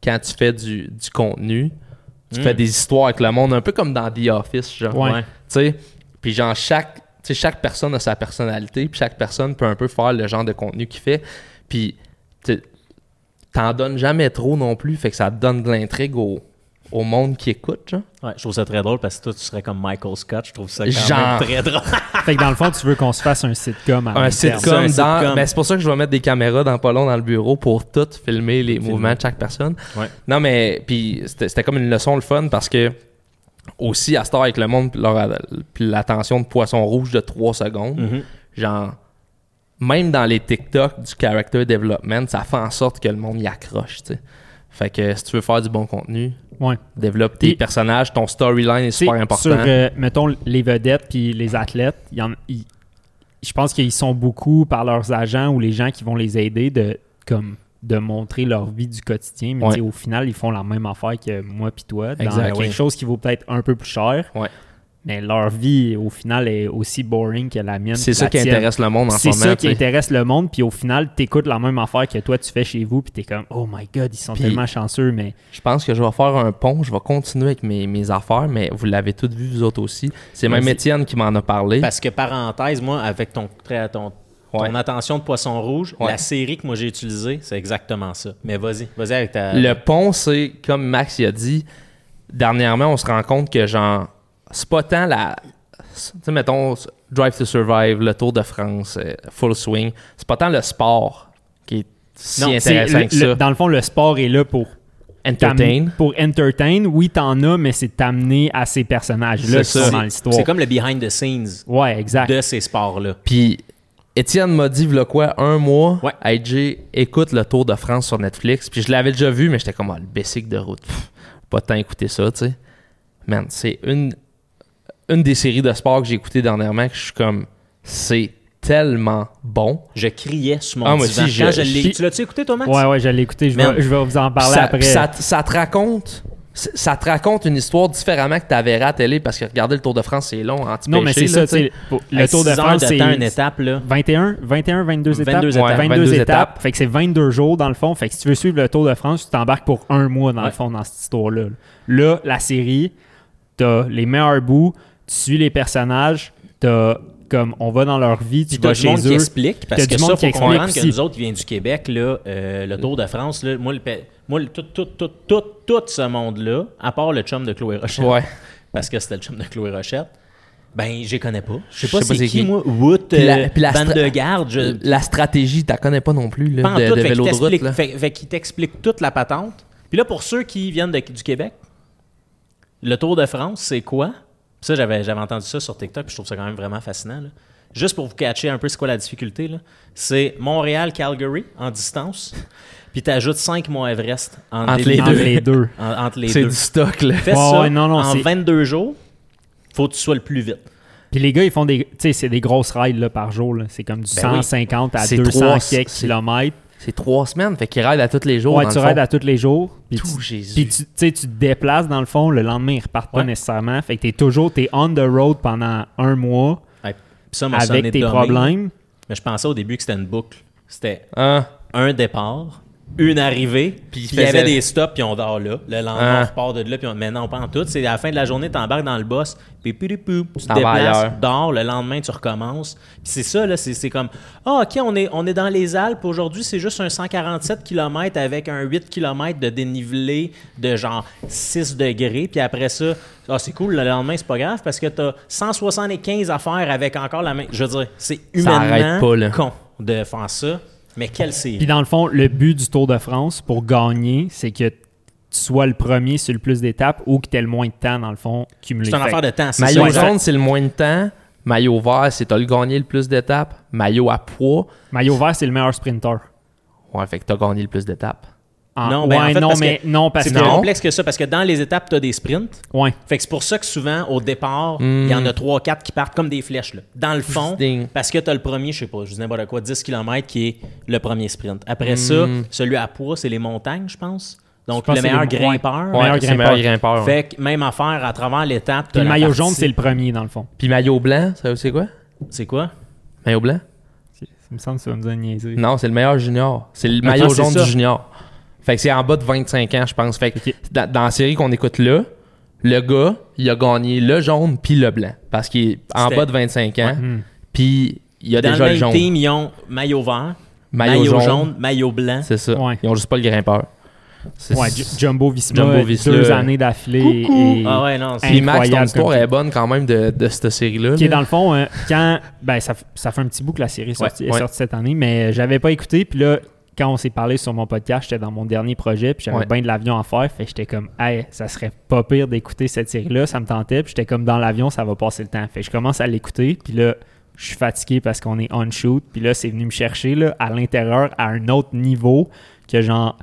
Speaker 1: quand tu fais du, du contenu, tu
Speaker 3: Mm.
Speaker 1: fais des histoires avec le monde, un peu comme dans The Office, genre.
Speaker 2: Ouais.
Speaker 3: Ouais.
Speaker 1: Tu sais, puis genre, chaque, tu sais, chaque personne a sa personnalité, puis chaque personne peut un peu faire le genre de contenu qu'il fait. Puis, tu- t'en donnes jamais trop non plus, fait que ça donne de l'intrigue au, au monde qui écoute, genre.
Speaker 3: Ouais, je trouve ça très drôle parce que toi, tu serais comme Michael Scott. Je trouve ça quand
Speaker 1: Genre.
Speaker 3: même très drôle.
Speaker 2: Fait que dans le fond, tu veux qu'on se fasse un sitcom à long
Speaker 1: Un
Speaker 2: terme.
Speaker 1: sitcom
Speaker 3: un
Speaker 1: dans.
Speaker 3: sitcom.
Speaker 1: Ben, c'est pour ça que je vais mettre des caméras dans pas long dans le bureau pour tout filmer les mouvements de chaque personne.
Speaker 3: Ouais.
Speaker 1: Non, mais puis c'était c'était comme une leçon le fun parce que aussi à Star avec le monde, puis leur- puis l'attention de poisson rouge de 3 secondes,
Speaker 2: Mm-hmm.
Speaker 1: genre, même dans les TikTok du character development, ça fait en sorte que le monde y accroche, tu sais. Fait que si tu veux faire du bon contenu,
Speaker 2: Ouais.
Speaker 1: développe tes
Speaker 2: Puis-
Speaker 1: personnages, ton storyline est super
Speaker 2: Tu sais,
Speaker 1: important.
Speaker 2: Sur, euh, mettons, les vedettes puis les athlètes, il y en- il- je pense qu'ils sont beaucoup par leurs agents ou les gens qui vont les aider de, comme, de montrer leur vie du quotidien. Mais
Speaker 1: Ouais.
Speaker 2: tu sais, au final, ils font la même affaire que moi puis toi dans
Speaker 1: Exact,
Speaker 2: quelque
Speaker 1: oui.
Speaker 2: chose qui vaut peut-être un peu plus cher.
Speaker 1: Ouais.
Speaker 2: mais leur vie, au final, est aussi boring que la mienne.
Speaker 1: C'est
Speaker 2: puis
Speaker 1: ça
Speaker 2: la
Speaker 1: qui
Speaker 2: tienne.
Speaker 1: intéresse le monde en ce
Speaker 2: C'est
Speaker 1: moment.
Speaker 2: ça
Speaker 1: tu
Speaker 2: qui
Speaker 1: sais.
Speaker 2: intéresse le monde, puis au final, t'écoutes la même affaire que toi, tu fais chez vous, puis t'es comme, oh my god, ils sont
Speaker 1: Puis-
Speaker 2: tellement chanceux, mais
Speaker 1: Je pense que je vais faire un pont, je vais continuer avec mes, mes affaires, mais vous l'avez toutes vu, vous autres aussi. C'est même
Speaker 2: Vas-y.
Speaker 1: Étienne qui m'en a parlé.
Speaker 3: Parce que, parenthèse, moi, avec ton, trait- ton, ton
Speaker 1: Ouais.
Speaker 3: attention de poisson rouge,
Speaker 1: Ouais.
Speaker 3: la série que moi j'ai utilisée, c'est exactement ça. Mais vas-y, vas-y avec ta.
Speaker 2: euh,
Speaker 1: Le pont, c'est comme Max il a dit, dernièrement, on se rend compte que genre, c'est pas tant la. Tu sais, mettons, Drive to Survive, le Tour de France, euh, Full Swing, c'est pas tant le sport qui est si
Speaker 2: Non, c'est
Speaker 1: intéressant
Speaker 2: le-
Speaker 1: que
Speaker 2: le-
Speaker 1: ça.
Speaker 2: dans le fond, le sport est là pour
Speaker 1: Entertain.
Speaker 2: t'amener- Pour entertain, oui, t'en as, mais c'est t'amener à ces personnages-là qui
Speaker 1: C'est ça.
Speaker 2: sont dans l'histoire.
Speaker 3: C'est comme le behind the scenes
Speaker 2: Ouais, exact.
Speaker 3: de ces sports-là.
Speaker 1: Puis Étienne m'a dit, voilà quoi, un mois,
Speaker 3: Ouais.
Speaker 1: Hey, Jay, écoute le Tour de France sur Netflix. Puis je l'avais déjà vu, mais j'étais comme, ah, le basic de route. Pff, pas de temps à écouter ça, tu sais. Man, c'est une, une des séries de sport que j'ai écouté dernièrement que je suis comme, c'est tellement bon.
Speaker 3: Je criais sur mon
Speaker 1: Ah, moi
Speaker 3: divan.
Speaker 1: aussi,
Speaker 3: Quand
Speaker 1: je-
Speaker 3: je l'ai-
Speaker 2: je-
Speaker 3: Tu l'as-tu écouté, toi, Max?
Speaker 2: Ouais, ouais, je l'ai écouté, je
Speaker 1: Man.
Speaker 2: vais, je vais vous en parler
Speaker 1: ça,
Speaker 2: après.
Speaker 1: ça te- ça te raconte. Ça ça te raconte une histoire différemment que tu verrais à la télé parce que regarder le Tour de France, c'est long, anti
Speaker 2: non, mais c'est ça, tu sais, pour- le
Speaker 3: Hey,
Speaker 2: Tour de
Speaker 3: six heures
Speaker 2: France, c'est
Speaker 3: temps, une étape, là.
Speaker 2: 21, 21, 22 étapes.
Speaker 3: 22
Speaker 1: étapes.
Speaker 2: 22
Speaker 1: 22
Speaker 2: étapes.
Speaker 1: étapes.
Speaker 2: Fait que c'est 22 jours dans le fond. Fait que si tu veux suivre le Tour de France, tu t'embarques pour un mois dans
Speaker 3: Ouais.
Speaker 2: le fond dans cette histoire-là. Là, la série, t'as les meilleurs bouts, tu suis les personnages, t'as comme on va dans leur vie, tu
Speaker 3: Puis t'as
Speaker 2: vas
Speaker 3: du
Speaker 2: chez
Speaker 3: monde qui
Speaker 2: eux.
Speaker 3: explique, parce
Speaker 2: T'as du
Speaker 3: que
Speaker 2: monde
Speaker 3: ça,
Speaker 2: qui
Speaker 3: faut comprendre
Speaker 2: explique
Speaker 3: que nous
Speaker 2: aussi.
Speaker 3: autres qui viennent du Québec, là, euh, le Tour de France, là, moi, le, pa- moi le- tout, tout, tout, tout, tout ce monde-là, à part le chum de Chloé Rochette,
Speaker 1: Ouais.
Speaker 3: <laughs> parce que c'était le chum de Chloé Rochette, ben, je les connais pas. Je sais pas,
Speaker 1: Je sais pas
Speaker 3: c'est
Speaker 1: c'est
Speaker 3: qui,
Speaker 1: qui.
Speaker 3: moi, Wood,
Speaker 1: Puis la-
Speaker 3: euh,
Speaker 1: puis la
Speaker 3: Van
Speaker 1: stra- Euh,
Speaker 3: de Garde, je...
Speaker 1: La stratégie, tu connais pas non plus, là,
Speaker 3: pas en
Speaker 1: de,
Speaker 3: tout,
Speaker 1: de
Speaker 3: fait qu'il
Speaker 1: vélo de route.
Speaker 3: t'explique-
Speaker 1: là.
Speaker 3: fait- fait qu'il t'explique toute la patente. Puis là, pour ceux qui viennent de- du Québec, le Tour de France, c'est quoi? Ça, j'avais j'avais entendu ça sur TikTok, puis je trouve ça quand même vraiment fascinant. là. Juste pour vous catcher un peu c'est quoi la difficulté, là. c'est Montréal-Calgary en distance, <laughs> puis tu ajoutes 5 mois Everest entre,
Speaker 1: Entre les
Speaker 2: Entre
Speaker 3: <laughs>
Speaker 2: les deux.
Speaker 3: en- entre les
Speaker 1: C'est
Speaker 3: deux.
Speaker 1: du stock, là.
Speaker 3: Fais
Speaker 2: Ouais,
Speaker 3: ça
Speaker 2: ouais, non, non,
Speaker 3: en
Speaker 2: c'est-
Speaker 3: 22 jours, faut que tu sois le plus vite.
Speaker 2: Puis les gars, ils font des. Tu sais, c'est des grosses rides là, par jour. là. C'est comme du
Speaker 3: Ben oui.
Speaker 2: 150 à
Speaker 1: C'est
Speaker 2: 200
Speaker 1: trois-
Speaker 2: quelques
Speaker 1: c'est-
Speaker 2: kilomètres.
Speaker 1: C'est trois semaines, fait qu'il ride à tous les
Speaker 3: Oh,
Speaker 1: jours.
Speaker 2: Ouais,
Speaker 1: dans
Speaker 2: tu
Speaker 1: le fond.
Speaker 2: rides à tous les jours. Puis
Speaker 1: Tout,
Speaker 2: tu-
Speaker 1: Jésus.
Speaker 2: Puis tu tu sais, tu te déplaces dans le fond. Le lendemain, ils repartent
Speaker 3: Ouais.
Speaker 2: pas nécessairement. Fait que t'es toujours. T'es on the road pendant un mois
Speaker 3: Ouais. Puis ça, moi, ça en est
Speaker 2: avec tes
Speaker 3: dommé.
Speaker 2: problèmes.
Speaker 3: Mais je pensais au début que c'était une boucle. C'était
Speaker 1: Hein?
Speaker 3: un départ, une arrivée, puis
Speaker 1: il
Speaker 3: il y avait
Speaker 1: faisait-
Speaker 3: des stops, puis on dort là. Le
Speaker 1: Ah.
Speaker 3: lendemain, on repart de là, puis on... Mais non, pas en tout. C'est à la fin de la journée, t'embarques dans le boss, puis piripou, tu te
Speaker 1: T'en vas
Speaker 3: déplaces,
Speaker 1: ailleurs.
Speaker 3: dors, le lendemain, tu recommences. Puis c'est ça, là, c'est c'est comme, ah, OK, on est, on est dans les Alpes, aujourd'hui, c'est juste un 147 km avec un 8 km de dénivelé de genre 6 degrés, puis après ça, ah, c'est cool, le lendemain, c'est pas grave, parce que t'as 175 à faire avec encore la main. Je veux dire, c'est humainement
Speaker 1: arrête pas, là.
Speaker 3: con de faire ça. Mais quelle série?
Speaker 2: Puis dans le fond, le but du Tour de France pour gagner, c'est que tu sois le premier sur le plus d'étapes ou que tu aies le moins de temps, dans le fond, cumulé.
Speaker 3: C'est une
Speaker 2: Fait
Speaker 3: affaire de temps. c'est
Speaker 1: Maillot
Speaker 3: ça.
Speaker 1: jaune, c'est le moins de temps. Maillot vert, c'est t'as le gagné le plus d'étapes. Maillot à poids,
Speaker 2: Maillot vert, c'est le meilleur sprinter.
Speaker 1: ouais, fait que t'as gagné le plus d'étapes.
Speaker 2: En-
Speaker 3: Non,
Speaker 2: ouais,
Speaker 3: ben, en fait,
Speaker 2: non,
Speaker 3: parce
Speaker 2: mais
Speaker 3: que
Speaker 2: non, parce
Speaker 3: C'est
Speaker 2: que.
Speaker 3: plus
Speaker 1: Non.
Speaker 3: complexe que ça parce que dans les étapes, tu as des sprints.
Speaker 2: Ouais.
Speaker 3: Fait que c'est pour ça que souvent, au départ, il y en a 3-4 qui partent comme des flèches. Là. Dans le fond,
Speaker 1: Ding.
Speaker 3: parce que tu as le premier, je sais pas, je dis n'importe quoi, 10 km qui est le premier sprint. Après ça, celui à poids, c'est les montagnes, je pense. Donc,
Speaker 2: Je pense
Speaker 3: le
Speaker 2: que c'est
Speaker 3: meilleur
Speaker 2: les- ouais.
Speaker 3: grimpeur.
Speaker 1: Ouais,
Speaker 2: Meilleur
Speaker 1: c'est le meilleur grimpeur. ouais.
Speaker 3: Fait que même affaire à travers l'étape.
Speaker 2: Puis
Speaker 3: t'as
Speaker 2: le
Speaker 3: la
Speaker 2: maillot
Speaker 3: partie-
Speaker 2: jaune, c'est le premier, dans le fond.
Speaker 1: Puis maillot blanc, ça c'est quoi?
Speaker 3: C'est quoi?
Speaker 1: Maillot blanc?
Speaker 2: Ça me semble que ça va me dire une niaiserie.
Speaker 1: Non, c'est le meilleur junior. C'est le
Speaker 3: Ah,
Speaker 1: maillot
Speaker 3: c'est
Speaker 1: jaune
Speaker 3: ça.
Speaker 1: du junior. Fait que c'est en bas de 25 ans, je pense. Fait que dans, dans la série qu'on écoute là, le gars, il a gagné le jaune puis le blanc. Parce qu'il est en
Speaker 3: C'était-
Speaker 1: bas de 25 ans,
Speaker 2: Hmm.
Speaker 1: puis il a
Speaker 3: Dans
Speaker 1: déjà
Speaker 3: le
Speaker 1: le
Speaker 3: même
Speaker 1: jaune.
Speaker 3: team, ils ont maillot vert,
Speaker 1: Maillot, jaune,
Speaker 3: maillot blanc.
Speaker 1: c'est ça.
Speaker 2: Ouais.
Speaker 1: Ils ont juste pas le grimpeur. C'est-
Speaker 2: Ouais, Ju- Jumbo Visma,
Speaker 1: Jumbo Visma.
Speaker 2: deux années d'affilée. et-
Speaker 3: Ah ouais, non, c'est-
Speaker 1: Puis Max, ton
Speaker 2: Incroyable
Speaker 1: histoire
Speaker 2: comme
Speaker 1: est bonne quand même de, de cette série-là.
Speaker 2: Qui est
Speaker 1: là.
Speaker 2: dans le fond, euh, quand. Ben, ça, f- ça fait un petit bout que la série est sortie,
Speaker 1: Ouais,
Speaker 2: est
Speaker 1: ouais.
Speaker 2: sortie cette année, mais euh, j'avais pas écouté. Puis là, quand on s'est parlé sur mon podcast, j'étais dans mon dernier projet, puis j'avais
Speaker 1: Ouais.
Speaker 2: bien de l'avion à faire. Fait que j'étais comme, hey, ça serait pas pire d'écouter cette série-là, ça me tentait. Puis j'étais comme, dans l'avion, ça va passer le temps. Fait que je commence à l'écouter, puis là, je suis fatigué parce qu'on est on shoot. Puis là, c'est venu me chercher là, à l'intérieur, à un autre niveau, que genre.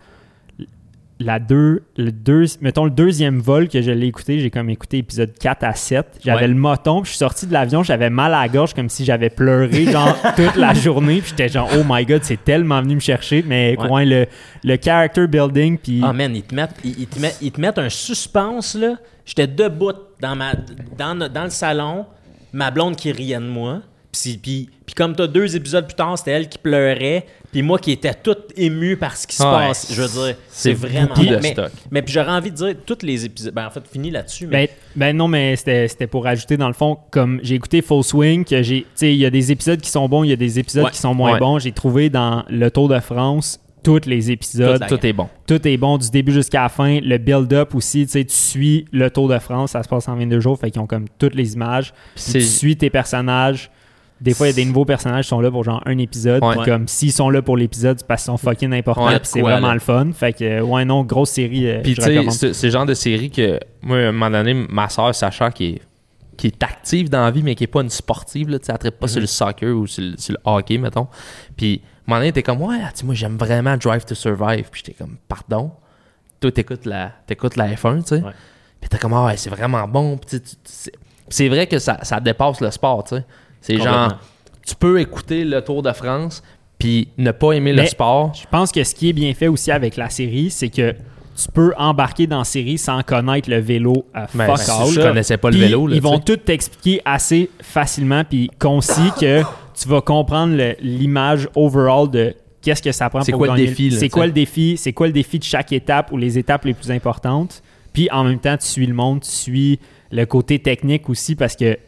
Speaker 2: la deux, le deux, mettons le deuxième vol que je l'ai écouté, j'ai comme écouté épisode 4 à 7. J'avais
Speaker 3: Ouais.
Speaker 2: le moton, puis je suis sorti de l'avion, j'avais mal à la gorge comme si j'avais pleuré
Speaker 3: <laughs>
Speaker 2: genre toute la journée, puis j'étais genre oh my god, c'est tellement venu me chercher, mais
Speaker 3: Ouais.
Speaker 2: coin, le le character building puis
Speaker 3: Ah, man, ils te mettent, ils, ils te mettent, ils te mettent un suspense, là. J'étais debout dans, ma, dans, no- dans le salon, ma blonde qui riait de moi. Puis, si- puis, puis comme t'as deux épisodes plus tard, c'était elle qui pleurait, puis moi qui étais toute émue par ce qui se
Speaker 1: Ah ouais.
Speaker 3: passe. Je veux dire,
Speaker 1: C'est
Speaker 3: c'est vraiment...
Speaker 1: beaucoup de
Speaker 3: mais,
Speaker 1: stock.
Speaker 3: mais puis j'aurais envie de dire, tous les épisodes... Ben en fait, fini là-dessus, mais...
Speaker 2: Ben, ben non, mais c'était c'était pour ajouter, dans le fond, comme j'ai écouté Full Swing, que j'ai, tu sais, il y a des épisodes qui sont bons, il y a des épisodes
Speaker 3: Ouais,
Speaker 2: qui sont moins
Speaker 1: ouais.
Speaker 2: bons. J'ai trouvé dans le Tour de France tous les épisodes.
Speaker 3: Toute la-
Speaker 1: Tout est bon.
Speaker 2: Tout est bon du début jusqu'à la fin. Le build-up aussi, tu sais, tu suis le Tour de France, ça se passe en 22 jours, fait qu'ils ont comme toutes les images. Puis
Speaker 1: c'est-
Speaker 2: tu suis tes personnages. Des fois, il y a des nouveaux personnages qui sont là pour genre un épisode.
Speaker 1: Ouais.
Speaker 2: puis comme s'ils sont là pour l'épisode, c'est parce qu'ils sont fucking importants.
Speaker 1: Ouais,
Speaker 2: puis c'est
Speaker 1: quoi,
Speaker 2: vraiment
Speaker 1: là.
Speaker 2: le fun. Fait que, euh, ouais, non, grosse série. euh,
Speaker 1: Puis
Speaker 2: je
Speaker 1: tu sais,
Speaker 2: recommande.
Speaker 1: c'est c'est le genre de série que, moi, à un moment donné, ma soeur Sacha, qui est, qui est active dans la vie, mais qui est pas une sportive, là, tu sais, elle
Speaker 3: Mhm.
Speaker 1: traite pas sur le soccer ou sur le, sur le hockey, mettons. Puis, à un moment donné, t'es comme, ouais, tu sais, moi, j'aime vraiment Drive to Survive. Puis j'étais comme, pardon? Toi, t'écoutes la, t'écoutes la F1, tu sais.
Speaker 3: Ouais.
Speaker 1: Puis t'es comme, ah ouais, c'est vraiment bon. Puis tu- tu- tu- c'est- c'est vrai que ça, ça dépasse le sport, tu sais. C'est
Speaker 3: Complètement.
Speaker 1: genre, tu peux écouter le Tour de France, puis ne pas aimer le
Speaker 2: Mais-
Speaker 1: sport.
Speaker 2: Je pense que ce qui est bien fait aussi avec la série, c'est que tu peux embarquer dans la série sans connaître le vélo à
Speaker 1: Mais
Speaker 2: fuck
Speaker 1: Ben, c'est
Speaker 2: all.
Speaker 1: sûr, je connaissais pas le
Speaker 2: Puis
Speaker 1: vélo, là,
Speaker 2: ils vont
Speaker 1: tu
Speaker 2: tout t'expliquer assez facilement puis concis que tu vas comprendre le- l'image overall de qu'est-ce que ça prend
Speaker 1: C'est
Speaker 2: pour
Speaker 1: quoi le
Speaker 2: gagner
Speaker 1: défi, là,
Speaker 2: C'est quoi
Speaker 1: tu sais.
Speaker 2: le défi? C'est quoi le défi de chaque étape ou les étapes les plus importantes? Puis en même temps, tu suis le monde, tu suis le côté technique aussi parce que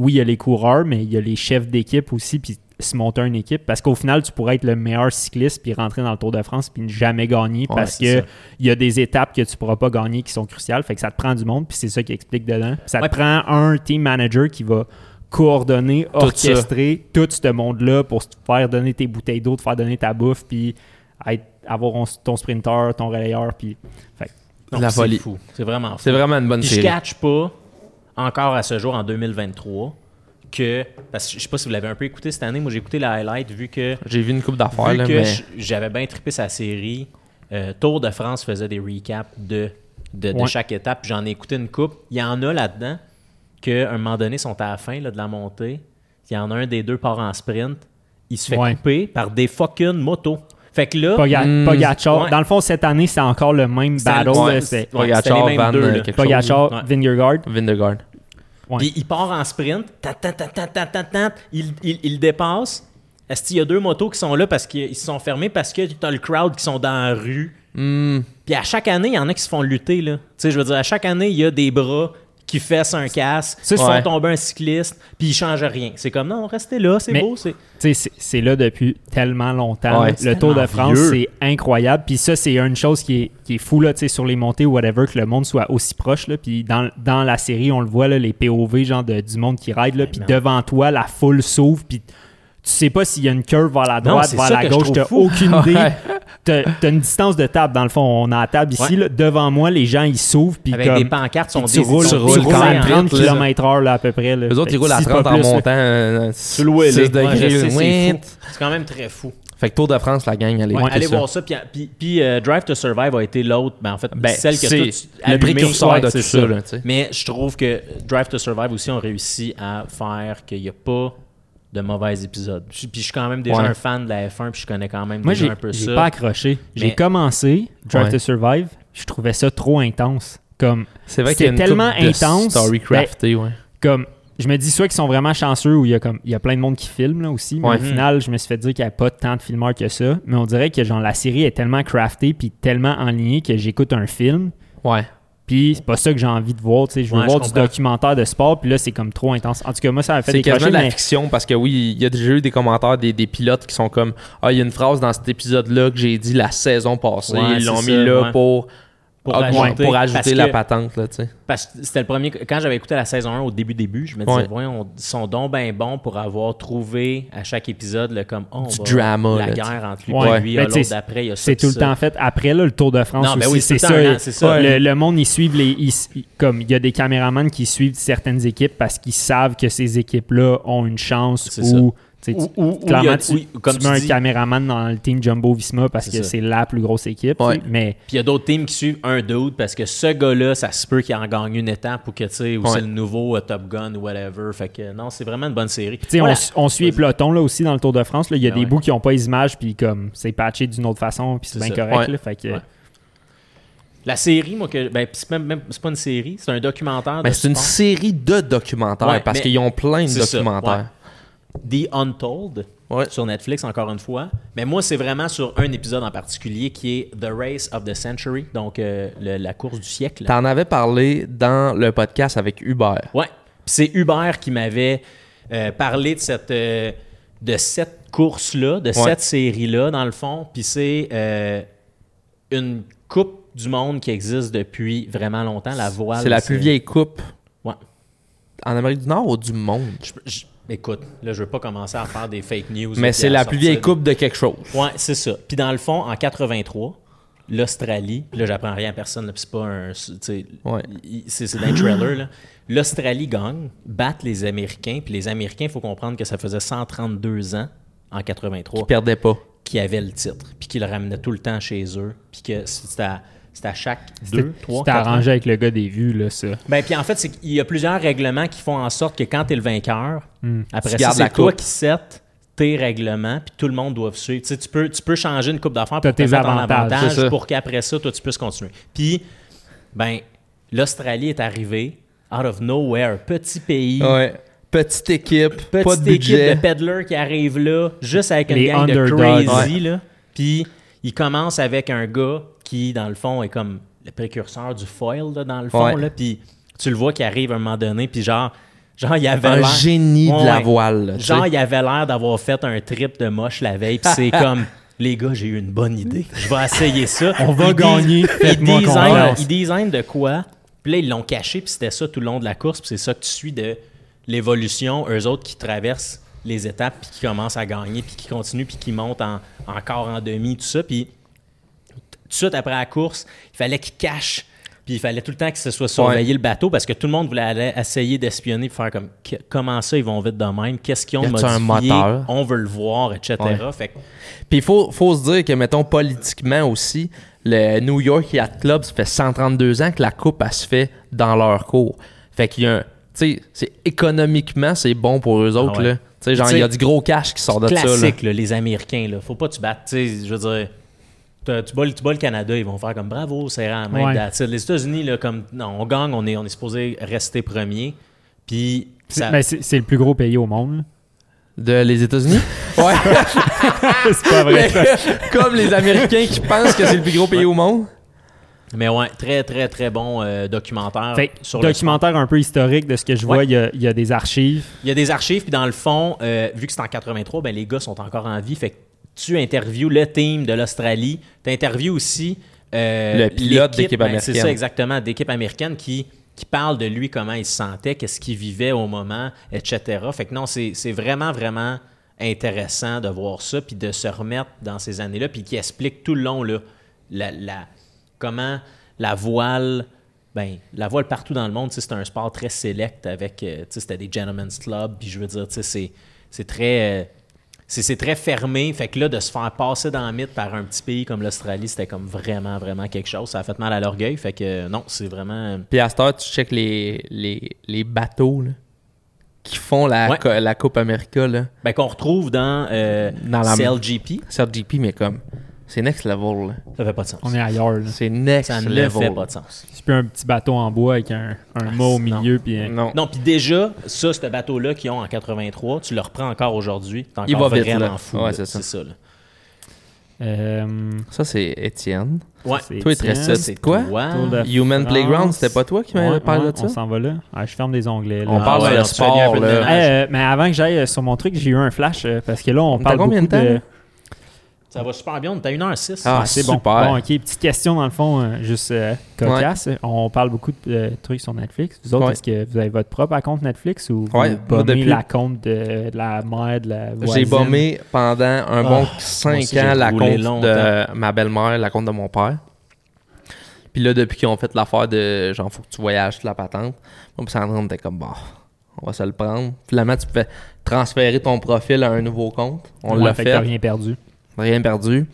Speaker 2: oui, il y a les coureurs, mais il y a les chefs d'équipe aussi, puis se monter une équipe. Parce qu'au final, tu pourrais être le meilleur cycliste, puis rentrer dans le Tour de France, puis ne jamais gagner,
Speaker 1: Ouais,
Speaker 2: parce
Speaker 1: c'est
Speaker 2: que
Speaker 1: ça.
Speaker 2: il y a des étapes que tu pourras pas gagner qui sont cruciales. Fait que ça te prend du monde, puis c'est ça qui explique dedans. Ça
Speaker 3: Ouais.
Speaker 2: te prend un team manager qui va coordonner,
Speaker 1: ça.
Speaker 2: orchestrer tout ce monde-là pour te faire donner tes bouteilles d'eau, te faire donner ta bouffe, puis être- avoir on- ton sprinter, ton relayeur, puis... Fait que
Speaker 3: Non,
Speaker 1: la
Speaker 3: c'est
Speaker 1: folie.
Speaker 3: fou. C'est vraiment fou.
Speaker 1: C'est vraiment une bonne
Speaker 3: Puis je
Speaker 1: série.
Speaker 3: catch pas, encore à ce jour, en 2023, que... Parce que je sais pas si vous l'avez un peu écouté cette année. Moi, j'ai écouté la highlight, vu que...
Speaker 1: J'ai vu une coupe d'affaires,
Speaker 3: Vu
Speaker 1: là,
Speaker 3: que
Speaker 1: mais...
Speaker 3: j- j'avais bien trippé sa série, euh, Tour de France faisait des recaps de, de, de
Speaker 2: Ouais.
Speaker 3: chaque étape. puis J'en ai écouté une coupe. Il y en a là-dedans qu'à un moment donné, sont à la fin là, de la montée. Il y en a un des deux part en sprint. Il se fait
Speaker 2: Ouais.
Speaker 3: couper par des fucking motos. Fait que là,
Speaker 2: Poga-
Speaker 1: Hmm.
Speaker 2: Pogacar-
Speaker 3: Ouais.
Speaker 2: Dans le fond, cette année, c'est encore le même
Speaker 3: c'est-
Speaker 2: battle.
Speaker 3: ouais,
Speaker 2: là,
Speaker 3: c'est-
Speaker 2: c'est
Speaker 3: ouais,
Speaker 1: Pogacar,
Speaker 3: c'était les mêmes
Speaker 1: Van,
Speaker 3: deux,
Speaker 1: euh,
Speaker 3: là.
Speaker 1: quelque
Speaker 2: Pogacar,
Speaker 3: Ouais.
Speaker 2: Vingegaard.
Speaker 1: Vindegaard.
Speaker 2: Ouais.
Speaker 3: Puis il part en sprint, ta- ta- ta- ta- ta- ta- ta, il, il, il dépasse. Est-ce qu'il y a deux motos qui sont là parce qu'ils ils se sont fermés parce que t'as le crowd qui sont dans la rue. Puis à chaque année, il y en a qui se font lutter là. Tu sais, je veux dire, à chaque année, il y a des bras qui fessent un casse, qui
Speaker 2: Ça,
Speaker 3: font
Speaker 1: c'est- Ouais.
Speaker 3: tomber un cycliste, puis ils changent rien. C'est comme non, restez là, c'est
Speaker 2: Mais-
Speaker 3: beau, c'est.
Speaker 2: Tu sais, c'est c'est là depuis tellement longtemps.
Speaker 1: Ouais,
Speaker 2: le
Speaker 1: c'est
Speaker 2: Tour de
Speaker 1: tellement
Speaker 2: France,
Speaker 1: vieux.
Speaker 2: c'est incroyable. Puis ça, c'est une chose qui est, qui est fou là, tu sais, sur les montées ou whatever, que le monde soit aussi proche. Là. Puis dans, dans la série, on le voit, là, les POV genre de- du monde qui ride. Là, puis devant toi, la foule s'ouvre. Puis tu sais pas s'il y a une curve vers la
Speaker 3: Non,
Speaker 2: droite,
Speaker 3: c'est
Speaker 2: vers
Speaker 3: ça
Speaker 2: la
Speaker 3: que je
Speaker 2: gauche.
Speaker 3: trouve
Speaker 2: T'as
Speaker 3: fou.
Speaker 2: aucune idée.
Speaker 1: Ouais.
Speaker 2: T'as t'as une distance de table. Dans le fond, on a la table ici.
Speaker 3: Ouais.
Speaker 2: là. devant moi, les gens, ils s'ouvrent. Puis
Speaker 3: Avec
Speaker 2: comme,
Speaker 3: des pancartes, sont
Speaker 2: tu
Speaker 3: des
Speaker 2: roules, tu
Speaker 3: sont des
Speaker 2: roules
Speaker 1: roules
Speaker 2: quand même
Speaker 1: en
Speaker 2: 30
Speaker 1: 30 là.
Speaker 2: km/h là, à peu près. Là.
Speaker 1: Les autres, ils
Speaker 2: Fait que
Speaker 1: roulent à
Speaker 2: si Ben, pas
Speaker 1: 30 en
Speaker 2: plus, là.
Speaker 1: montant. euh,
Speaker 3: Sur le wheel,
Speaker 1: 6
Speaker 3: là. Ouais, je
Speaker 1: degrés.
Speaker 3: sais, c'est
Speaker 1: Ouais.
Speaker 3: fou. C'est quand même très fou.
Speaker 1: Fait que Tour de France, la gang, allez
Speaker 3: Ouais,
Speaker 1: écouter
Speaker 3: allez
Speaker 1: ça.
Speaker 3: voir ça. Puis, puis- puis, euh, Drive to Survive a été l'autre, ben, en fait,
Speaker 1: Ben,
Speaker 3: celle que
Speaker 1: c'est
Speaker 3: tout
Speaker 1: le
Speaker 3: allumé.
Speaker 1: précurseur de
Speaker 3: c'est
Speaker 1: tout ça, là, tu sais.
Speaker 3: Mais je trouve que Drive to Survive aussi ont réussi à faire qu'il n'y a pas de mauvais épisodes. Je- Puis je suis quand même déjà
Speaker 1: Ouais.
Speaker 3: un fan de la F1, puis je connais quand même
Speaker 2: Moi,
Speaker 3: déjà
Speaker 2: j'ai
Speaker 3: un peu
Speaker 2: j'ai
Speaker 3: ça.
Speaker 2: pas accroché. J'ai
Speaker 3: Mais-
Speaker 2: commencé Drive
Speaker 1: Ouais.
Speaker 2: to Survive. Je trouvais ça trop intense. Comme,
Speaker 1: C'est vrai
Speaker 2: C'est
Speaker 1: qu'il y a une
Speaker 2: tellement
Speaker 1: couple de
Speaker 2: intense,
Speaker 1: Story
Speaker 2: ben,
Speaker 1: craftée, ouais.
Speaker 2: comme, je me dis soit qu'ils sont vraiment chanceux ou il y a comme il y a plein de monde qui filme là aussi. Mais
Speaker 1: Ouais.
Speaker 2: au final, je me suis fait dire qu'il n'y a pas tant de filmeurs que ça. Mais on dirait que genre la série est tellement craftée puis tellement en ligne que j'écoute un film.
Speaker 1: Ouais.
Speaker 2: Puis c'est pas ça que j'ai envie de voir. tu sais. Je veux
Speaker 3: Ouais,
Speaker 2: voir
Speaker 3: je
Speaker 2: du
Speaker 3: comprends.
Speaker 2: documentaire de sport. Puis là, c'est comme trop intense. En tout cas, moi, ça m'a fait
Speaker 1: C'est quasiment
Speaker 2: décrocher.
Speaker 1: de la
Speaker 2: mais-
Speaker 1: fiction parce que oui, il y a déjà eu des commentaires des, des pilotes qui sont comme Ah, il y a une phrase dans cet épisode-là que j'ai dit la saison passée.
Speaker 3: Ouais,
Speaker 1: Ils l'ont
Speaker 3: c'est
Speaker 1: mis
Speaker 3: ça,
Speaker 1: là
Speaker 3: ouais.
Speaker 1: pour,
Speaker 3: Pour
Speaker 1: augmenter-
Speaker 3: rajouter,
Speaker 1: pour
Speaker 3: parce
Speaker 1: ajouter la
Speaker 3: que-
Speaker 1: patente, là, tu sais.
Speaker 3: Parce que c'était le premier. Quand j'avais écouté la saison 1 au début, début, je me disais,
Speaker 1: Ouais.
Speaker 3: voyons, ils sont donc bien bons pour avoir trouvé à chaque épisode le comme. oh, on
Speaker 1: Du
Speaker 3: va-
Speaker 1: drama,
Speaker 3: La
Speaker 1: là,
Speaker 3: guerre entre lui
Speaker 2: Ouais.
Speaker 3: et lui,
Speaker 2: Ben,
Speaker 3: ah,
Speaker 2: tu sais,
Speaker 3: l'autre d'après, il y a ça,
Speaker 2: C'est
Speaker 3: puis
Speaker 2: tout le
Speaker 3: ça.
Speaker 2: temps fait. Après, là, le Tour de France
Speaker 3: Non, ben
Speaker 2: aussi,
Speaker 3: oui,
Speaker 2: c'est
Speaker 3: c'est
Speaker 2: ça.
Speaker 3: tout le temps un an,
Speaker 2: il-
Speaker 3: c'est ça.
Speaker 2: Le, le monde, ils suivent les... ils- ils- comme il y a des caméramans qui suivent certaines équipes parce qu'ils savent que ces équipes-là ont une chance
Speaker 3: C'est
Speaker 2: ou Tu sais, tu-
Speaker 3: Ou- ou- ou il y
Speaker 2: clairement,
Speaker 3: a-
Speaker 2: tu,
Speaker 3: oui, comme
Speaker 2: tu
Speaker 3: tu
Speaker 2: mets un
Speaker 3: dis.
Speaker 2: caméraman dans le team Jumbo Visma parce
Speaker 3: C'est
Speaker 2: que
Speaker 3: ça.
Speaker 2: c'est la plus grosse équipe. tu sais,
Speaker 1: Ouais.
Speaker 2: Mais
Speaker 3: Puis il y a d'autres teams qui suivent un dude parce que ce gars-là, ça se peut qu'il en gagne une étape ou que tu sais, ou
Speaker 1: Ouais.
Speaker 3: c'est le nouveau euh, Top Gun ou whatever. Fait que euh, non, c'est vraiment une bonne série.
Speaker 2: tu sais,
Speaker 3: Voilà.
Speaker 2: on, su- on suit les pelotons là, aussi dans le Tour de France. là. Il y a
Speaker 3: Ah
Speaker 2: des
Speaker 3: ouais.
Speaker 2: bouts qui n'ont pas les images, puis comme c'est patché d'une autre façon, puis c'est
Speaker 3: C'est
Speaker 2: bien
Speaker 3: ça.
Speaker 2: correct.
Speaker 1: Ouais.
Speaker 2: là, fait que,
Speaker 3: Ouais. La série, moi, que. Ben, pis c'est même, même- c'est pas une série, c'est un documentaire.
Speaker 1: Mais
Speaker 3: Ah, de
Speaker 1: Ben, c'est une
Speaker 3: sport.
Speaker 1: série de documentaires
Speaker 3: Ouais,
Speaker 1: parce
Speaker 3: mais-
Speaker 1: qu'ils ont plein de
Speaker 3: C'est ça,
Speaker 1: documentaires.
Speaker 3: The Untold
Speaker 1: Ouais.
Speaker 3: sur Netflix, encore une fois. Mais moi, c'est vraiment sur un épisode en particulier qui est The Race of the Century, donc euh, le- la course du siècle.
Speaker 1: T'en avais parlé dans le podcast avec Hubert.
Speaker 3: Ouais. Puis c'est Hubert qui m'avait euh, parlé de cette, euh, de cette course-là, de cette série-là, dans le fond. Puis c'est euh, une coupe du monde qui existe depuis vraiment longtemps, la voile.
Speaker 1: c'est la plus vieille coupe
Speaker 3: Ouais.
Speaker 1: en Amérique du Nord ou du monde.
Speaker 3: Je- je- écoute, là, je veux pas commencer à faire des fake news.
Speaker 1: Mais
Speaker 3: puis
Speaker 1: c'est
Speaker 3: à
Speaker 1: la
Speaker 3: sortir
Speaker 1: plus vieille
Speaker 3: des-
Speaker 1: coupe de quelque chose.
Speaker 3: Ouais, c'est ça. Puis dans le fond, en 83, l'Australie, puis là, j'apprends rien à personne, là, puis c'est pas un. tu sais,
Speaker 1: Ouais.
Speaker 3: il- C'est c'est dans le trailer, là. L'Australie gagne, battent les Américains, puis les Américains, il faut comprendre que ça faisait 132 ans en 83
Speaker 1: Ils perdaient pas.
Speaker 3: qui avaient le titre, puis qu'ils le ramenaient tout le temps chez eux, puis que c'était à, c'était à chaque
Speaker 2: c'était-
Speaker 3: deux, trois,
Speaker 2: C'était
Speaker 3: quatre ans.
Speaker 2: arrangé avec le gars des vues, là, ça.
Speaker 3: Ben, puis en fait, c'est qu'il y a plusieurs règlements qui font en sorte que quand tu es le vainqueur, après
Speaker 1: Hmm. Tu
Speaker 3: ça,
Speaker 1: gardes la
Speaker 3: c'est toi
Speaker 1: coupe.
Speaker 3: qui set tes règlements, puis tout le monde doit suivre. Tu, sais, tu peux, tu peux changer une coupe d'affaires
Speaker 2: T'as
Speaker 3: pour te
Speaker 2: tes
Speaker 3: mettre en
Speaker 2: avantages,
Speaker 3: avantage
Speaker 1: c'est ça.
Speaker 3: pour qu'après ça, toi, tu puisses continuer. Puis, ben, l'Australie est arrivée out of nowhere, petit pays.
Speaker 1: Ouais. Petite équipe,
Speaker 3: Petite
Speaker 1: pas de
Speaker 3: équipe
Speaker 1: budget.
Speaker 3: de peddlers qui arrive là, juste avec une
Speaker 2: Les
Speaker 3: gang de
Speaker 2: underdogs.
Speaker 3: crazy. Là. Puis il commence avec un gars qui, dans le fond, est comme le précurseur du foil, là, dans le fond.
Speaker 1: Ouais.
Speaker 3: Là. Puis tu le vois qui arrive à un moment donné, puis genre, genre il avait
Speaker 1: Un
Speaker 3: l'air-
Speaker 1: génie de
Speaker 3: Ouais,
Speaker 1: la
Speaker 3: ouais.
Speaker 1: voile. là, tu
Speaker 3: Genre,
Speaker 1: sais.
Speaker 3: il avait l'air d'avoir fait un trip de moche la veille, puis
Speaker 2: <laughs>
Speaker 3: c'est comme... Les gars, j'ai eu une bonne idée. Je vais essayer ça.
Speaker 2: <laughs> On va
Speaker 3: Il dis-
Speaker 2: gagner,
Speaker 3: Il
Speaker 2: faites-moi
Speaker 3: design,
Speaker 2: confiance.
Speaker 3: il design de quoi? Puis là, ils l'ont caché, puis c'était ça tout le long de la course, puis c'est ça que tu suis de l'évolution. Eux autres qui traversent les étapes, puis qui commencent à gagner, puis qui continuent, puis qui montent en- encore en demi, tout ça. Puis tout de suite après la course, il fallait qu'ils cachent. Puis il fallait tout le temps que ce soit surveillé le bateau parce que tout le monde voulait aller essayer d'espionner pour faire comme que- comment ça ils vont vite de même, qu'est-ce qu'ils ont
Speaker 1: Y a-t-il un
Speaker 3: modifié,
Speaker 1: moteur?
Speaker 3: on veut le voir, etc.
Speaker 1: Ouais.
Speaker 3: Fait que-
Speaker 1: Puis il faut, faut se dire que, mettons, politiquement aussi, le New York Yacht Club, ça fait 132 ans que la coupe, elle se fait dans leur cours. Fait qu'il y a un. Tu sais, c'est économiquement, c'est bon pour eux autres,
Speaker 3: Ah ouais.
Speaker 1: là. Tu sais, genre,
Speaker 3: Tu sais,
Speaker 1: il y a du gros cash qui sort de ça, là.
Speaker 3: classique, là, les Américains. Là. Faut pas que tu battes. tu sais, Je veux dire, t'as- tu bats, le- tu bats le Canada, ils vont faire comme bravo, c'est rare.
Speaker 2: Ouais.
Speaker 3: Les États-Unis, là, comme non, on gagne, on est, on est supposé rester premier. Puis ça.
Speaker 2: Mais c'est c'est le plus gros pays au monde.
Speaker 1: De les
Speaker 3: <laughs>
Speaker 1: États-Unis? ouais.
Speaker 2: là. <laughs> c'est pas vrai. ça.
Speaker 1: <laughs> Comme les Américains qui pensent que c'est le plus gros pays au monde.
Speaker 3: Mais ouais, très, très, très bon euh, documentaire.
Speaker 2: Fait que
Speaker 3: sur le
Speaker 2: documentaire un peu historique de ce que je vois,
Speaker 3: Ouais.
Speaker 2: il y a- il y, a des archives.
Speaker 3: Il y a des archives, puis dans le fond, euh, vu que c'est en 83, ben, les gars sont encore en vie. Fait que tu interviews le team de l'Australie. Tu interviews aussi euh,
Speaker 1: Le pilote
Speaker 3: l'équipe,
Speaker 1: d'équipe
Speaker 3: C'est
Speaker 1: américaine.
Speaker 3: ça, exactement, d'équipe américaine qui, qui parle de lui, comment il se sentait, qu'est-ce qu'il vivait au moment, etc. Fait que non, c'est c'est vraiment, vraiment intéressant de voir ça, puis de se remettre dans ces années-là, puis qui explique tout le long là, la, la- comment la voile. Ben, la voile partout dans le monde, tu sais, c'est un sport très select avec, euh, tu sais, c'était des gentlemen's clubs, puis je veux dire, tu sais, c'est- c'est très, euh, c'est c'est très fermé. Fait que là, de se faire passer dans le mythe par un petit pays comme l'Australie, c'était comme vraiment, vraiment quelque chose. Ça a fait mal à l'orgueil. Fait que euh, non, c'est vraiment.
Speaker 1: Puis à cette heure, tu checkes les, les, les bateaux là, qui font la,
Speaker 3: Ouais.
Speaker 1: co- la Coupe America. Là.
Speaker 3: Ben, qu'on retrouve dans, euh,
Speaker 1: Dans la-
Speaker 3: CLGP.
Speaker 1: Certes, JP, mais comme, c'est next level. là.
Speaker 3: Ça fait pas de sens.
Speaker 2: On est ailleurs. là.
Speaker 1: C'est next
Speaker 3: Ça ne
Speaker 1: level.
Speaker 3: fait pas de sens.
Speaker 2: C'est plus un petit bateau en bois avec un, un mât au
Speaker 3: Ah, non.
Speaker 2: milieu. puis un-
Speaker 1: Non.
Speaker 3: Non, puis déjà, ça, ce bateau-là qu'ils ont en 83, tu le reprends encore aujourd'hui. T'es
Speaker 1: Il
Speaker 3: encore
Speaker 1: va vite,
Speaker 3: vraiment
Speaker 1: là.
Speaker 3: fou.
Speaker 1: Ouais,
Speaker 3: là.
Speaker 1: c'est ça.
Speaker 3: C'est ça, là.
Speaker 2: Euh,
Speaker 1: Ça, c'est Étienne.
Speaker 3: Ouais.
Speaker 2: c'est
Speaker 1: Toi, il te
Speaker 2: Étienne.
Speaker 1: reste ça, c'est quoi?
Speaker 3: toi.
Speaker 2: Tour de
Speaker 1: Ah. Human
Speaker 2: France.
Speaker 1: Playground, c'était pas toi qui m'avais
Speaker 2: Ouais,
Speaker 1: parlé
Speaker 2: ouais,
Speaker 1: de
Speaker 2: On
Speaker 1: ça?
Speaker 2: s'en va là. Ah, je ferme les onglets. là.
Speaker 1: On
Speaker 3: Ah
Speaker 1: parle
Speaker 3: ouais,
Speaker 1: de
Speaker 3: on se fait lier un
Speaker 1: sport,
Speaker 3: peu de
Speaker 1: là.
Speaker 3: ménage.
Speaker 2: Hey, euh, mais avant que j'aille euh, sur mon truc, j'ai eu un flash euh, parce que là, on
Speaker 1: T'as
Speaker 2: parle
Speaker 1: combien de
Speaker 2: beaucoup
Speaker 1: temps,
Speaker 2: de-
Speaker 1: là?
Speaker 3: Ça va super bien. On est à 1h06.
Speaker 1: Ah,
Speaker 2: Ah, c'est bon.
Speaker 1: super.
Speaker 2: Bon, ok. Petite question, dans le fond, euh, juste euh, cocasse. On parle beaucoup de euh, trucs sur Netflix. Vous autres,
Speaker 1: Ouais.
Speaker 2: est-ce que vous avez votre propre compte Netflix ou
Speaker 1: Ouais, moi,
Speaker 2: vous bombez
Speaker 1: depuis-
Speaker 2: la compte de, de la mère, de la voisine?
Speaker 1: J'ai bombé pendant un bon
Speaker 3: Ah,
Speaker 1: 5
Speaker 3: moi aussi,
Speaker 1: ans
Speaker 3: j'ai
Speaker 1: la
Speaker 3: roulé
Speaker 1: compte
Speaker 3: longtemps.
Speaker 1: de ma belle-mère, la compte de mon père. Puis là, depuis qu'ils ont fait l'affaire de genre, faut que tu voyages toute la patente, moi, puis Sandrine était comme, bah, on va se le prendre. Finalement, tu peux transférer ton profil à un nouveau compte. On
Speaker 2: Ouais,
Speaker 1: l'a
Speaker 2: que
Speaker 1: fait,
Speaker 2: t'as rien perdu.
Speaker 1: rien perdu.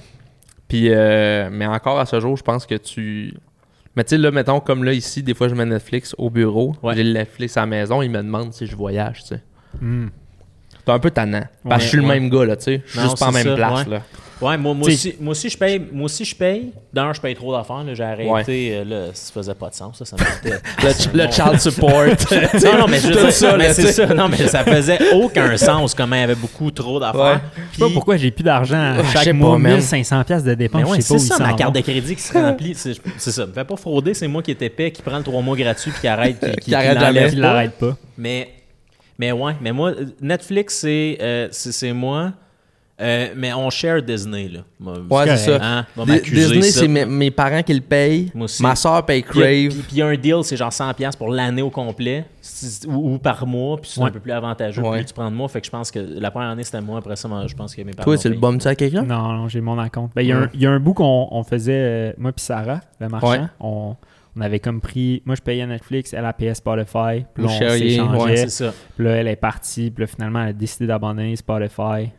Speaker 1: Puis, euh, mais encore à ce jour, je pense que tu. Mais tu sais, là, mettons, comme là, ici, des fois, je mets Netflix au bureau,
Speaker 3: Ouais.
Speaker 1: j'ai le Netflix à la maison, ils me demandent si je voyage, tu sais.
Speaker 2: Hmm.
Speaker 1: C'est un peu tannant. Parce
Speaker 3: Ouais,
Speaker 1: que je suis
Speaker 3: ouais.
Speaker 1: le même gars, là, tu sais. Je suis
Speaker 3: Non,
Speaker 1: juste pas en
Speaker 3: c'est
Speaker 1: même
Speaker 3: ça,
Speaker 1: place,
Speaker 3: ouais.
Speaker 1: là.
Speaker 3: Ouais, moi, moi,
Speaker 2: T'sais-
Speaker 3: aussi, moi aussi, je paye. Moi aussi, je paye. D'un, je paye trop d'affaires. là, J'ai arrêté. euh, là, ça faisait pas de sens. Ça, ça m'était.
Speaker 1: <laughs> Le, le child support. tu sais,
Speaker 3: <laughs> Non, non, mais je veux
Speaker 1: tout
Speaker 3: dire,
Speaker 1: ça, là,
Speaker 3: mais
Speaker 1: tu
Speaker 3: c'est
Speaker 1: sais.
Speaker 3: ça. Non, mais ça faisait aucun sens comment il y avait beaucoup trop d'affaires.
Speaker 1: Ouais.
Speaker 2: Je sais pas
Speaker 3: Puis-
Speaker 2: pourquoi j'ai plus d'argent à
Speaker 1: Ouais, je sais
Speaker 2: chaque
Speaker 1: pas,
Speaker 2: mois,
Speaker 1: man.
Speaker 2: 1500 pièces de dépenses,
Speaker 3: Mais ouais,
Speaker 2: je sais
Speaker 3: c'est
Speaker 2: pas où ils
Speaker 3: ça,
Speaker 2: s'en
Speaker 3: ma
Speaker 2: vont.
Speaker 3: carte de crédit qui se remplit. C'est c'est ça. Me fais pas frauder, c'est moi qui est épais, qui prend le 3 mois gratuit puis qui arrête. Qui, qui,
Speaker 1: Euh, Qui arrête
Speaker 3: l'enlève
Speaker 1: jamais.
Speaker 2: Ils
Speaker 3: pas.
Speaker 2: l'arrêtent pas.
Speaker 3: Mais, mais ouais, mais moi, euh, Netflix, c'est euh, c'est c'est moi. Euh, mais on share Disney, là. Moi,
Speaker 1: Ouais, c'est
Speaker 2: correct.
Speaker 1: ça.
Speaker 3: hein, va
Speaker 1: Di-
Speaker 3: m'accuser,
Speaker 1: Disney,
Speaker 3: ça.
Speaker 1: c'est mes, mes parents qui le payent.
Speaker 3: Moi aussi.
Speaker 1: Ma soeur paye
Speaker 3: Puis il y a- Puis
Speaker 1: Crave.
Speaker 3: puis il y a un deal, c'est genre 100$ pour l'année au complet si- ou, ou par mois, puis c'est
Speaker 2: Ouais.
Speaker 3: un peu plus avantageux.
Speaker 1: Ouais.
Speaker 3: Plus tu prends de moi, fait que je pense que la première année c'était moi, après ça, moi, je pense que mes parents.
Speaker 1: Toi,
Speaker 3: ont
Speaker 1: tu le
Speaker 3: payé.
Speaker 1: bums-tu à quelqu'un?
Speaker 2: Non, non, j'ai mon compte. Ben, Il y a
Speaker 1: Ouais.
Speaker 2: un- il y, a un bout qu'on on faisait, euh, moi puis Sarah, le marchand,
Speaker 1: Ouais.
Speaker 2: on, on avait comme pris, moi je payais Netflix, elle a payé Spotify, puis
Speaker 1: Vous
Speaker 2: là, on
Speaker 1: shariez,
Speaker 3: Ouais,
Speaker 2: s'échangeait,
Speaker 3: c'est ça.
Speaker 2: puis là elle est partie, puis là finalement elle a décidé d'abandonner Spotify.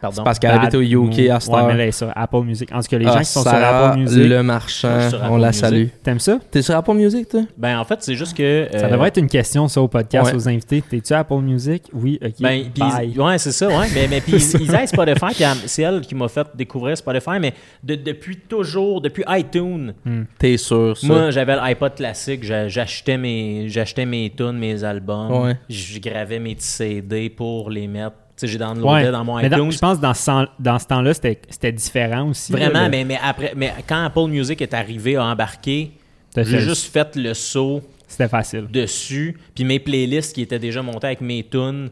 Speaker 3: Pardon.
Speaker 1: Parce qu'elle habite
Speaker 2: Bad
Speaker 1: au UK à
Speaker 2: move.
Speaker 1: cette
Speaker 2: Ouais,
Speaker 1: heure.
Speaker 2: mais là, ça, Apple Music. En tout cas, les
Speaker 1: Ah,
Speaker 2: gens qui sont sur
Speaker 1: Sarah,
Speaker 2: Apple Music,
Speaker 1: le
Speaker 3: Je
Speaker 1: marchand,
Speaker 3: suis sur
Speaker 1: on
Speaker 3: Apple
Speaker 1: la
Speaker 3: Music.
Speaker 1: salue.
Speaker 2: t'aimes ça?
Speaker 1: T'es sur Apple Music, toi?
Speaker 3: Ben, en fait, c'est juste que.
Speaker 2: Ça
Speaker 3: euh,
Speaker 2: devrait être une question, ça, au podcast,
Speaker 1: ouais.
Speaker 2: aux invités. T'es-tu à Apple Music? Oui, ok,
Speaker 3: Ben, puis
Speaker 2: bye.
Speaker 3: ils- ouais, c'est ça, ouais. Mais, mais puis ils, ils aident Spotify, puis elle- c'est elle qui m'a fait découvrir Spotify, mais de- depuis toujours, depuis iTunes,
Speaker 2: Mm.
Speaker 1: T'es sûr, ça?
Speaker 3: moi j'avais l'iPod classique, j'a- j'achetais mes j'achetais mes tunes, mes albums,
Speaker 1: Ouais.
Speaker 3: je gravais mes petits CD pour les mettre. Tu sais, j'ai downloadé
Speaker 2: Ouais.
Speaker 3: dans mon
Speaker 2: Mais
Speaker 3: iTunes.
Speaker 2: dans- je pense que dans ce, sens- dans ce temps-là, c'était c'était différent aussi. là,
Speaker 3: Vraiment,
Speaker 2: le-
Speaker 3: mais, mais après, mais quand Apple Music est arrivé à embarquer,
Speaker 2: T'as
Speaker 3: j'ai
Speaker 2: fait-
Speaker 3: juste fait le saut
Speaker 2: C'était facile.
Speaker 3: dessus, puis mes playlists qui étaient déjà montées avec mes tunes,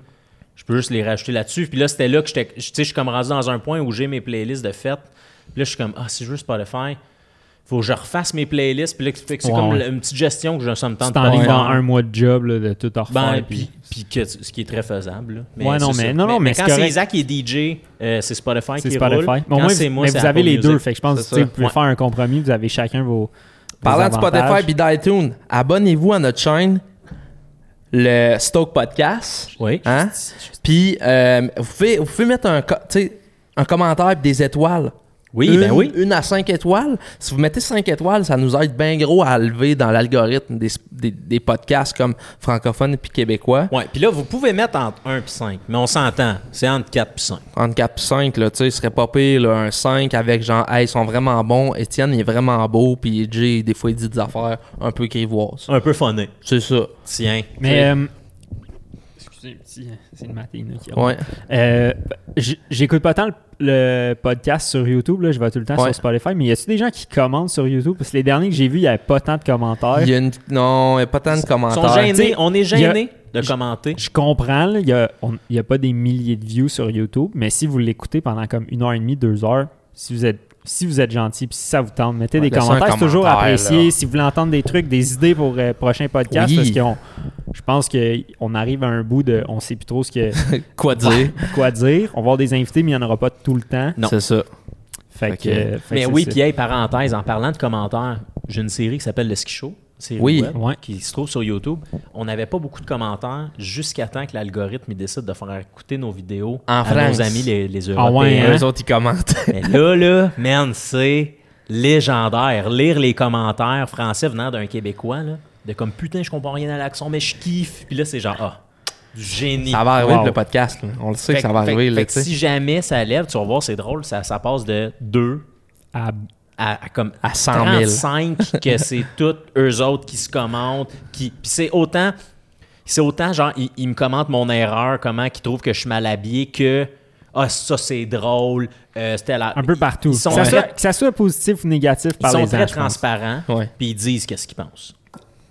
Speaker 3: je peux juste les rajouter là-dessus. Puis là, c'était là que j'étais, je- tu sais, je suis comme rendu dans un point où j'ai mes playlists de fête. Puis là, je suis comme, ah, si je veux Spotify, faut que je refasse mes playlists. Puis là, c'est c'est
Speaker 2: Ouais,
Speaker 3: comme
Speaker 2: ouais.
Speaker 3: le- une petite gestion que je ça me
Speaker 2: Tu
Speaker 3: tente pas de
Speaker 2: t'enlignes
Speaker 3: faire.
Speaker 2: dans un mois de job là, de tout refaire.
Speaker 3: Ben,
Speaker 2: puis-
Speaker 3: puis, puis que- ce qui est très faisable. là.
Speaker 2: Ouais, non,
Speaker 3: c'est
Speaker 2: mais-
Speaker 3: ça.
Speaker 2: non, non, mais c'est
Speaker 3: quand c'est
Speaker 2: correct.
Speaker 3: Isaac qui est DJ, euh, c'est Spotify
Speaker 2: c'est
Speaker 3: qui
Speaker 2: Spotify.
Speaker 3: roule.
Speaker 2: Mais, au
Speaker 3: Quand
Speaker 2: moins,
Speaker 3: c'est moi,
Speaker 2: mais
Speaker 3: c'est
Speaker 2: vous avez
Speaker 3: Apple
Speaker 2: les deux.
Speaker 3: Music.
Speaker 2: Fait que je pense
Speaker 1: C'est
Speaker 2: que tu sais,
Speaker 1: ça.
Speaker 2: vous pouvez
Speaker 3: Ouais.
Speaker 2: faire un compromis. Vous avez chacun vos. vos
Speaker 1: Parlant de
Speaker 2: avantages.
Speaker 1: Spotify puis d'iTunes, abonnez-vous à notre chaîne, le Stoke Podcast.
Speaker 3: Oui.
Speaker 1: Hein? Puis, euh, vous, pouvez, vous pouvez mettre un, co- tu sais, un commentaire et des étoiles.
Speaker 3: Oui,
Speaker 1: une,
Speaker 3: ben oui.
Speaker 1: Une à cinq étoiles. Si vous mettez cinq étoiles, ça nous aide bien gros à lever dans l'algorithme des, des- des podcasts comme francophones puis québécois.
Speaker 3: Ouais, puis là, vous pouvez mettre entre 1 et 5, mais on s'entend, c'est entre 4 et 5.
Speaker 1: Entre 4 et 5, là, tu sais, ce serait pas pire, là, un 5 avec genre, hey, ils sont vraiment bons, Étienne, il est vraiment beau, puis Jay, des fois, il dit des affaires un peu grivoises.
Speaker 3: Un peu funné.
Speaker 1: C'est ça.
Speaker 3: Tiens.
Speaker 2: Mais. euh, Excusez, petit- euh, c'est une matinée qui arrive.
Speaker 1: Ouais.
Speaker 2: Euh, j- J'écoute pas tant le, le podcast sur YouTube. Là, je vais tout le temps
Speaker 1: Ouais.
Speaker 2: sur Spotify. Mais y a-tu des gens qui commentent sur YouTube? Parce que les derniers que j'ai vus, il y avait pas tant de commentaires.
Speaker 1: Il y a une... Non, il n'y a pas tant de
Speaker 3: Ils
Speaker 1: commentaires.
Speaker 3: sont gênés,
Speaker 2: T'sais,
Speaker 3: on est gênés de
Speaker 2: je-
Speaker 3: commenter.
Speaker 2: Je comprends, là, il n'y a, on- il y a pas des milliers de views sur YouTube, mais si vous l'écoutez pendant comme une heure et demie, deux heures, si vous êtes, si vous êtes gentil puis si ça vous tente, mettez
Speaker 1: Ouais,
Speaker 2: des
Speaker 1: laissez un
Speaker 2: commentaires. C'est toujours
Speaker 1: commentaire,
Speaker 2: apprécié.
Speaker 1: là.
Speaker 2: Si vous voulez entendre des trucs, des idées pour le prochain podcast,
Speaker 1: Oui.
Speaker 2: parce qu'on je pense qu'on arrive à un bout de. On sait plus trop ce que,
Speaker 1: Quoi <laughs> dire?
Speaker 2: quoi dire. On va avoir des invités, mais il n'y en aura pas tout le temps.
Speaker 3: Non.
Speaker 1: C'est ça.
Speaker 2: Fait
Speaker 1: Ok.
Speaker 2: que, euh, fait
Speaker 3: Mais
Speaker 2: que
Speaker 3: oui,
Speaker 2: c'est
Speaker 3: puis hey, parenthèse, en parlant de commentaires, j'ai une série qui s'appelle Le Ski Show, série
Speaker 1: Oui.
Speaker 3: web,
Speaker 2: Ouais.
Speaker 3: hein, qui se trouve sur YouTube. On n'avait pas beaucoup de commentaires jusqu'à temps que l'algorithme il décide de faire écouter nos vidéos
Speaker 1: En
Speaker 3: à
Speaker 1: France.
Speaker 3: nos amis les, les
Speaker 2: Ah ouais,
Speaker 3: Européens.
Speaker 2: hein?
Speaker 1: Eux autres, ils commentent. <laughs>
Speaker 3: Mais là, là, man, c'est légendaire. Lire les commentaires français venant d'un Québécois, là, de comme putain, je comprends rien à l'accent, mais je kiffe. Puis là, c'est genre, ah, du génie.
Speaker 1: ça va arriver
Speaker 2: Wow.
Speaker 1: le podcast. là. On le sait
Speaker 3: Fait
Speaker 1: que ça va
Speaker 3: fait-
Speaker 1: arriver. là,
Speaker 3: fait que
Speaker 1: tu sais.
Speaker 3: si jamais ça lève, tu vas voir, c'est drôle, ça, ça passe de 2
Speaker 2: à-
Speaker 3: à, à comme
Speaker 1: À 100 000.
Speaker 3: 35 <laughs> que c'est toutes eux autres qui se commentent. Qui, puis c'est autant, c'est autant genre, ils, ils me commentent mon erreur, comment ils trouvent que je suis mal habillé, que ah, ça c'est drôle, euh, c'était la-
Speaker 2: un peu
Speaker 3: ils-
Speaker 2: partout.
Speaker 3: Ils sont
Speaker 2: que, ça soit,
Speaker 3: très,
Speaker 2: que ça soit positif ou négatif
Speaker 3: ils
Speaker 2: par
Speaker 3: sont
Speaker 2: les
Speaker 3: très
Speaker 2: gens, je pense.
Speaker 3: transparents,
Speaker 1: Ouais.
Speaker 3: puis ils disent qu'est-ce qu'ils pensent.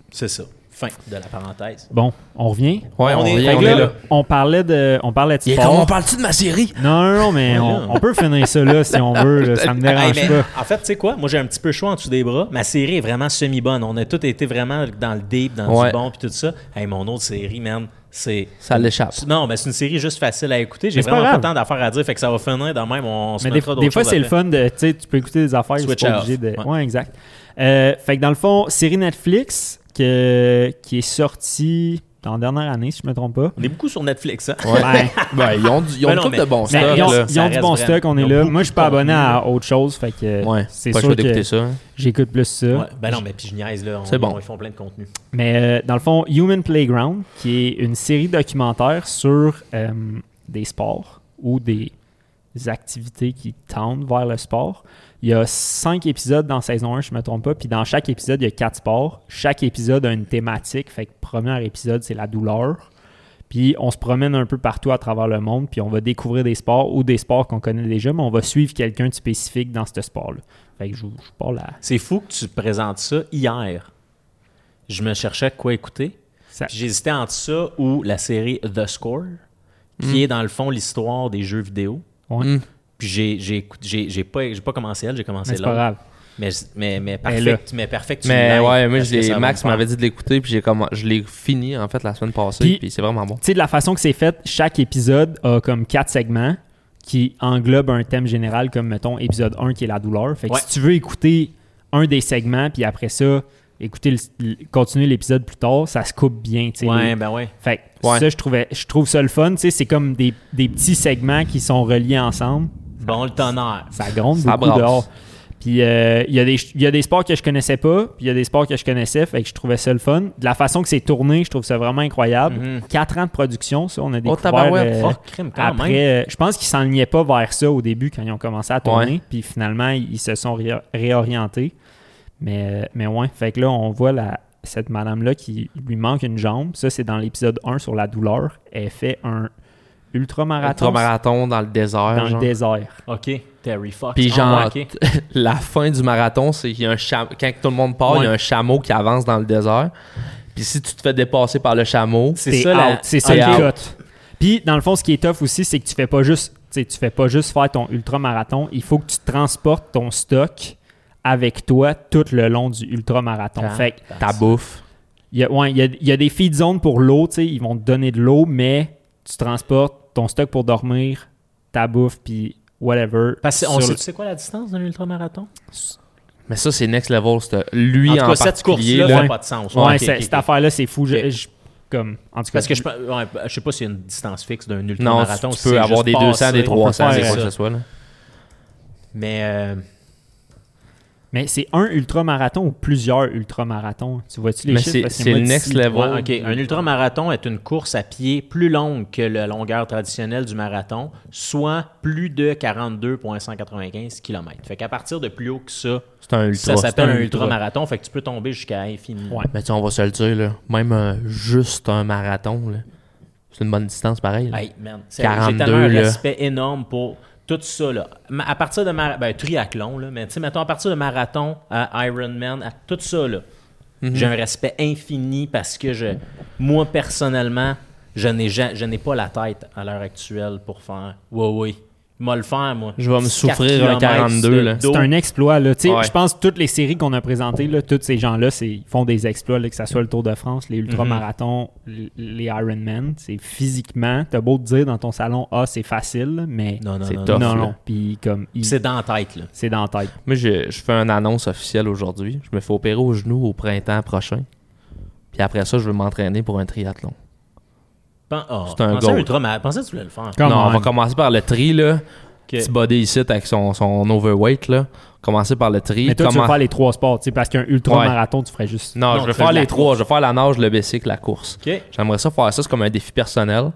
Speaker 3: C'est ça. Fin de la parenthèse.
Speaker 2: Bon, on revient.
Speaker 1: Ouais,
Speaker 3: on
Speaker 1: on,
Speaker 3: est-
Speaker 1: revient,
Speaker 3: fait
Speaker 1: on
Speaker 3: que
Speaker 1: est
Speaker 3: là-
Speaker 1: là.
Speaker 2: On parlait de, on parlait de
Speaker 1: Il est
Speaker 2: sport.
Speaker 1: comme, on parle-tu de ma série?
Speaker 2: Non, non, non, mais on, on peut finir ça là si on veut. là, ça me
Speaker 3: Hey,
Speaker 2: dérange
Speaker 3: mais
Speaker 2: pas.
Speaker 3: en fait, tu sais quoi? Moi, j'ai un petit peu chaud en dessous des bras. Ma série est vraiment semi-bonne. On a tous été vraiment dans le deep, dans
Speaker 1: Ouais.
Speaker 3: du bon, puis tout ça. Hey, mon autre série, man, c'est.
Speaker 1: Ça l'échappe.
Speaker 3: Non, mais c'est une série juste facile à écouter. J'ai
Speaker 2: Mais c'est pas
Speaker 3: vraiment pas
Speaker 2: grave.
Speaker 3: tant d'affaires à dire, fait que ça va finir dans même. On se
Speaker 2: Mais des,
Speaker 3: mettra
Speaker 2: des
Speaker 3: d'autres
Speaker 2: fois,
Speaker 3: choses
Speaker 2: c'est le
Speaker 3: après.
Speaker 2: fun de. Tu sais, tu peux écouter des affaires,
Speaker 3: Switch
Speaker 2: c'est pas
Speaker 3: off.
Speaker 2: obligé de.
Speaker 3: Ouais.
Speaker 2: Ouais, exact. Euh, fait que dans le fond, série Netflix que- qui est sortie. en dernière année, si je me trompe pas.
Speaker 3: On est beaucoup sur Netflix, hein?
Speaker 2: Ben,
Speaker 1: Ben, ils ont, du- ils ont
Speaker 3: Ben
Speaker 1: une
Speaker 3: non,
Speaker 1: couple
Speaker 3: mais-
Speaker 1: de bons
Speaker 2: ben,
Speaker 1: stocks.
Speaker 2: ils ont,
Speaker 1: là.
Speaker 2: ils ont
Speaker 3: <laughs> ça
Speaker 2: du
Speaker 3: reste
Speaker 2: bon
Speaker 3: vrai.
Speaker 2: stock, on
Speaker 3: Ils
Speaker 2: est
Speaker 3: ont
Speaker 2: là.
Speaker 3: beaucoup
Speaker 2: Moi, je suis pas
Speaker 3: de
Speaker 2: abonné
Speaker 3: contenu.
Speaker 2: à autre chose, fait que
Speaker 1: Ouais,
Speaker 2: c'est
Speaker 1: pas le
Speaker 2: sûr
Speaker 1: choix d'écouter
Speaker 2: que
Speaker 1: ça. hein.
Speaker 2: j'écoute plus ça.
Speaker 3: Ouais, ben non, mais puis je niaise, là. on-
Speaker 1: C'est bon.
Speaker 3: Ils font plein de contenu.
Speaker 2: Mais euh, dans le fond, Human Playground, qui est une série documentaire sur euh, des sports ou des activités qui tendent vers le sport. Il y a cinq épisodes dans saison 1, je ne me trompe pas. Puis dans chaque épisode, il y a quatre sports. Chaque épisode a une thématique. Fait que premier épisode, c'est la douleur. Puis on se promène un peu partout à travers le monde. Puis on va découvrir des sports ou des sports qu'on connaît déjà, mais on va suivre quelqu'un de spécifique dans ce sport-là. Fait que je, vous- je vous parle à...
Speaker 3: C'est fou que tu présentes ça hier. Je me cherchais quoi écouter.
Speaker 2: Ça-
Speaker 3: Puis J'hésitais entre ça ou la série The Score, qui est dans le fond l'histoire des jeux vidéo.
Speaker 2: Ouais.
Speaker 1: Mm.
Speaker 3: Puis j'ai- j'ai écout- j'ai j'ai pas, j'ai pas commencé elle, j'ai commencé
Speaker 2: Mais c'est pas
Speaker 3: l'autre.
Speaker 2: grave.
Speaker 3: Mais, mais, mais
Speaker 2: là.
Speaker 3: parfait, tu- mais parfait que tu
Speaker 1: Mais
Speaker 3: l'aies,
Speaker 1: ouais, moi,
Speaker 3: parce
Speaker 1: je
Speaker 3: que
Speaker 1: l'ai-
Speaker 3: ça va
Speaker 1: Max
Speaker 3: me faire-
Speaker 1: m'avait dit de l'écouter, puis j'ai comm- je l'ai fini en fait la semaine passée,
Speaker 2: Puis-
Speaker 1: puis, c'est vraiment bon.
Speaker 2: tu sais, de la façon que c'est fait, chaque épisode a comme quatre segments qui englobent un thème général, comme mettons épisode 1 qui est la douleur. Fait que
Speaker 3: Ouais.
Speaker 2: si tu veux écouter un des segments, puis après ça, écouter le- le- continuer l'épisode plus tard, ça se coupe bien. tu sais.
Speaker 3: Ouais, ben ouais.
Speaker 2: Fait que
Speaker 1: Ouais.
Speaker 2: ça, je, trouvais, je trouve ça le fun. tu sais, C'est comme des, des petits segments qui sont reliés ensemble.
Speaker 3: Bon, le tonnerre.
Speaker 2: Ça gronde
Speaker 1: Ça
Speaker 2: beaucoup
Speaker 1: brasse.
Speaker 2: dehors. Puis euh, il y, a des- il y a des sports que je connaissais pas, puis il y a des sports que je connaissais, fait que je trouvais ça le fun. De la façon que c'est tourné, je trouve ça vraiment incroyable.
Speaker 3: Mhm.
Speaker 2: Quatre ans de production, ça, on a découvert.
Speaker 1: Mm-hmm. tabarouette,
Speaker 2: euh,
Speaker 3: Oh, crime, quand
Speaker 2: après,
Speaker 3: même.
Speaker 2: euh, je pense qu'ils s'enlignaient pas vers ça au début quand ils ont commencé à tourner,
Speaker 1: Ouais.
Speaker 2: puis finalement ils ils se sont ré- réorientés. Mais, euh, mais ouais, fait que là on voit la, cette madame-là qui lui manque une jambe. Ça, c'est dans l'épisode 1 sur la douleur. Elle fait un ultramarathon
Speaker 1: Ultra-marathon dans le désert.
Speaker 2: dans le
Speaker 1: genre.
Speaker 2: désert.
Speaker 3: OK, Terry Fox.
Speaker 1: Puis
Speaker 3: Ah,
Speaker 1: genre,
Speaker 3: ouais, ok.
Speaker 1: <laughs> la fin du marathon, c'est qu'il y a un chameau. Quand tout le monde part, il y a
Speaker 2: Ouais.
Speaker 1: un chameau qui avance dans le désert. Puis si tu te fais dépasser par le chameau,
Speaker 3: C'est ça, la-
Speaker 2: out. C'est ça
Speaker 1: t'es
Speaker 2: le
Speaker 1: out.
Speaker 2: cut. Puis, dans le fond, ce qui est tough aussi, c'est que tu fais pas juste, tu sais, tu fais pas juste faire ton ultramarathon. Il faut que tu transportes ton stock avec toi tout le long du ultramarathon.
Speaker 1: Ah.
Speaker 2: Fait que,
Speaker 1: ta bouffe.
Speaker 2: il y a, ouais, il y a- il y a des feed zones pour l'eau, tu sais, ils vont te donner de l'eau, mais tu transportes ton stock pour dormir, ta bouffe, puis whatever.
Speaker 3: Parce que on
Speaker 2: sur
Speaker 3: sait,
Speaker 2: le-
Speaker 3: tu sais quoi la distance d'un ultramarathon?
Speaker 1: Mais ça, c'est next level. c'est- Lui,
Speaker 3: en
Speaker 1: en,
Speaker 3: tout cas, cette
Speaker 1: particulier,
Speaker 3: course-là
Speaker 1: là,
Speaker 3: fait pas de sens.
Speaker 2: Ouais,
Speaker 3: ok,
Speaker 2: c'est-
Speaker 3: ok,
Speaker 2: cette
Speaker 3: ok.
Speaker 2: affaire-là, c'est fou. Je-
Speaker 3: Ok.
Speaker 2: je- comme, en tout cas,
Speaker 3: Parce que je, pe- ouais, je sais pas s'il y a une distance fixe d'un ultramarathon.
Speaker 1: non, tu
Speaker 3: si
Speaker 1: peux
Speaker 3: c'est
Speaker 1: avoir
Speaker 3: juste
Speaker 1: des 200, des
Speaker 3: passer.
Speaker 1: 300, des
Speaker 2: faire,
Speaker 1: quoi que
Speaker 3: euh,
Speaker 1: ce soit. là.
Speaker 3: Mais euh,
Speaker 2: Mais c'est un ultramarathon ou plusieurs ultramarathons. Tu vois-tu les
Speaker 1: Mais
Speaker 2: chiffres?
Speaker 1: c'est-
Speaker 2: Parce que
Speaker 1: c'est
Speaker 2: moi,
Speaker 1: le next
Speaker 2: d'ici-
Speaker 1: level.
Speaker 3: ouais, ok, un ultramarathon est une course à pied plus longue que la longueur traditionnelle du marathon, soit plus de 42,195 km. Fait qu'à partir de plus haut que ça,
Speaker 1: C'est un
Speaker 3: ça
Speaker 1: ultra.
Speaker 3: s'appelle
Speaker 1: c'est
Speaker 3: un ultramarathon. Fait que tu peux tomber jusqu'à infini.
Speaker 2: Ouais.
Speaker 1: Mais Ben, tu sais, on va se le dire, là, même euh, juste un marathon, là, c'est une bonne distance pareil. là.
Speaker 3: Hey, man, c'est- j'ai
Speaker 1: 42,
Speaker 3: tellement un
Speaker 1: là.
Speaker 3: respect énorme pour tout ça. Là. Ma- À partir de mara- ben, triathlon, là, mais tu sais, mettons, à partir de marathon, à Ironman, à tout ça, là,
Speaker 1: Mhm.
Speaker 3: j'ai un respect infini parce que je, moi, personnellement, je n'ai, ja- je n'ai pas la tête à l'heure actuelle pour faire oui, oui. Moi, le faire, moi.
Speaker 1: Je vais me
Speaker 3: Quatre
Speaker 1: souffrir un
Speaker 3: kilomètres
Speaker 1: 42,
Speaker 3: de
Speaker 1: là.
Speaker 3: dos.
Speaker 2: C'est un exploit. là. Tu sais,
Speaker 1: Ouais.
Speaker 2: Je pense que toutes les séries qu'on a présentées, là, tous ces gens-là, c'est- ils font des exploits, là, que ce soit le Tour de France, les
Speaker 1: Mhm.
Speaker 2: ultramarathons, l- les Ironman. C'est physiquement, t'as beau te dire dans ton salon, ah, c'est facile, mais
Speaker 3: Non, non,
Speaker 1: C'est
Speaker 3: non,
Speaker 1: tough.
Speaker 2: non,
Speaker 1: là.
Speaker 2: non. Puis comme, il-
Speaker 3: non. C'est dans la tête, là.
Speaker 2: c'est dans la tête.
Speaker 1: Moi, je, je fais une annonce officielle aujourd'hui. Je me fais opérer au genou au printemps prochain. Puis après ça, je veux m'entraîner pour un triathlon.
Speaker 3: Pen- oh,
Speaker 1: C'est un
Speaker 3: pensez à
Speaker 1: goal.
Speaker 3: ultramarathon. Pensez que tu voulais le faire.
Speaker 2: Come
Speaker 1: non, on
Speaker 2: on.
Speaker 1: va commencer par le tri, là.
Speaker 3: Que-
Speaker 1: Petit body ici avec son, son overweight, là. Commencer par le tri.
Speaker 2: Mais toi, tu
Speaker 1: Comment-
Speaker 2: vas faire les trois sports, tu sais, parce qu'un ultramarathon, tu ferais juste.
Speaker 1: Non,
Speaker 3: Non,
Speaker 1: je vais
Speaker 3: tu fais
Speaker 1: faire
Speaker 3: de la
Speaker 1: les trois. Je vais faire la nage, le bicycle, la course.
Speaker 3: OK.
Speaker 1: J'aimerais ça faire ça, c'est comme un défi personnel.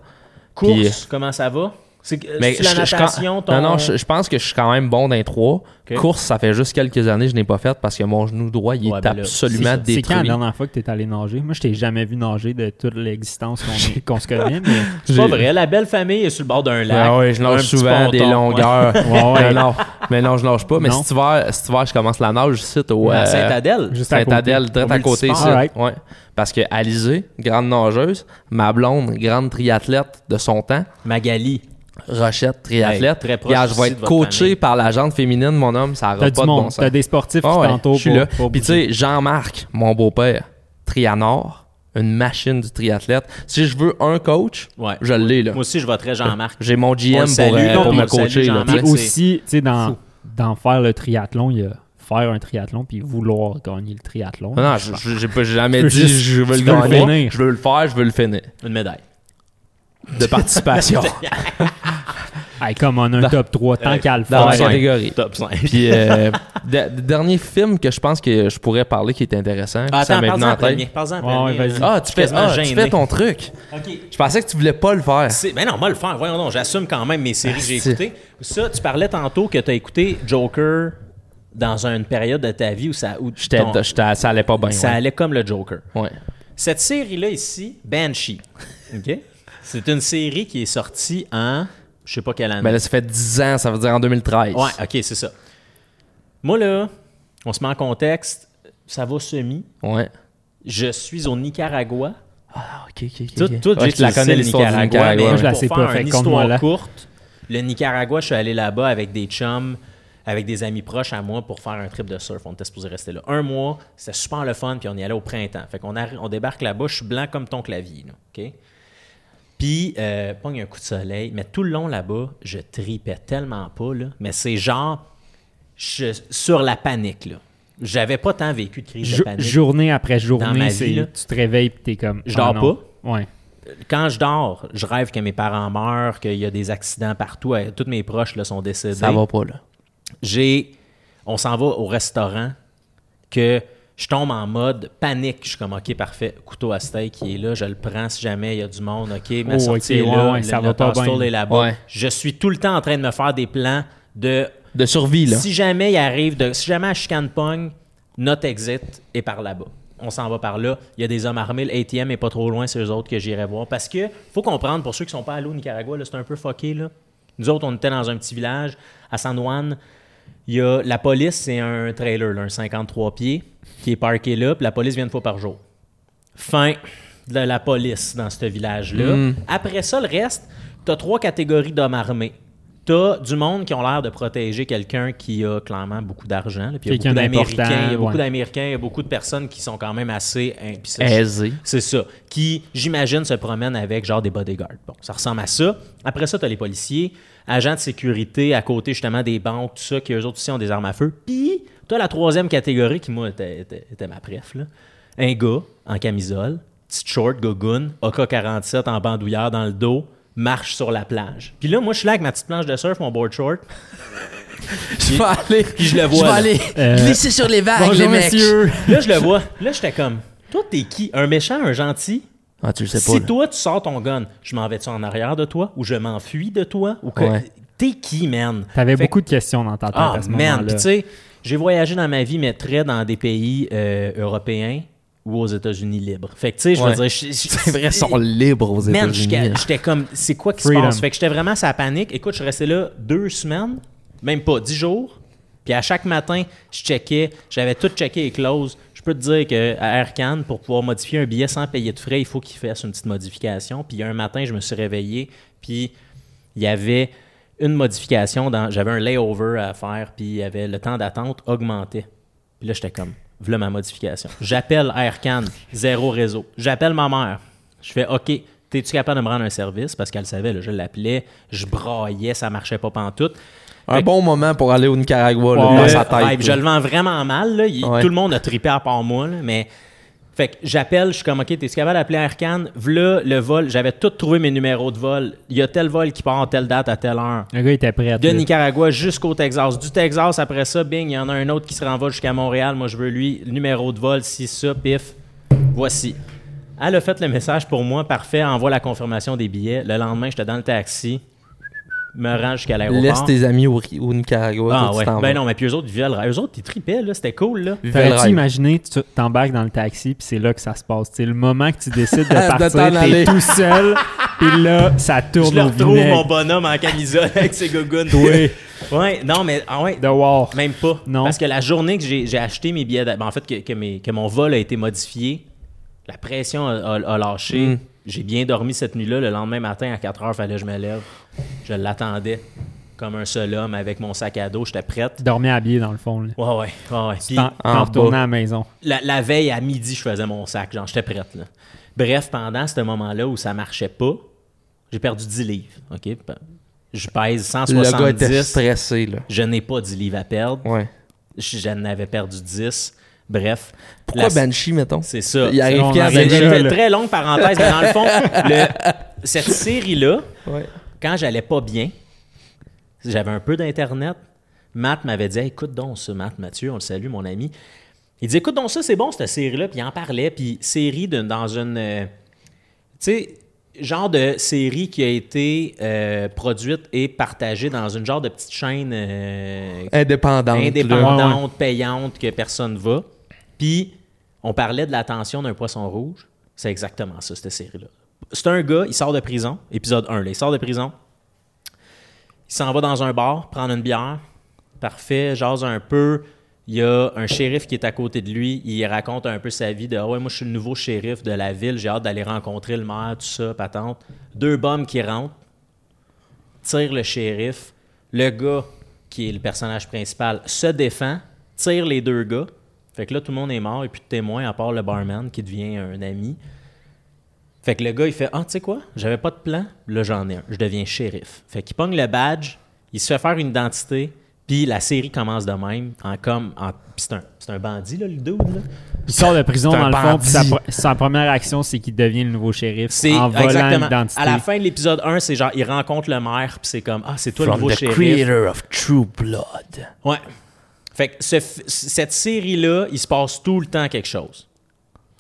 Speaker 3: Course,
Speaker 1: Puis- euh,
Speaker 3: comment ça va? C'est,
Speaker 1: Mais
Speaker 3: c'est la
Speaker 1: je- je-
Speaker 3: natation,
Speaker 1: Non,
Speaker 3: ton-
Speaker 1: non, je, je pense que je suis quand même bon dans les trois.
Speaker 3: Ok.
Speaker 1: Course, ça fait juste quelques années que je n'ai pas faite parce que mon genou droit, il
Speaker 3: Ouais,
Speaker 1: est
Speaker 3: ben là,
Speaker 1: absolument
Speaker 2: C'est- C'est quand la
Speaker 1: détruit.
Speaker 2: dernière fois que t'es allé nager? Moi, je t'ai jamais vu nager de toute l'existence qu'on
Speaker 1: <laughs>
Speaker 2: est- qu'on se connaît, mais.
Speaker 3: C'est pas
Speaker 1: J'ai-
Speaker 3: vrai. La belle famille est sur le bord d'un lac.
Speaker 1: Ben ouais, je
Speaker 3: Un
Speaker 1: nage
Speaker 3: petit
Speaker 1: souvent des
Speaker 3: ponton, ouais.
Speaker 1: <laughs> longueurs.
Speaker 2: Ouais, ouais.
Speaker 1: Mais non, mais non, je nage pas. Mais
Speaker 2: Non.
Speaker 1: cet hiver, cet hiver, je commence la nage ici au
Speaker 3: À
Speaker 1: euh,
Speaker 3: Saint-Adèle.
Speaker 2: Juste à côté.
Speaker 1: Saint-Adèle, direct
Speaker 3: Au
Speaker 1: à côté ici.
Speaker 2: multisport. Alright.
Speaker 1: Ouais. Parce que Alizé, grande nageuse, ma blonde, grande triathlète de son temps,
Speaker 3: Magali.
Speaker 1: Rochette, triathlète.
Speaker 3: Hey, très proche
Speaker 1: Regarde, je vais
Speaker 3: aussi de
Speaker 1: être
Speaker 3: votre famille.
Speaker 1: coaché par la gente féminine, mon homme, ça
Speaker 2: T'as
Speaker 1: n'aura
Speaker 2: du
Speaker 1: pas de
Speaker 2: monde,
Speaker 1: bon sens.
Speaker 2: t'as des sportifs
Speaker 1: Ah
Speaker 2: qui
Speaker 1: ouais,
Speaker 2: t'entourent.
Speaker 1: je suis
Speaker 2: pour-
Speaker 1: là.
Speaker 2: pour
Speaker 1: Puis tu
Speaker 2: bouger.
Speaker 1: sais, Jean-Marc, mon beau-père, Trianor, une machine du triathlète. Si je veux un coach,
Speaker 3: Ouais.
Speaker 1: je l'ai là.
Speaker 3: Moi aussi, je voterais Jean-Marc.
Speaker 1: J'ai mon
Speaker 3: On le
Speaker 1: GM pour,
Speaker 3: salue,
Speaker 1: euh,
Speaker 3: non,
Speaker 1: pour
Speaker 3: on
Speaker 1: me
Speaker 3: le salue,
Speaker 1: coacher. là,
Speaker 3: Jean-Marc.
Speaker 1: tu sais.
Speaker 2: Puis
Speaker 3: c'est
Speaker 2: aussi, tu sais, dans, dans faire le triathlon, il y a faire un triathlon puis vouloir gagner le triathlon.
Speaker 1: Non, non, je- je- j'ai pas- j'ai jamais
Speaker 2: Tu veux
Speaker 1: dit
Speaker 2: juste-
Speaker 1: je veux
Speaker 2: tu
Speaker 1: le
Speaker 2: veux le
Speaker 1: gagner.
Speaker 2: finir.
Speaker 1: Je veux le faire, je veux le finir.
Speaker 3: Une médaille.
Speaker 1: De participation.
Speaker 2: Hey, comme on a un
Speaker 1: Dans-
Speaker 2: top 3, tant
Speaker 3: Hey,
Speaker 2: qu'à le
Speaker 1: dans la
Speaker 2: faire.
Speaker 1: catégorie.
Speaker 3: Top 5.
Speaker 1: <laughs> Puis, euh, de- dernier film que je pense que je pourrais parler qui est intéressant. puis ça
Speaker 3: attends,
Speaker 1: m'est venu
Speaker 3: parle-en
Speaker 1: en
Speaker 3: en
Speaker 1: tête.
Speaker 3: premier. Parle-en en
Speaker 2: Ouais,
Speaker 3: premier.
Speaker 2: vas-y.
Speaker 1: Ah, tu fais,
Speaker 3: Quasiment
Speaker 1: ah, tu
Speaker 3: gêné.
Speaker 1: fais ton truc.
Speaker 3: OK.
Speaker 1: Je pensais que tu voulais pas le faire.
Speaker 3: C'est- Ben non, moi le faire, voyons donc, j'assume quand même mes séries que j'ai
Speaker 1: Asti.
Speaker 3: écoutées. Ça, tu parlais tantôt que tu as écouté Joker dans une période de ta vie où ça, où
Speaker 1: J'étais,
Speaker 3: ton-
Speaker 1: j'étais- ça allait pas bien.
Speaker 3: ça
Speaker 1: ouais.
Speaker 3: allait comme le Joker.
Speaker 1: Ouais.
Speaker 3: Cette série-là ici, Banshee, OK? c'est une série qui est sortie en, je sais pas quelle année.
Speaker 1: Mais Ben là, ça fait 10 ans, ça veut dire en 2013.
Speaker 3: Ouais, ok, c'est ça. Moi là, on se met en contexte, ça va semi.
Speaker 1: Ouais.
Speaker 3: Je suis au Nicaragua.
Speaker 1: Ah, ok, ok, ok.
Speaker 3: Toi,
Speaker 1: ok.
Speaker 3: toi,
Speaker 1: Ouais,
Speaker 3: Jay,
Speaker 1: je
Speaker 3: tu
Speaker 1: la
Speaker 3: sais,
Speaker 1: connais
Speaker 3: le
Speaker 1: l'histoire du
Speaker 3: Nicaragua, mais
Speaker 1: Nicaragua.
Speaker 2: je la
Speaker 1: ouais.
Speaker 3: pour
Speaker 2: sais pas,
Speaker 3: faire
Speaker 2: fait
Speaker 3: une
Speaker 2: que compte-moi
Speaker 3: histoire
Speaker 2: là.
Speaker 3: courte, le Nicaragua, je suis allé là-bas avec des chums, avec des amis proches à moi pour faire un trip de surf. On était supposé rester là un mois. C'était super le fun, puis on y allait au printemps. Fait qu'on arri- on débarque là-bas, je suis blanc comme ton clavier. là, OK? Puis, euh, pogne un coup de soleil. Mais tout le long là-bas, je tripais tellement pas. Là, mais c'est genre je- sur la panique. là. J'avais pas tant vécu de crise de
Speaker 2: Jo-
Speaker 3: panique.
Speaker 2: journée après journée,
Speaker 3: ma vie,
Speaker 2: c'est-
Speaker 3: là.
Speaker 2: tu te réveilles et t'es comme.
Speaker 3: Je
Speaker 2: ah
Speaker 3: dors
Speaker 2: non. Ouais.
Speaker 3: quand je dors, je rêve que mes parents meurent, qu'il y a des accidents partout. Euh, Tous mes proches là, sont décédés.
Speaker 1: Ça va pas, là.
Speaker 3: J'ai, on s'en va au restaurant, que je tombe en mode panique. Je suis comme, OK, parfait, couteau à steak qui est là, je le prends si jamais il y a du monde. OK, ma
Speaker 2: Oh,
Speaker 3: sortie
Speaker 2: OK,
Speaker 3: est
Speaker 2: ouais,
Speaker 3: là,
Speaker 2: ouais,
Speaker 3: le
Speaker 2: ça va pas
Speaker 3: Notting Hill
Speaker 2: bien.
Speaker 3: est là-bas.
Speaker 1: Ouais.
Speaker 3: Je suis tout le temps en train de me faire des plans de
Speaker 1: De survie, là.
Speaker 3: si jamais il arrive, de, si jamais à chicane pogne, notre exit est par là-bas. On s'en va par là. Il y a des hommes armés. Le ATM est pas trop loin. C'est eux autres que j'irai voir. Parce que faut comprendre, pour ceux qui sont pas allés au Nicaragua, là, c'est un peu fucké. Là. Nous autres, on était dans un petit village à San Juan. Il y a, la police, c'est un trailer, là, un 53 pieds, qui est parké là. Puis la police vient une fois par jour. Fin de la police dans ce village-là.
Speaker 2: Mm.
Speaker 3: Après ça, le reste, tu as trois catégories d'hommes armés. Tu as du monde qui ont l'air de protéger quelqu'un qui a clairement beaucoup d'argent. là, Puis il y a
Speaker 2: Quelqu'un
Speaker 3: beaucoup d'Américains,
Speaker 2: d'important,
Speaker 3: il y a beaucoup
Speaker 2: ouais.
Speaker 3: d'Américains, il y a beaucoup de personnes qui sont quand même assez. hein, puis
Speaker 1: <laughs>
Speaker 3: ça,
Speaker 1: Aisé.
Speaker 3: c'est ça. Qui, j'imagine, se promènent avec genre des bodyguards. Bon, ça ressemble à ça. Après ça, tu as les policiers, agents de sécurité à côté justement des banques, tout ça, qui eux autres aussi ont des armes à feu. Puis, tu as la troisième catégorie qui, moi, était, était- était ma préf. là. Un gars en camisole, petite short, gogoon, AK-47 en bandoulière dans le dos, marche sur la plage. Puis là, moi, je suis là avec ma petite planche de surf, mon board short.
Speaker 1: Je vais aller.
Speaker 3: je le vois, là.
Speaker 2: Euh,
Speaker 1: glisser sur Ah, les vagues,
Speaker 2: Bonjour, monsieur.
Speaker 3: Là, je le vois. Là, j'étais comme, toi, t'es qui? Un méchant, un gentil?
Speaker 1: Ah, tu le sais
Speaker 3: Si
Speaker 1: pas. là.
Speaker 3: toi, tu sors ton gun, je m'en vais-tu en arrière de toi ou je m'enfuis de toi? ou que-
Speaker 1: Ouais.
Speaker 3: T'es qui, man?
Speaker 2: T'avais
Speaker 3: Fait que-
Speaker 2: beaucoup de questions dans ta tête
Speaker 3: Ah,
Speaker 2: à ce
Speaker 3: man! Puis
Speaker 2: moment-là.
Speaker 3: tu sais, j'ai voyagé dans ma vie, mais très dans des pays euh, européens ou aux États-Unis libres. Fait que tu sais, je veux
Speaker 1: Ouais.
Speaker 3: dire... je- je-
Speaker 1: C'est vrai, ils sont libres aux
Speaker 3: Man,
Speaker 1: États-Unis.
Speaker 3: j'étais j'étais comme, c'est quoi qui se
Speaker 2: Freedom.
Speaker 3: passe? Fait que j'étais vraiment sa panique. Écoute, je restais là deux semaines, même pas dix jours. Puis à chaque matin, je checkais, j'avais tout checké et close. Je peux te dire qu'à Air Can, pour pouvoir modifier un billet sans payer de frais, il faut qu'il fasse une petite modification. Puis un matin, je me suis réveillé, puis il y avait une modification, dans, j'avais un layover à faire, puis il y avait le temps d'attente augmentait. Puis là, j'étais comme, voilà ma modification. J'appelle Aircan, zéro réseau. J'appelle ma mère. Je fais, OK, t'es-tu capable de me rendre un service? Parce qu'elle savait, là, je l'appelais, je braillais, ça marchait pas pantoute.
Speaker 1: Un bon moment pour aller au Nicaragua, là,
Speaker 2: Ouais.
Speaker 1: Ah, dans
Speaker 3: Le
Speaker 1: sa tête.
Speaker 3: vibe, je
Speaker 1: là.
Speaker 3: le vends vraiment mal. là. Il-
Speaker 1: Ouais.
Speaker 3: Tout le monde a trippé à part moi. là, mais fait que j'appelle, je suis comme OK, t'es capable d'appeler Aircan? V'là le vol. J'avais tout trouvé mes numéros de vol. Il y a tel vol qui part en telle date à telle heure.
Speaker 2: Le gars était prêt.
Speaker 3: De
Speaker 2: là.
Speaker 3: Nicaragua jusqu'au Texas. Du Texas, après ça, bing, il y en a un autre qui se renvoie jusqu'à Montréal. Moi, je veux lui. Numéro de vol, si ça, pif. Voici. Elle a fait le message pour moi. Parfait. Envoie la confirmation des billets. Le lendemain, j'étais dans le taxi. Me rends jusqu'à
Speaker 1: Laisse
Speaker 3: l'aéroport.
Speaker 1: tes amis au, Ri- au Nicaragua.
Speaker 3: Ah
Speaker 1: toi, tu
Speaker 3: ouais.
Speaker 1: t'en
Speaker 3: Ben
Speaker 1: vas.
Speaker 3: non, mais puis eux autres, ils vivaient le rêve. Eux autres, ils tripaient, là. C'était cool, là.
Speaker 1: Vivez le
Speaker 2: T'aurais-tu
Speaker 1: rêve.
Speaker 2: imaginé, tu t'embarques dans le taxi, puis c'est là que ça se passe. C'est le moment que tu décides
Speaker 3: <laughs>
Speaker 2: de
Speaker 1: De
Speaker 2: partir,
Speaker 1: t'en
Speaker 2: t'es
Speaker 1: aller.
Speaker 2: tout seul, puis là, ça
Speaker 3: Je
Speaker 2: tourne
Speaker 3: le
Speaker 2: au
Speaker 3: retrouve, mon
Speaker 2: vinaigre.
Speaker 3: bonhomme, en camisole avec ses gogoons.
Speaker 1: <laughs>
Speaker 2: Oui,
Speaker 3: Ouais, non, mais. Ah ouais.
Speaker 2: de war.
Speaker 3: Même pas.
Speaker 2: Non.
Speaker 3: Parce que la journée que j'ai j'ai acheté mes billets, d'a- ben, en fait, que, que mes- que mon vol a été modifié, la pression a, a- a lâché.
Speaker 1: Mm.
Speaker 3: J'ai bien dormi cette nuit-là. Le lendemain matin, à 4 heures, fallait que je me lève. Je l'attendais comme un seul homme avec mon sac à dos. J'étais prête.
Speaker 2: Tu dormais habillé, dans le fond. Là.
Speaker 3: Ouais, ouais, ouais, ouais. Puis
Speaker 2: T'en
Speaker 1: en
Speaker 2: t'en retournais
Speaker 1: bas.
Speaker 2: à la maison.
Speaker 3: la, la veille, à midi, je faisais mon sac. Genre, j'étais prête. Là. Bref, pendant ce moment-là où ça marchait pas, j'ai perdu 10 livres. OK? Je pèse
Speaker 1: Le gars était
Speaker 3: 170.
Speaker 1: stressé, là.
Speaker 3: Je n'ai pas 10 livres à perdre
Speaker 1: Ouais.
Speaker 3: j'en avais perdu 10. Bref.
Speaker 1: Pourquoi Ben
Speaker 3: la-
Speaker 1: Banshee, mettons
Speaker 3: C'est ça.
Speaker 1: Il arrive
Speaker 2: on
Speaker 1: quand
Speaker 2: en
Speaker 3: C'est
Speaker 2: arrive
Speaker 1: Banshee
Speaker 2: là,
Speaker 3: une très longue parenthèse, mais dans le fond, le- cette série-là,
Speaker 1: Ouais.
Speaker 3: quand j'allais pas bien, j'avais un peu d'Internet. Matt m'avait dit Écoute donc ça, Matt Mathieu, on le salue, mon ami. Il dit Écoute donc ça, c'est bon, cette série-là. Puis il en parlait. Puis série de- dans une. euh, tu sais, genre de série qui a été euh, produite et partagée dans une genre de petite chaîne euh,
Speaker 1: Indépendante. là.
Speaker 3: indépendante,
Speaker 2: Ouais,
Speaker 3: payante, que personne va. Puis, on parlait de l'attention d'un poisson rouge. C'est exactement ça, cette série-là. C'est un gars, il sort de prison, épisode 1, là, il sort de prison. Il s'en va dans un bar, prendre une bière. Parfait, jase un peu. Il y a un shérif qui est à côté de lui. Il raconte un peu sa vie de Ah ouais, moi, je suis le nouveau shérif de la ville. J'ai hâte d'aller rencontrer le maire, tout ça, patente. Deux bombes qui rentrent tire le shérif. Le gars, qui est le personnage principal, se défend, tire les deux gars. Fait que là, tout le monde est mort, et puis de témoin, à part le barman qui devient un ami. Fait que le gars, il fait Ah, tu sais quoi, j'avais pas de plan, là j'en ai un, je deviens shérif. Fait qu'il pogne le badge, il se fait faire une identité, puis la série commence de même. En comme, en- puis c'est un, c'est un bandit, là, le dude. Là.
Speaker 2: Il sort de prison
Speaker 1: C'est un
Speaker 2: dans le fond, puis sa,
Speaker 1: bandit.
Speaker 2: pre- sa première action, c'est qu'il devient le nouveau shérif
Speaker 3: C'est
Speaker 2: en volant
Speaker 3: exactement.
Speaker 2: l'identité.
Speaker 3: À la fin euh, de l'épisode 1, c'est genre, il rencontre le maire, puis c'est comme Ah, c'est toi le
Speaker 1: From
Speaker 3: nouveau
Speaker 1: the
Speaker 3: shérif.
Speaker 1: creator of True Blood.
Speaker 3: Ouais. Fait que ce f- cette série-là, il se passe tout le temps quelque chose.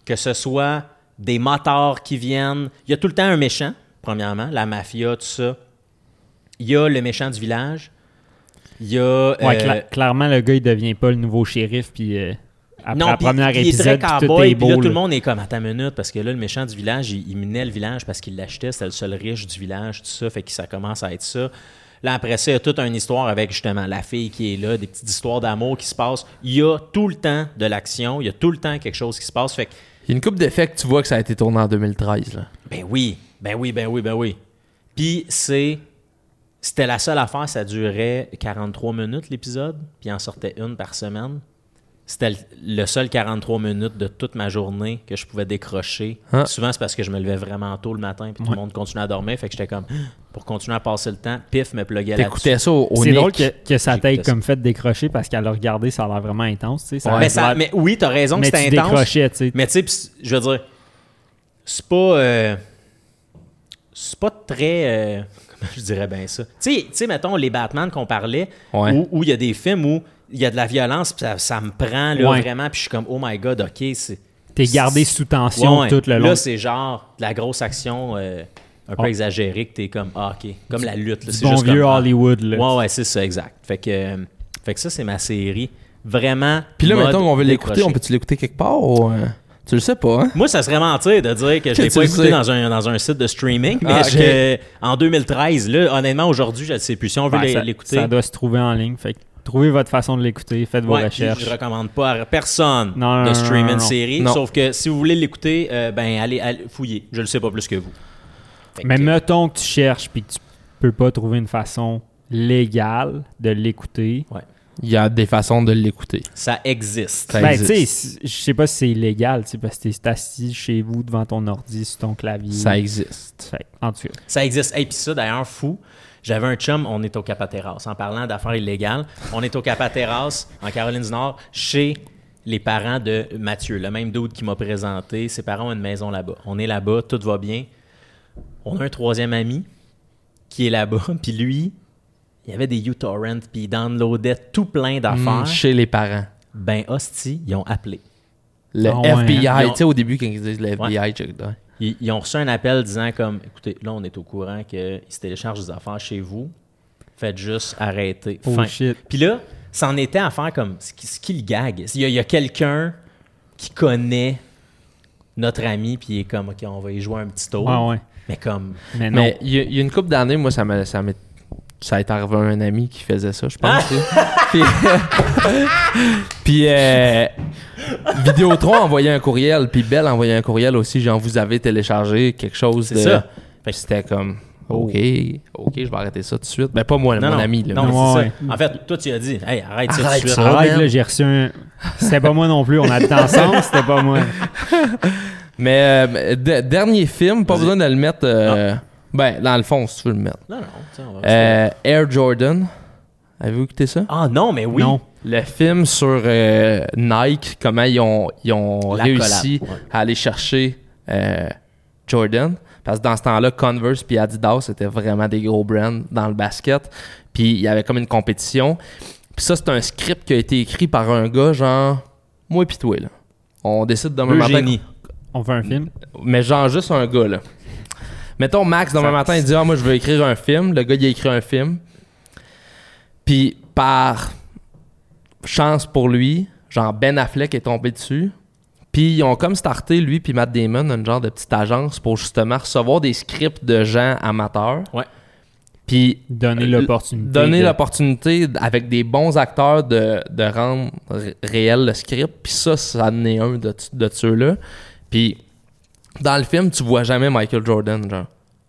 Speaker 3: Que ce soit des motards qui viennent. Il y a tout le temps un méchant, premièrement, la mafia, tout ça. Il y a le méchant du village. Il y a.
Speaker 2: Ouais,
Speaker 3: euh,
Speaker 2: cla- clairement, le gars, il devient pas le nouveau shérif, puis euh, après la
Speaker 3: puis
Speaker 2: première
Speaker 3: il est très
Speaker 2: épisode, puis tout
Speaker 3: cowboy,
Speaker 2: est
Speaker 3: puis là,
Speaker 2: beau.
Speaker 3: tout le
Speaker 2: là.
Speaker 3: monde est comme, attends une minute, parce que là, le méchant du village, il, il minait le village parce qu'il l'achetait, c'était le seul riche du village, tout ça, fait que ça commence à être ça. Là, après ça, il y a toute une histoire avec justement la fille qui est là, des petites histoires d'amour qui se passent. Il y a tout le temps de l'action, il y a tout le temps quelque chose qui se passe. Fait que,
Speaker 1: Il y a une coupe d'effets que tu vois que ça a été tourné en 2013. Là.
Speaker 3: ben oui, ben oui, ben oui, ben oui. Puis c'est. C'était la seule affaire, ça durait 43 minutes l'épisode, puis il en sortait une par semaine. C'était le- le seul 43 minutes de toute ma journée que je pouvais décrocher.
Speaker 1: Hein?
Speaker 3: Souvent, c'est parce que je me levais vraiment tôt le matin,
Speaker 2: Ah.
Speaker 3: puis tout
Speaker 2: Ouais.
Speaker 3: le monde continuait à dormir. Fait que j'étais comme, <gasps> pour continuer à passer le temps, pif, me pluguait là-dessus.
Speaker 1: T'écoutais ça au, au
Speaker 2: C'est
Speaker 1: Nick.
Speaker 2: drôle que, que ça
Speaker 3: J'écoutais
Speaker 2: t'aille
Speaker 3: ça.
Speaker 2: comme fait décrocher parce qu'à le regarder, ça a l'air vraiment intense. tu sais, Ça a
Speaker 3: Mais,
Speaker 2: l'air-
Speaker 3: ça, mais oui, t'as raison, que
Speaker 2: mais tu
Speaker 3: c'était intense.
Speaker 2: décrochais, tu sais.
Speaker 3: Mais tu sais, pis je veux dire, c'est pas. euh, c'est pas très. euh, <laughs> comment je dirais bien ça? Tu sais- tu sais, mettons, les Batman qu'on parlait,
Speaker 1: Ouais.
Speaker 3: où où il y a des films où il y a de la violence, pis ça, ça me prend là,
Speaker 2: Ouais.
Speaker 3: vraiment, puis je suis comme, oh my god, ok, c'est.
Speaker 2: T'es gardé sous tension
Speaker 3: Ouais, ouais.
Speaker 2: tout le long.
Speaker 3: Là, c'est genre de la grosse action euh, un peu
Speaker 2: Ah.
Speaker 3: exagérée que t'es comme, ah, ok, comme la lutte. Là,
Speaker 2: du
Speaker 3: c'est
Speaker 2: bon
Speaker 3: juste comme,
Speaker 2: vieux
Speaker 3: ah.
Speaker 2: Hollywood. Là.
Speaker 3: Ouais, ouais, c'est ça, exact. Fait que, euh, fait que ça, c'est ma série. Vraiment.
Speaker 1: Puis là,
Speaker 3: mode
Speaker 1: maintenant qu'on veut l'écouter,
Speaker 3: décroché.
Speaker 1: on peut-tu l'écouter quelque part ou, euh, Tu le sais pas, hein?
Speaker 3: Moi, ça serait mentir de dire que je
Speaker 1: Que
Speaker 3: l'ai
Speaker 1: tu
Speaker 3: pas
Speaker 1: le
Speaker 3: écouté
Speaker 1: sais.
Speaker 3: dans un, dans un site de streaming, mais
Speaker 1: Ah,
Speaker 3: que- en 2013, là, honnêtement, aujourd'hui, je ne sais plus. Si on veut
Speaker 2: Ben,
Speaker 3: l'é-
Speaker 2: ça-
Speaker 3: l'écouter,
Speaker 2: Ça doit se trouver en ligne. Fait que trouvez votre façon de l'écouter, faites vos
Speaker 3: ouais,
Speaker 2: recherches.
Speaker 3: je ne recommande pas à personne
Speaker 2: Non, non,
Speaker 3: de
Speaker 2: non,
Speaker 3: streamer
Speaker 2: non, non.
Speaker 3: une série.
Speaker 1: Non.
Speaker 3: Sauf que si vous voulez l'écouter, euh, ben allez, allez fouiller. Je ne le sais pas plus que vous. Fait
Speaker 2: Mais
Speaker 3: que-
Speaker 2: mettons que tu cherches puis que tu peux pas trouver une façon légale de l'écouter.
Speaker 1: Il y a des façons de l'écouter.
Speaker 3: Ça existe.
Speaker 1: Ça
Speaker 2: Ben, tu
Speaker 1: existe.
Speaker 2: sais, si- je sais pas si c'est illégal, tu sais, parce que t'es assis chez vous devant ton ordi, sur ton clavier.
Speaker 1: Ça existe.
Speaker 2: Fait que, en tout cas.
Speaker 3: Ça existe. Et puis ça, d'ailleurs, fou. J'avais un chum, on est au Capateras. En parlant d'affaires illégales, on est au Capateras, en Caroline du Nord, chez les parents de Mathieu, le même doute qui m'a présenté. Ses parents ont une maison là-bas. On est là-bas, tout va bien. On a un troisième ami qui est là-bas, <laughs> puis lui, il y avait des uTorrent, puis il downloadait tout plein d'affaires.
Speaker 1: Mm, chez les parents.
Speaker 3: Ben, hostie, ils ont appelé.
Speaker 1: Le
Speaker 2: Ah ouais, hein.
Speaker 1: FBI,
Speaker 3: Ils ont-
Speaker 1: tu sais, au début, quand ils disent le FBI, check that.
Speaker 3: Ils, ils ont reçu un appel disant comme écoutez, là on est au courant qu'ils se téléchargent des affaires chez vous. Faites juste arrêter.
Speaker 2: Oh
Speaker 3: Fin.
Speaker 2: shit.
Speaker 3: Puis là, c'en était à faire comme ce qui, ce qui le gag. Il y a, il y a quelqu'un qui connaît notre ami puis il est comme OK, on va y jouer un petit tour.
Speaker 2: Ouais, ouais.
Speaker 3: Mais comme
Speaker 2: Mais non.
Speaker 1: Mais il y, a- il y a une couple d'années, moi, ça m'a. Ça m'a ça est arrivé à un ami qui faisait ça, je pense. Puis,
Speaker 3: <laughs>
Speaker 1: puis <laughs> euh, Vidéotron envoyait un courriel, puis Bell envoyait un courriel aussi, genre vous avez téléchargé quelque chose
Speaker 3: c'est
Speaker 1: de...
Speaker 3: ça. Oh.
Speaker 1: Puis c'était comme, ok, ok, je vais arrêter ça tout de suite. Mais pas moi,
Speaker 3: Ben, Non,
Speaker 1: mon
Speaker 3: non.
Speaker 1: ami. Là,
Speaker 3: Non,
Speaker 1: Moi.
Speaker 3: mais c'est
Speaker 2: Ouais,
Speaker 3: ça. En fait, toi tu as dit "Hey, arrête, ça tout de
Speaker 1: Arrête
Speaker 3: suite."
Speaker 1: ça.
Speaker 2: Arrête,
Speaker 1: man.
Speaker 2: là, j'ai reçu un. C'était pas moi non plus, on
Speaker 1: <laughs>
Speaker 2: habitait ensemble, c'était pas moi.
Speaker 1: Mais euh, de- dernier film, pas besoin de le mettre. euh,
Speaker 3: Ah.
Speaker 1: ben, dans le fond, si tu veux le mettre.
Speaker 3: Non non, tu sais, on va-
Speaker 1: Euh, Air Jordan. Avez-vous écouté ça?
Speaker 3: Ah non, mais oui.
Speaker 2: Non.
Speaker 1: le film sur euh, Nike, comment ils ont, ils ont
Speaker 3: La
Speaker 1: réussi
Speaker 3: collab, ouais.
Speaker 1: à aller chercher euh, Jordan. Parce que dans ce temps-là, Converse puis Adidas c'était vraiment des gros brands dans le basket. Puis il y avait comme une compétition. Puis ça, c'est un script qui a été écrit par un gars, genre, moi pis toi, là. On décide demain
Speaker 3: Le
Speaker 1: matin.
Speaker 3: génie.
Speaker 2: On fait un film.
Speaker 1: Mais genre juste un gars, là. Mettons, Max, demain
Speaker 2: Ça-
Speaker 1: matin, il dit Ah, moi, je veux écrire un film. Le gars, il a écrit un film. Puis, par chance pour lui, genre Ben Affleck est tombé dessus. Puis, ils ont comme starté, lui, puis Matt Damon, une genre de petite agence pour justement recevoir des scripts de gens amateurs.
Speaker 3: Ouais.
Speaker 1: Puis,
Speaker 2: Donner
Speaker 1: Euh,
Speaker 2: l'opportunité.
Speaker 1: donner
Speaker 2: de-
Speaker 1: l'opportunité d- avec des bons acteurs de, de rendre ré- réel le script. Puis ça, ça en est un de, t- de ceux-là. Puis dans le film, tu vois jamais Michael Jordan, genre.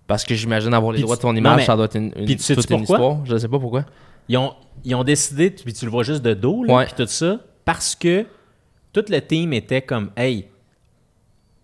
Speaker 1: Parce que j'imagine avoir les
Speaker 3: Puis
Speaker 1: droits
Speaker 3: tu-
Speaker 1: de ton
Speaker 3: non,
Speaker 1: image,
Speaker 3: mais-
Speaker 1: ça doit être une, une-
Speaker 3: puis tu sais-tu
Speaker 1: toute une
Speaker 3: pourquoi?
Speaker 1: histoire. Je sais pas pourquoi.
Speaker 3: Ils ont, ils ont décidé, tu- puis tu le vois juste de dos, là,
Speaker 1: Ouais.
Speaker 3: puis tout ça, parce que toute le team était comme, hey,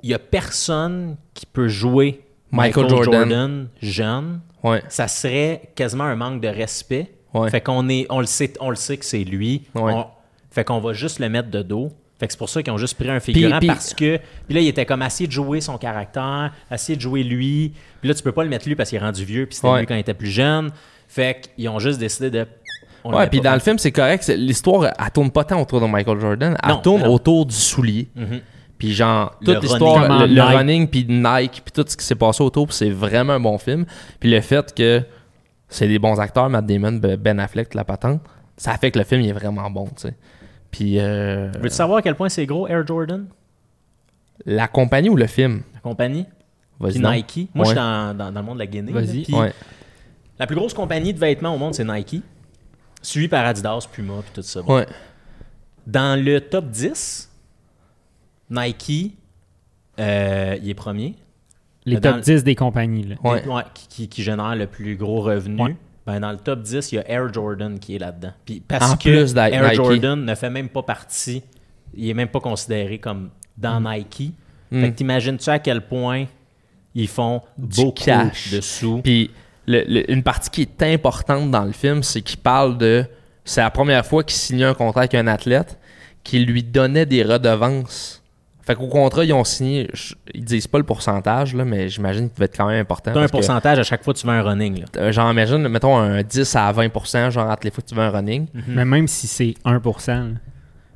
Speaker 3: il n'y a personne qui peut jouer
Speaker 1: Michael
Speaker 3: Michael,
Speaker 1: Jordan.
Speaker 3: Jordan. jeune.
Speaker 1: Ouais.
Speaker 3: Ça serait quasiment un manque de respect.
Speaker 1: Ouais.
Speaker 3: Fait qu'on est, on le sait, on le sait que c'est lui.
Speaker 1: Ouais.
Speaker 3: On- fait qu'on va juste le mettre de dos. Fait que c'est pour ça qu'ils ont juste pris un figurant
Speaker 1: puis-
Speaker 3: parce que. Puis là, il était comme assez de jouer son caractère, assez de jouer lui. Puis là, tu peux pas le mettre lui parce qu'il est rendu vieux, puis c'était
Speaker 1: Ouais.
Speaker 3: lui quand il était plus jeune. Fait qu'ils ont juste décidé de. on le
Speaker 1: ouais,
Speaker 3: met
Speaker 1: puis
Speaker 3: pas.
Speaker 1: dans le film, c'est correct. c'est- L'histoire, elle tourne pas tant autour de Michael Jordan. Elle
Speaker 3: Non,
Speaker 1: tourne
Speaker 3: non. Mhm.
Speaker 1: autour du soulier. Puis genre,
Speaker 3: Le
Speaker 1: toute l'histoire,
Speaker 2: running.
Speaker 1: le, le
Speaker 2: Nike.
Speaker 1: running, puis Nike, puis tout ce qui s'est passé autour, puis c'est vraiment un bon film. Puis le fait que c'est des bons acteurs, Matt Damon, Ben Ben Affleck, la patente, ça fait que le film, il est vraiment bon, tu sais. Puis euh,
Speaker 3: Veux-tu savoir à quel point c'est gros Air Jordan,
Speaker 1: la compagnie ou le film?
Speaker 3: la compagnie?
Speaker 1: Vas-y.
Speaker 3: Puis
Speaker 1: donc.
Speaker 3: Nike. Moi, je suis
Speaker 1: Ouais.
Speaker 3: dans, dans- dans le monde de la Guinée.
Speaker 2: Vas-y.
Speaker 3: là, puis
Speaker 1: Ouais.
Speaker 3: La plus grosse compagnie de vêtements au monde, c'est Nike. Suivi par Adidas, Puma, puis tout ça. Bon.
Speaker 1: Ouais.
Speaker 3: Dans le top 10, Nike, euh, il est premier.
Speaker 2: Les
Speaker 3: dans
Speaker 2: top
Speaker 3: le-
Speaker 2: 10 des compagnies. Là.
Speaker 1: Ouais.
Speaker 3: Des- ouais, qui, qui- qui génère le plus gros revenu.
Speaker 2: Ouais.
Speaker 3: Ben, dans le top 10, il y a Air Jordan qui est là-dedans. Puis parce
Speaker 1: En
Speaker 3: que
Speaker 1: plus d'I-
Speaker 3: Air
Speaker 1: Nike.
Speaker 3: Jordan ne fait même pas partie, il est même pas considéré comme dans Nike. Fait
Speaker 1: Mm.
Speaker 3: que t'imagines-tu à quel point ils font
Speaker 1: Du
Speaker 3: beaucoup
Speaker 1: cash.
Speaker 3: de sous.
Speaker 1: Puis le- le- une partie qui est importante dans le film, c'est qu'il parle de. C'est la première fois qu'il signait un contrat avec un athlète qui lui donnait des redevances. Fait qu'au contrat, ils ont signé. je- Ils disent pas le pourcentage, là, mais j'imagine qu'il devait être quand même important.
Speaker 3: T'as un
Speaker 1: parce que,
Speaker 3: pourcentage à chaque fois que tu veux un running. là.
Speaker 1: euh, Genre, imagine, mettons un 10 à 20 genre entre les fois que tu veux un running.
Speaker 2: Mais même si c'est 1%. là.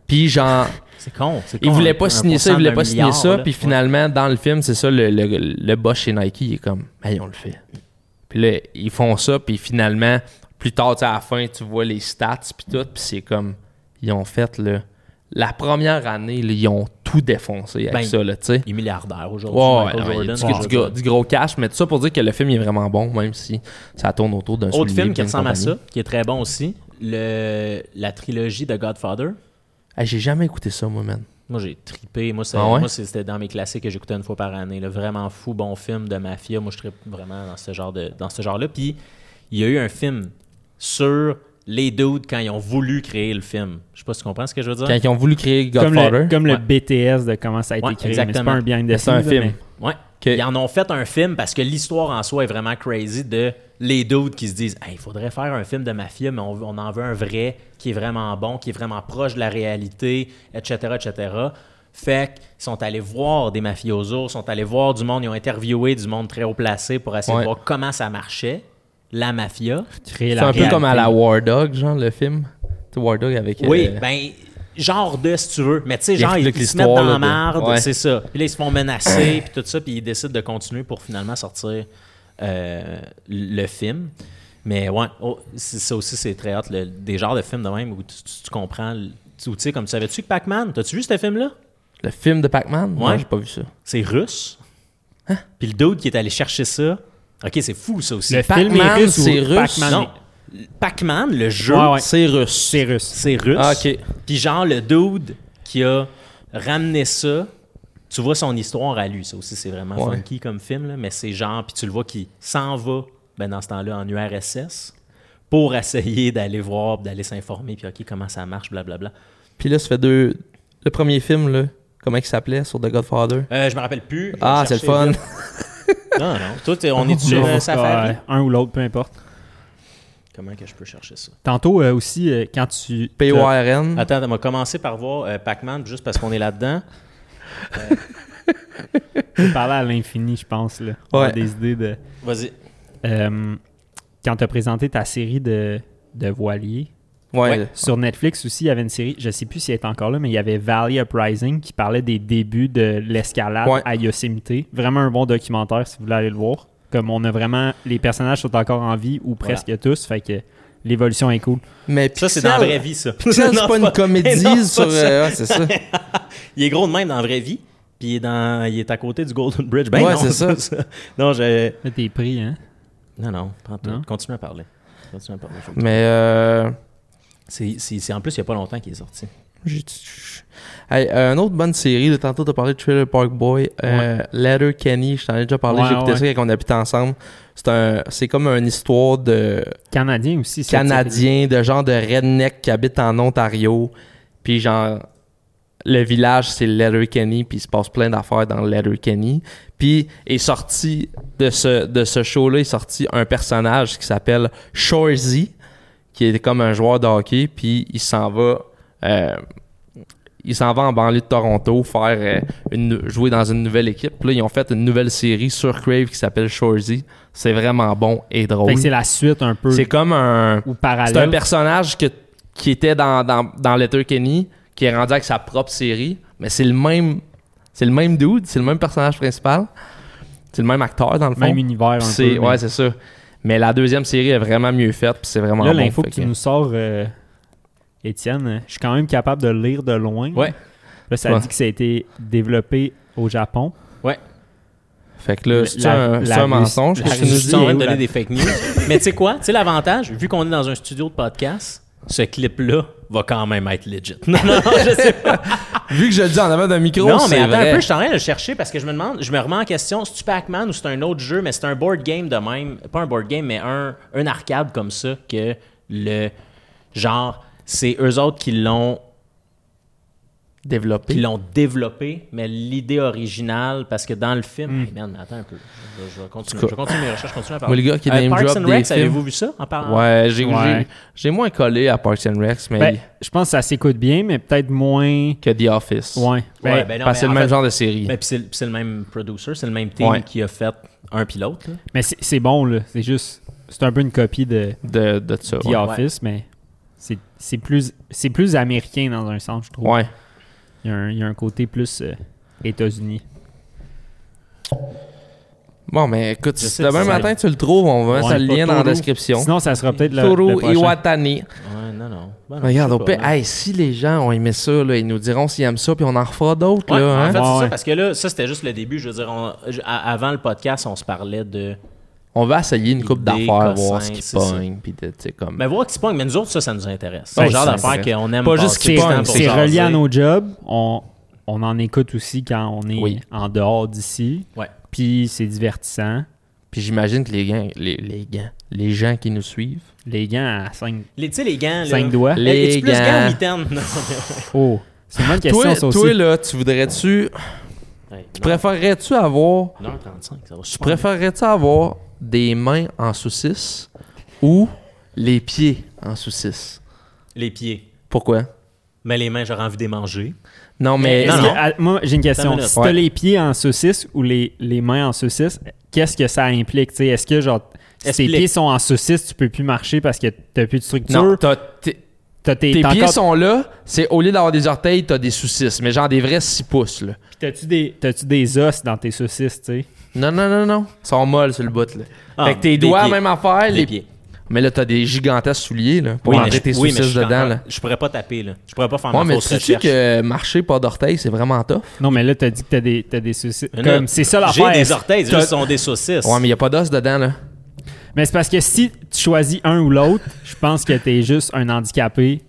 Speaker 1: Puis genre,
Speaker 3: C'est con. c'est
Speaker 1: il
Speaker 3: con,
Speaker 1: voulait
Speaker 3: un-
Speaker 1: pas
Speaker 3: un
Speaker 1: signer ça, il
Speaker 3: pourcent
Speaker 1: voulait
Speaker 3: d'un
Speaker 1: pas signer
Speaker 3: milliard,
Speaker 1: ça.
Speaker 3: là.
Speaker 1: Puis finalement, dans le film, c'est ça, le, le, le boss chez Nike, il est comme, hey, on le fait. Puis là, ils font ça, puis finalement, plus tard, tu sais, à la fin, tu vois les stats, puis tout, puis c'est comme, ils ont fait, le la première année, là, ils ont tout défoncé avec
Speaker 3: Ben,
Speaker 1: ça, là, tu sais.
Speaker 3: Il est milliardaire aujourd'hui.
Speaker 1: Ouais, ouais,
Speaker 3: Michael
Speaker 1: ouais,
Speaker 3: Jordan.
Speaker 1: du, du gros- du gros cash, mais tout ça pour dire que le film il est vraiment bon, même si ça tourne autour d'un
Speaker 3: Autre
Speaker 1: soulier
Speaker 3: film
Speaker 1: puis
Speaker 3: qui
Speaker 1: d'une
Speaker 3: ressemble à ça,
Speaker 1: compagnie.
Speaker 3: qui est très bon aussi, le, la trilogie de Godfather.
Speaker 1: Hey, J'ai jamais écouté ça, moi, man.
Speaker 3: Moi, j'ai tripé. Moi, c'est-
Speaker 1: Ah ouais?
Speaker 3: moi, c'est- c'était dans mes classiques que j'écoutais une fois par année. là. Vraiment fou, bon film de mafia. Moi, je tripe vraiment dans ce genre de, dans ce genre-là. Puis, il y a eu un film sur les dudes quand ils ont voulu créer le film. Je sais pas si tu comprends ce que je veux dire.
Speaker 1: Quand ils ont voulu créer
Speaker 2: Comme,
Speaker 1: Godfather,
Speaker 2: le, comme le
Speaker 3: Ouais.
Speaker 2: BTS de comment ça a été
Speaker 3: Ouais,
Speaker 2: créé. Mais c'est
Speaker 3: exactement.
Speaker 2: pas un behind the
Speaker 1: c'est un
Speaker 2: scenes, là,
Speaker 1: film.
Speaker 2: mais-
Speaker 3: Ouais.
Speaker 1: Ok.
Speaker 3: Ils en ont fait un film parce que l'histoire en soi est vraiment crazy de les dudes qui se disent Hey, il faudrait faire un film de mafia, mais on, on en veut un vrai qui est vraiment bon, qui est vraiment proche de la réalité, etc. etc. Fait qu'ils sont allés voir des mafiosos, sont allés voir du monde, ils ont interviewé du monde très haut placé pour essayer
Speaker 1: Ouais.
Speaker 3: de voir comment ça marchait, la mafia.
Speaker 2: Créer
Speaker 1: C'est
Speaker 2: la
Speaker 1: un peu
Speaker 2: réalité.
Speaker 1: comme à la War Dog, genre, le film. Tu sais, War Dog avec.
Speaker 3: Oui,
Speaker 1: euh,
Speaker 3: ben genre de si tu veux, mais tu sais
Speaker 1: Ils
Speaker 3: genre ils,
Speaker 1: expliquent
Speaker 3: ils se mettent
Speaker 1: l'histoire,
Speaker 3: dans la
Speaker 1: là, de-
Speaker 3: merde,
Speaker 1: Ouais.
Speaker 3: c'est ça. Puis là ils se font menacer puis tout ça puis ils décident de continuer pour finalement sortir euh, le film. Mais ouais, oh, c'est- ça aussi c'est très hot le- des genres de films de même où tu, tu- tu comprends le- tu ou tu sais comme tu savais-tu que Pac-Man, t'as-tu vu ce film là
Speaker 1: Le film de Pac-Man?
Speaker 3: Ouais.
Speaker 1: Non, j'ai pas vu ça.
Speaker 3: C'est russe.
Speaker 1: Hein?
Speaker 3: Puis le dude qui est allé chercher ça. OK, c'est fou ça aussi.
Speaker 2: Le film est
Speaker 1: Pac-Man,
Speaker 2: russe ou
Speaker 1: c'est russe?
Speaker 2: Pac-Man
Speaker 3: non.
Speaker 2: est-
Speaker 3: Pac-Man, le jeu,
Speaker 2: Ouais, ouais.
Speaker 1: C'est russe.
Speaker 2: C'est russe.
Speaker 3: c'est russe.
Speaker 1: Ah, ok.
Speaker 3: Puis genre, le dude qui a ramené ça, tu vois son histoire à lui. Ça aussi, c'est vraiment
Speaker 1: Ouais.
Speaker 3: funky comme film, là, mais c'est genre, puis tu le vois qui s'en va, ben, dans ce temps-là, en URSS, pour essayer d'aller voir, puis d'aller s'informer, puis OK, comment ça marche, blablabla.
Speaker 1: Puis là, ça fait deux. Le premier film, là, comment il s'appelait sur The Godfather?
Speaker 3: Euh, je me rappelle plus. je vais
Speaker 1: Ah, c'est le fun.
Speaker 3: chercher,
Speaker 1: <laughs>
Speaker 3: là. Non, non. Toi, t'es- on est-tu
Speaker 2: Non,
Speaker 3: sur euh,
Speaker 2: ouais,
Speaker 3: Safari?
Speaker 2: Un ou l'autre, peu importe.
Speaker 3: Comment que je peux chercher ça?
Speaker 2: Tantôt euh, aussi, euh, quand tu.
Speaker 1: PORN.
Speaker 3: Attends, on va commencer par voir euh, Pac-Man juste parce qu'on est là-dedans.
Speaker 2: tu parlais à l'infini, je pense. Là. On a
Speaker 1: Ouais.
Speaker 2: des idées de.
Speaker 3: Vas-y.
Speaker 2: Euh, quand tu as présenté ta série de, de voiliers,
Speaker 1: Ouais.
Speaker 2: sur Netflix aussi, il y avait une série, je sais plus si elle est encore là, mais il y avait Valley Uprising qui parlait des débuts de l'escalade
Speaker 1: Ouais.
Speaker 2: à Yosemite. Vraiment un bon documentaire si vous voulez aller le voir. Comme on a vraiment. Les personnages sont encore en vie ou presque tous, fait que l'évolution est cool.
Speaker 1: Mais
Speaker 3: Ça, c'est dans la
Speaker 1: Pixel-
Speaker 3: vraie vie, <laughs> ça.
Speaker 1: Pixel,
Speaker 3: Non,
Speaker 1: c'est pas une comédie
Speaker 3: <laughs> Non, c'est
Speaker 1: sur.
Speaker 3: pas ça.
Speaker 1: euh, ouais, c'est ça.
Speaker 3: il est gros de même dans la vraie vie. Puis il est, dans, il est à côté du Golden Bridge. Ben
Speaker 1: Ouais,
Speaker 3: non, <laughs>
Speaker 1: c'est ça.
Speaker 3: pas ça. Non, je...
Speaker 2: Là, t'es pris, hein?
Speaker 3: Non, non, pas en tout.
Speaker 2: Non?
Speaker 3: Continue à parler. Continue à parler. je-
Speaker 1: Mais. euh,
Speaker 3: C'est, c'est- c'est- en plus, il n'y a pas longtemps qu'il est sorti.
Speaker 1: j'ai- Hey, euh, une autre bonne série, là, tantôt t'as parlé de Trailer Park Boy, euh, Letter Kenny, je t'en ai déjà parlé,
Speaker 2: Ouais,
Speaker 1: j'écoutais
Speaker 2: ouais.
Speaker 1: ça quand on habitait ensemble. C'est un, c'est comme une histoire de,
Speaker 2: Canadien aussi. cette série.
Speaker 1: canadien de genre de redneck qui habite en Ontario. Puis genre le village c'est Letterkenny puis il se passe plein d'affaires dans Letterkenny. Puis est sorti de ce de ce show là, est sorti un personnage qui s'appelle Shorzy qui est comme un joueur de hockey puis il s'en va euh, il s'en va en banlieue de Toronto faire euh, une, jouer dans une nouvelle équipe. Puis là, ils ont fait une nouvelle série sur Crave qui s'appelle Shorzy. C'est vraiment bon et
Speaker 2: Fait
Speaker 1: drôle.
Speaker 2: que c'est la suite un peu
Speaker 1: C'est comme un
Speaker 2: ou
Speaker 1: c'est un
Speaker 2: parallèle.
Speaker 1: personnage que- qui était dans, dans, dans Letterkenny, qui est rendu avec sa propre série, mais c'est le même c'est le même dude, c'est le même personnage principal, c'est le même acteur dans le fond.
Speaker 2: Même univers un
Speaker 1: Puis c'est-
Speaker 2: peu. mais-
Speaker 1: ouais, c'est ça. Mais la deuxième série est vraiment mieux faite, puis c'est vraiment
Speaker 2: Là,
Speaker 1: bon,
Speaker 2: l'info que
Speaker 1: fait
Speaker 2: tu
Speaker 1: que-
Speaker 2: nous sors, euh, Étienne, euh, je suis quand même capable de lire de loin.
Speaker 3: Ouais.
Speaker 2: Là, ça
Speaker 1: Ouais.
Speaker 2: dit que ça a été développé au Japon.
Speaker 1: Fait que là,
Speaker 2: La-
Speaker 1: c'est un,
Speaker 2: la-
Speaker 1: c'est un
Speaker 2: la-
Speaker 1: mensonge.
Speaker 2: <laughs> la-
Speaker 1: que
Speaker 3: Je
Speaker 1: tu nous
Speaker 3: suis
Speaker 1: dis.
Speaker 3: juste en train
Speaker 2: est
Speaker 3: de
Speaker 2: où,
Speaker 3: donner
Speaker 2: là?
Speaker 3: des fake news. <laughs> Mais tu sais quoi? Tu sais l'avantage? Vu qu'on est dans un studio de podcast, ce clip-là va quand même être legit. <laughs> Non, non, non, je sais pas.
Speaker 1: Vu que je le dis en avant d'un micro,
Speaker 3: Non, mais
Speaker 1: c'est
Speaker 3: attends
Speaker 1: vrai.
Speaker 3: un peu, je suis en train de le chercher parce que je me demande, je me remets en question, c'est-tu Pac-Man ou c'est un autre jeu, mais c'est un board game de même, pas un board game, mais un, un arcade comme ça que le genre, c'est eux autres qui l'ont
Speaker 1: Développé.
Speaker 3: qui l'ont développé, mais l'idée originale, parce que dans le film, Hey, man, mais attends un peu, je, vais- je vais continuer,
Speaker 1: Hmm. En tout
Speaker 3: je vais continuer mes recherches, continuer à
Speaker 1: Moi,
Speaker 3: parler.
Speaker 1: le gars qui
Speaker 3: Euh,
Speaker 1: name
Speaker 3: Parks
Speaker 1: drop
Speaker 3: and
Speaker 1: des
Speaker 3: Recs,
Speaker 1: films.
Speaker 3: avez-vous vu ça en parlant?
Speaker 1: Ouais, j'ai
Speaker 2: Ouais.
Speaker 1: j'ai- j'ai moins collé à Parks and Rec, mais
Speaker 2: Ben, je pense que ça s'écoute bien, mais peut-être moins.
Speaker 1: que The Office.
Speaker 2: Ouais. Ben,
Speaker 3: Ouais, ben non,
Speaker 1: Parce que c'est
Speaker 3: mais
Speaker 1: le
Speaker 3: en
Speaker 1: même
Speaker 3: fait-
Speaker 1: genre de série.
Speaker 3: Ben, puis c'est le- puis c'est le même producer, c'est le même team
Speaker 1: Ouais.
Speaker 3: qui a fait un pilote. là.
Speaker 2: Mais c'est c'est bon, là. C'est juste. C'est un peu une copie de
Speaker 1: de, de ça.
Speaker 2: The
Speaker 1: ouais.
Speaker 2: Office, mais c'est- c'est plus, c'est plus américain dans un sens, je trouve.
Speaker 1: ouais.
Speaker 2: Il, y a un, il y a un côté plus euh, États-Unis.
Speaker 1: Bon, mais écoute,
Speaker 3: Je
Speaker 1: si
Speaker 3: sais que
Speaker 1: demain
Speaker 3: ça-
Speaker 1: matin tu le trouves, on va mettre
Speaker 2: Ouais,
Speaker 1: le
Speaker 2: pas
Speaker 1: lien dans la
Speaker 2: Toru.
Speaker 1: description.
Speaker 2: Sinon, ça sera peut-être le. le
Speaker 1: Toru
Speaker 2: prochain.
Speaker 1: Iwatani.
Speaker 3: Ouais, non, non. Ben non,
Speaker 1: Regarde,
Speaker 3: Ah, je
Speaker 1: au
Speaker 3: sais pas,
Speaker 1: pire,
Speaker 3: là.
Speaker 1: hey, si les gens ont aimé ça, là, ils nous diront s'ils aiment ça, puis on en refera d'autres.
Speaker 3: Ouais,
Speaker 1: là, hein.
Speaker 3: en fait,
Speaker 2: Ouais,
Speaker 3: c'est ça,
Speaker 2: ouais.
Speaker 3: parce que là, ça, c'était juste le début. Je veux dire, on- je- à- avant le podcast, on se parlait de.
Speaker 1: On va essayer une coupe
Speaker 3: Idée,
Speaker 1: d'affaires,
Speaker 3: cossin,
Speaker 1: voir ce qui
Speaker 3: c'est ça. Ben,
Speaker 1: pogne, puis de- tu sais, comme.
Speaker 3: Mais voir qui se pogne, mais nous autres, ça, ça nous intéresse. C'est
Speaker 2: Ouais,
Speaker 3: le genre
Speaker 2: ça
Speaker 3: d'affaires
Speaker 1: m'intéresse.
Speaker 3: qu'on aime.
Speaker 1: Pas juste
Speaker 3: passer
Speaker 1: qui
Speaker 2: C'est
Speaker 3: du temps
Speaker 1: pogne,
Speaker 3: pour
Speaker 2: c'est
Speaker 3: jaser.
Speaker 2: relié à nos jobs. On, on en écoute aussi quand on est
Speaker 1: Oui.
Speaker 2: en dehors d'ici.
Speaker 3: Ouais.
Speaker 2: Puis c'est divertissant.
Speaker 1: Puis j'imagine que les gars, les, les gars, les gens qui nous suivent.
Speaker 2: Les gants à 5,
Speaker 3: Les- Tu sais, les gants. là.
Speaker 2: doigts.
Speaker 1: Les-
Speaker 3: Eh, Es-tu plus
Speaker 1: gants.
Speaker 3: gants ou mitaines? <laughs> Non, mais-
Speaker 2: Oh, c'est une bonne question,
Speaker 1: Toi,
Speaker 2: ça
Speaker 1: toi,
Speaker 2: aussi.
Speaker 1: là, tu voudrais-tu.
Speaker 3: Hey,
Speaker 1: Tu préférerais-tu avoir.
Speaker 3: 1h35, ça va super.
Speaker 1: Tu préférerais-tu avoir des mains en saucisse ou les pieds en saucisse?
Speaker 3: bien. Les pieds.
Speaker 1: Pourquoi?
Speaker 3: Mais les mains, j'aurais envie de les manger.
Speaker 1: Non, mais.
Speaker 2: Est-ce
Speaker 3: Non,
Speaker 2: que-
Speaker 3: non.
Speaker 2: ah, moi, j'ai une
Speaker 3: Attends
Speaker 2: question.
Speaker 3: une
Speaker 2: Si t'as
Speaker 1: minute.
Speaker 2: les pieds en saucisse ou les, les mains en saucisse, qu'est-ce que ça implique? Tu sais, Est-ce que genre si tes
Speaker 3: Explique.
Speaker 2: pieds sont en saucisse, tu peux plus marcher parce que t'as plus de structure?
Speaker 1: Non, t'as- t'es-
Speaker 2: T'as tes,
Speaker 1: Tes
Speaker 2: t'as
Speaker 1: pieds
Speaker 2: encore-
Speaker 1: sont là,
Speaker 2: <laughs>
Speaker 1: c'est au lieu d'avoir des orteils, t'as des saucisses, mais genre des vrais 6 pouces, là.
Speaker 2: Puis T'as-tu des, t'as-tu des os dans tes saucisses, tu sais?
Speaker 1: Non, non, non, non. Ils sont molles sur le bout, là.
Speaker 3: Ah,
Speaker 1: fait que tes
Speaker 3: des
Speaker 1: doigts,
Speaker 3: pieds.
Speaker 1: même affaire.
Speaker 3: Les
Speaker 1: les-
Speaker 3: pieds.
Speaker 1: Mais là, t'as des gigantesques souliers, là, pour
Speaker 3: mais
Speaker 1: rentrer
Speaker 3: je-
Speaker 1: tes
Speaker 3: oui, mais je
Speaker 1: saucisses
Speaker 3: suis
Speaker 1: dedans,
Speaker 3: encore-
Speaker 1: là.
Speaker 3: Je pourrais pas taper, là. Je pourrais pas faire
Speaker 1: Ouais,
Speaker 3: ma
Speaker 1: mais
Speaker 3: fausse
Speaker 1: sais-tu
Speaker 3: recherche.
Speaker 1: que marcher pas d'orteils, c'est vraiment tough?
Speaker 2: Non, mais là, t'as dit que t'as des, t'as des saucisses.
Speaker 3: Mais là,
Speaker 2: Comme, c'est ça l'affaire.
Speaker 3: J'ai des orteils,
Speaker 2: T'as-
Speaker 3: juste, ce sont des saucisses.
Speaker 1: Ouais, mais y a pas d'os dedans, là.
Speaker 2: Mais c'est parce que si tu choisis un ou l'autre, je pense que t'es juste un handicapé.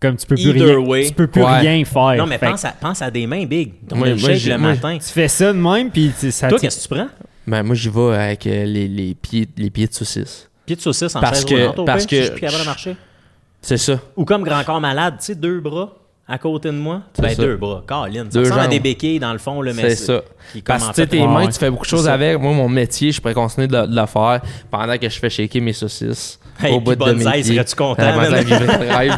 Speaker 2: Comme tu peux plus
Speaker 3: Either
Speaker 2: rien,
Speaker 3: way.
Speaker 2: tu peux plus
Speaker 1: Ouais.
Speaker 2: rien faire.
Speaker 3: Non, mais
Speaker 2: Fait que
Speaker 3: pense à, pense à des mains big. Ton
Speaker 1: Moi, moi,
Speaker 3: milkshake
Speaker 1: j'ai-
Speaker 3: le
Speaker 1: moi,
Speaker 3: matin.
Speaker 2: Tu fais ça de même, puis tu- ça
Speaker 3: Toi,
Speaker 2: te-
Speaker 3: qu'est-ce que tu prends?
Speaker 1: Ben, moi, j'y vais avec euh, les, les pieds, les pieds de saucisses.
Speaker 3: Pieds de saucisse en
Speaker 1: Parce
Speaker 3: chaise
Speaker 1: que-
Speaker 3: roulante, au
Speaker 1: parce
Speaker 3: pire,
Speaker 1: que-
Speaker 3: si je suis plus capable de marcher.
Speaker 1: C'est ça.
Speaker 3: Ou comme grand corps malade, tu sais, deux bras. à côté de moi.
Speaker 1: C'est
Speaker 3: Ben,
Speaker 1: ça.
Speaker 3: deux bras. Colin. Ça
Speaker 1: Deux
Speaker 3: ressemble à
Speaker 1: jambes.
Speaker 3: des béquilles, dans le fond, le
Speaker 1: C'est ça. Parce que tu sais, tes
Speaker 2: Ouais,
Speaker 1: mains,
Speaker 2: ouais.
Speaker 1: tu fais beaucoup de choses avec. Moi, mon métier, je pourrais continuer de, le- de le faire pendant que je fais shaker mes saucisses
Speaker 3: Hey,
Speaker 1: au
Speaker 3: puis
Speaker 1: bout de
Speaker 3: bonne
Speaker 1: midi.
Speaker 3: zeste, serais-tu content,
Speaker 1: Avant
Speaker 3: man?
Speaker 1: de vivre le
Speaker 3: <laughs>
Speaker 1: rêve.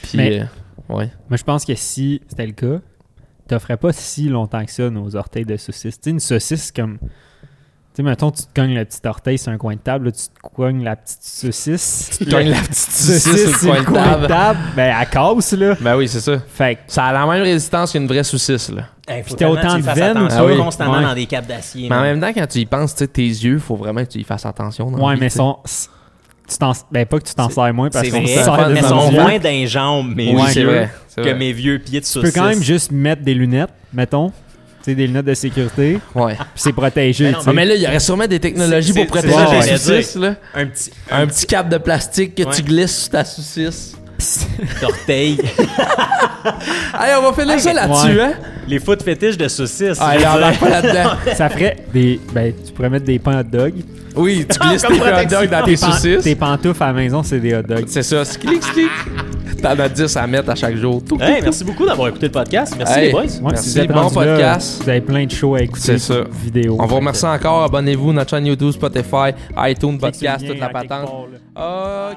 Speaker 1: Puis,
Speaker 2: Mais-
Speaker 1: euh, ouais.
Speaker 2: Moi, je pense que si c'était le cas, t'offrais pas si longtemps que ça nos orteils de saucisse. Tu sais, une saucisse comme. Tu sais, mettons, tu te cognes le petit orteil sur un coin de table, là, tu te cognes la petite saucisse.
Speaker 1: Tu cognes la petite
Speaker 2: <laughs> saucisse
Speaker 1: saucisse sur le coin de table.
Speaker 2: Ben, elle casse, là.
Speaker 1: Ben oui, c'est ça.
Speaker 2: Fait que.
Speaker 1: Ça a la même résistance qu'une vraie saucisse, là.
Speaker 3: faut
Speaker 2: t'es
Speaker 3: tellement
Speaker 2: autant
Speaker 3: que tu y
Speaker 2: de
Speaker 3: fasses
Speaker 2: veines,
Speaker 3: attention
Speaker 1: ah oui. Ben
Speaker 3: constamment
Speaker 2: Ouais.
Speaker 3: dans des capes d'acier.
Speaker 1: Mais en
Speaker 3: man.
Speaker 1: même temps, quand tu y penses, tu sais, tes yeux, faut vraiment que tu y fasses attention. dans la
Speaker 2: Ouais,
Speaker 1: vie,
Speaker 2: mais
Speaker 1: tu sais.
Speaker 2: son. Tu t'en. Ben, pas que tu t'en sers moins parce
Speaker 3: C'est
Speaker 2: qu'on
Speaker 3: vrai,
Speaker 2: te
Speaker 1: ça
Speaker 2: sert
Speaker 1: fait
Speaker 2: de
Speaker 3: elles
Speaker 1: des
Speaker 2: ton
Speaker 3: sont
Speaker 1: ennuis.
Speaker 2: vieux.
Speaker 3: moins d'un jambes, mes
Speaker 1: Oui,
Speaker 2: Ouais.
Speaker 1: c'est
Speaker 3: yeux,
Speaker 1: vrai. c'est
Speaker 3: que
Speaker 1: vrai.
Speaker 3: mes vieux pieds de
Speaker 2: Tu
Speaker 3: saucisse.
Speaker 2: peux quand même juste mettre des lunettes, mettons. Tu sais, des lunettes de sécurité.
Speaker 3: <laughs>
Speaker 1: Ouais.
Speaker 2: Puis c'est protégé.
Speaker 3: Mais non,
Speaker 2: tu
Speaker 1: Ah,
Speaker 2: sais.
Speaker 1: mais là, il y aurait sûrement des technologies
Speaker 3: C'est-
Speaker 1: pour
Speaker 3: c'est-
Speaker 1: protéger
Speaker 3: c'est ça
Speaker 1: la
Speaker 3: que j'allais
Speaker 1: saucisse, là.
Speaker 3: un petit
Speaker 1: Un petit cap de plastique que
Speaker 3: Ouais.
Speaker 1: tu glisses sur ta saucisse.
Speaker 3: orteil.
Speaker 1: Allez, on va finir ça là-dessus,
Speaker 2: ouais.
Speaker 1: hein?
Speaker 3: <laughs> Les foot fétiches de saucisse.
Speaker 1: Ah,
Speaker 3: je
Speaker 1: là,
Speaker 3: veux
Speaker 1: on
Speaker 3: dire.
Speaker 1: embarque pas là-dedans.
Speaker 2: Ça ferait des. Ben, tu pourrais mettre des pains hot dog.
Speaker 1: Oui, tu glisses
Speaker 3: Comme
Speaker 1: tes hot
Speaker 3: protection.
Speaker 1: dogs dans
Speaker 2: Tes,
Speaker 1: tes
Speaker 2: pan- tes
Speaker 1: saucisses.
Speaker 2: pantoufles à la maison, c'est des hot dogs.
Speaker 1: C'est ça, clic, clic. T'en as 10 à mettre à chaque jour. Tout, tout,
Speaker 3: <laughs> Hey,
Speaker 1: tout.
Speaker 3: merci beaucoup d'avoir écouté le podcast. Merci
Speaker 1: Hey.
Speaker 3: les boys.
Speaker 2: Ouais,
Speaker 1: Merci,
Speaker 2: vous êtes
Speaker 1: bon
Speaker 2: rendu là,
Speaker 1: podcast.
Speaker 2: vous avez plein de shows à écouter.
Speaker 1: C'est ça.
Speaker 2: Vidéo.
Speaker 1: On vous remercie encore. Abonnez-vous à notre chaîne YouTube, Spotify, iTunes, podcast, toute la patente.
Speaker 2: patente.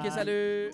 Speaker 1: Ok, salut!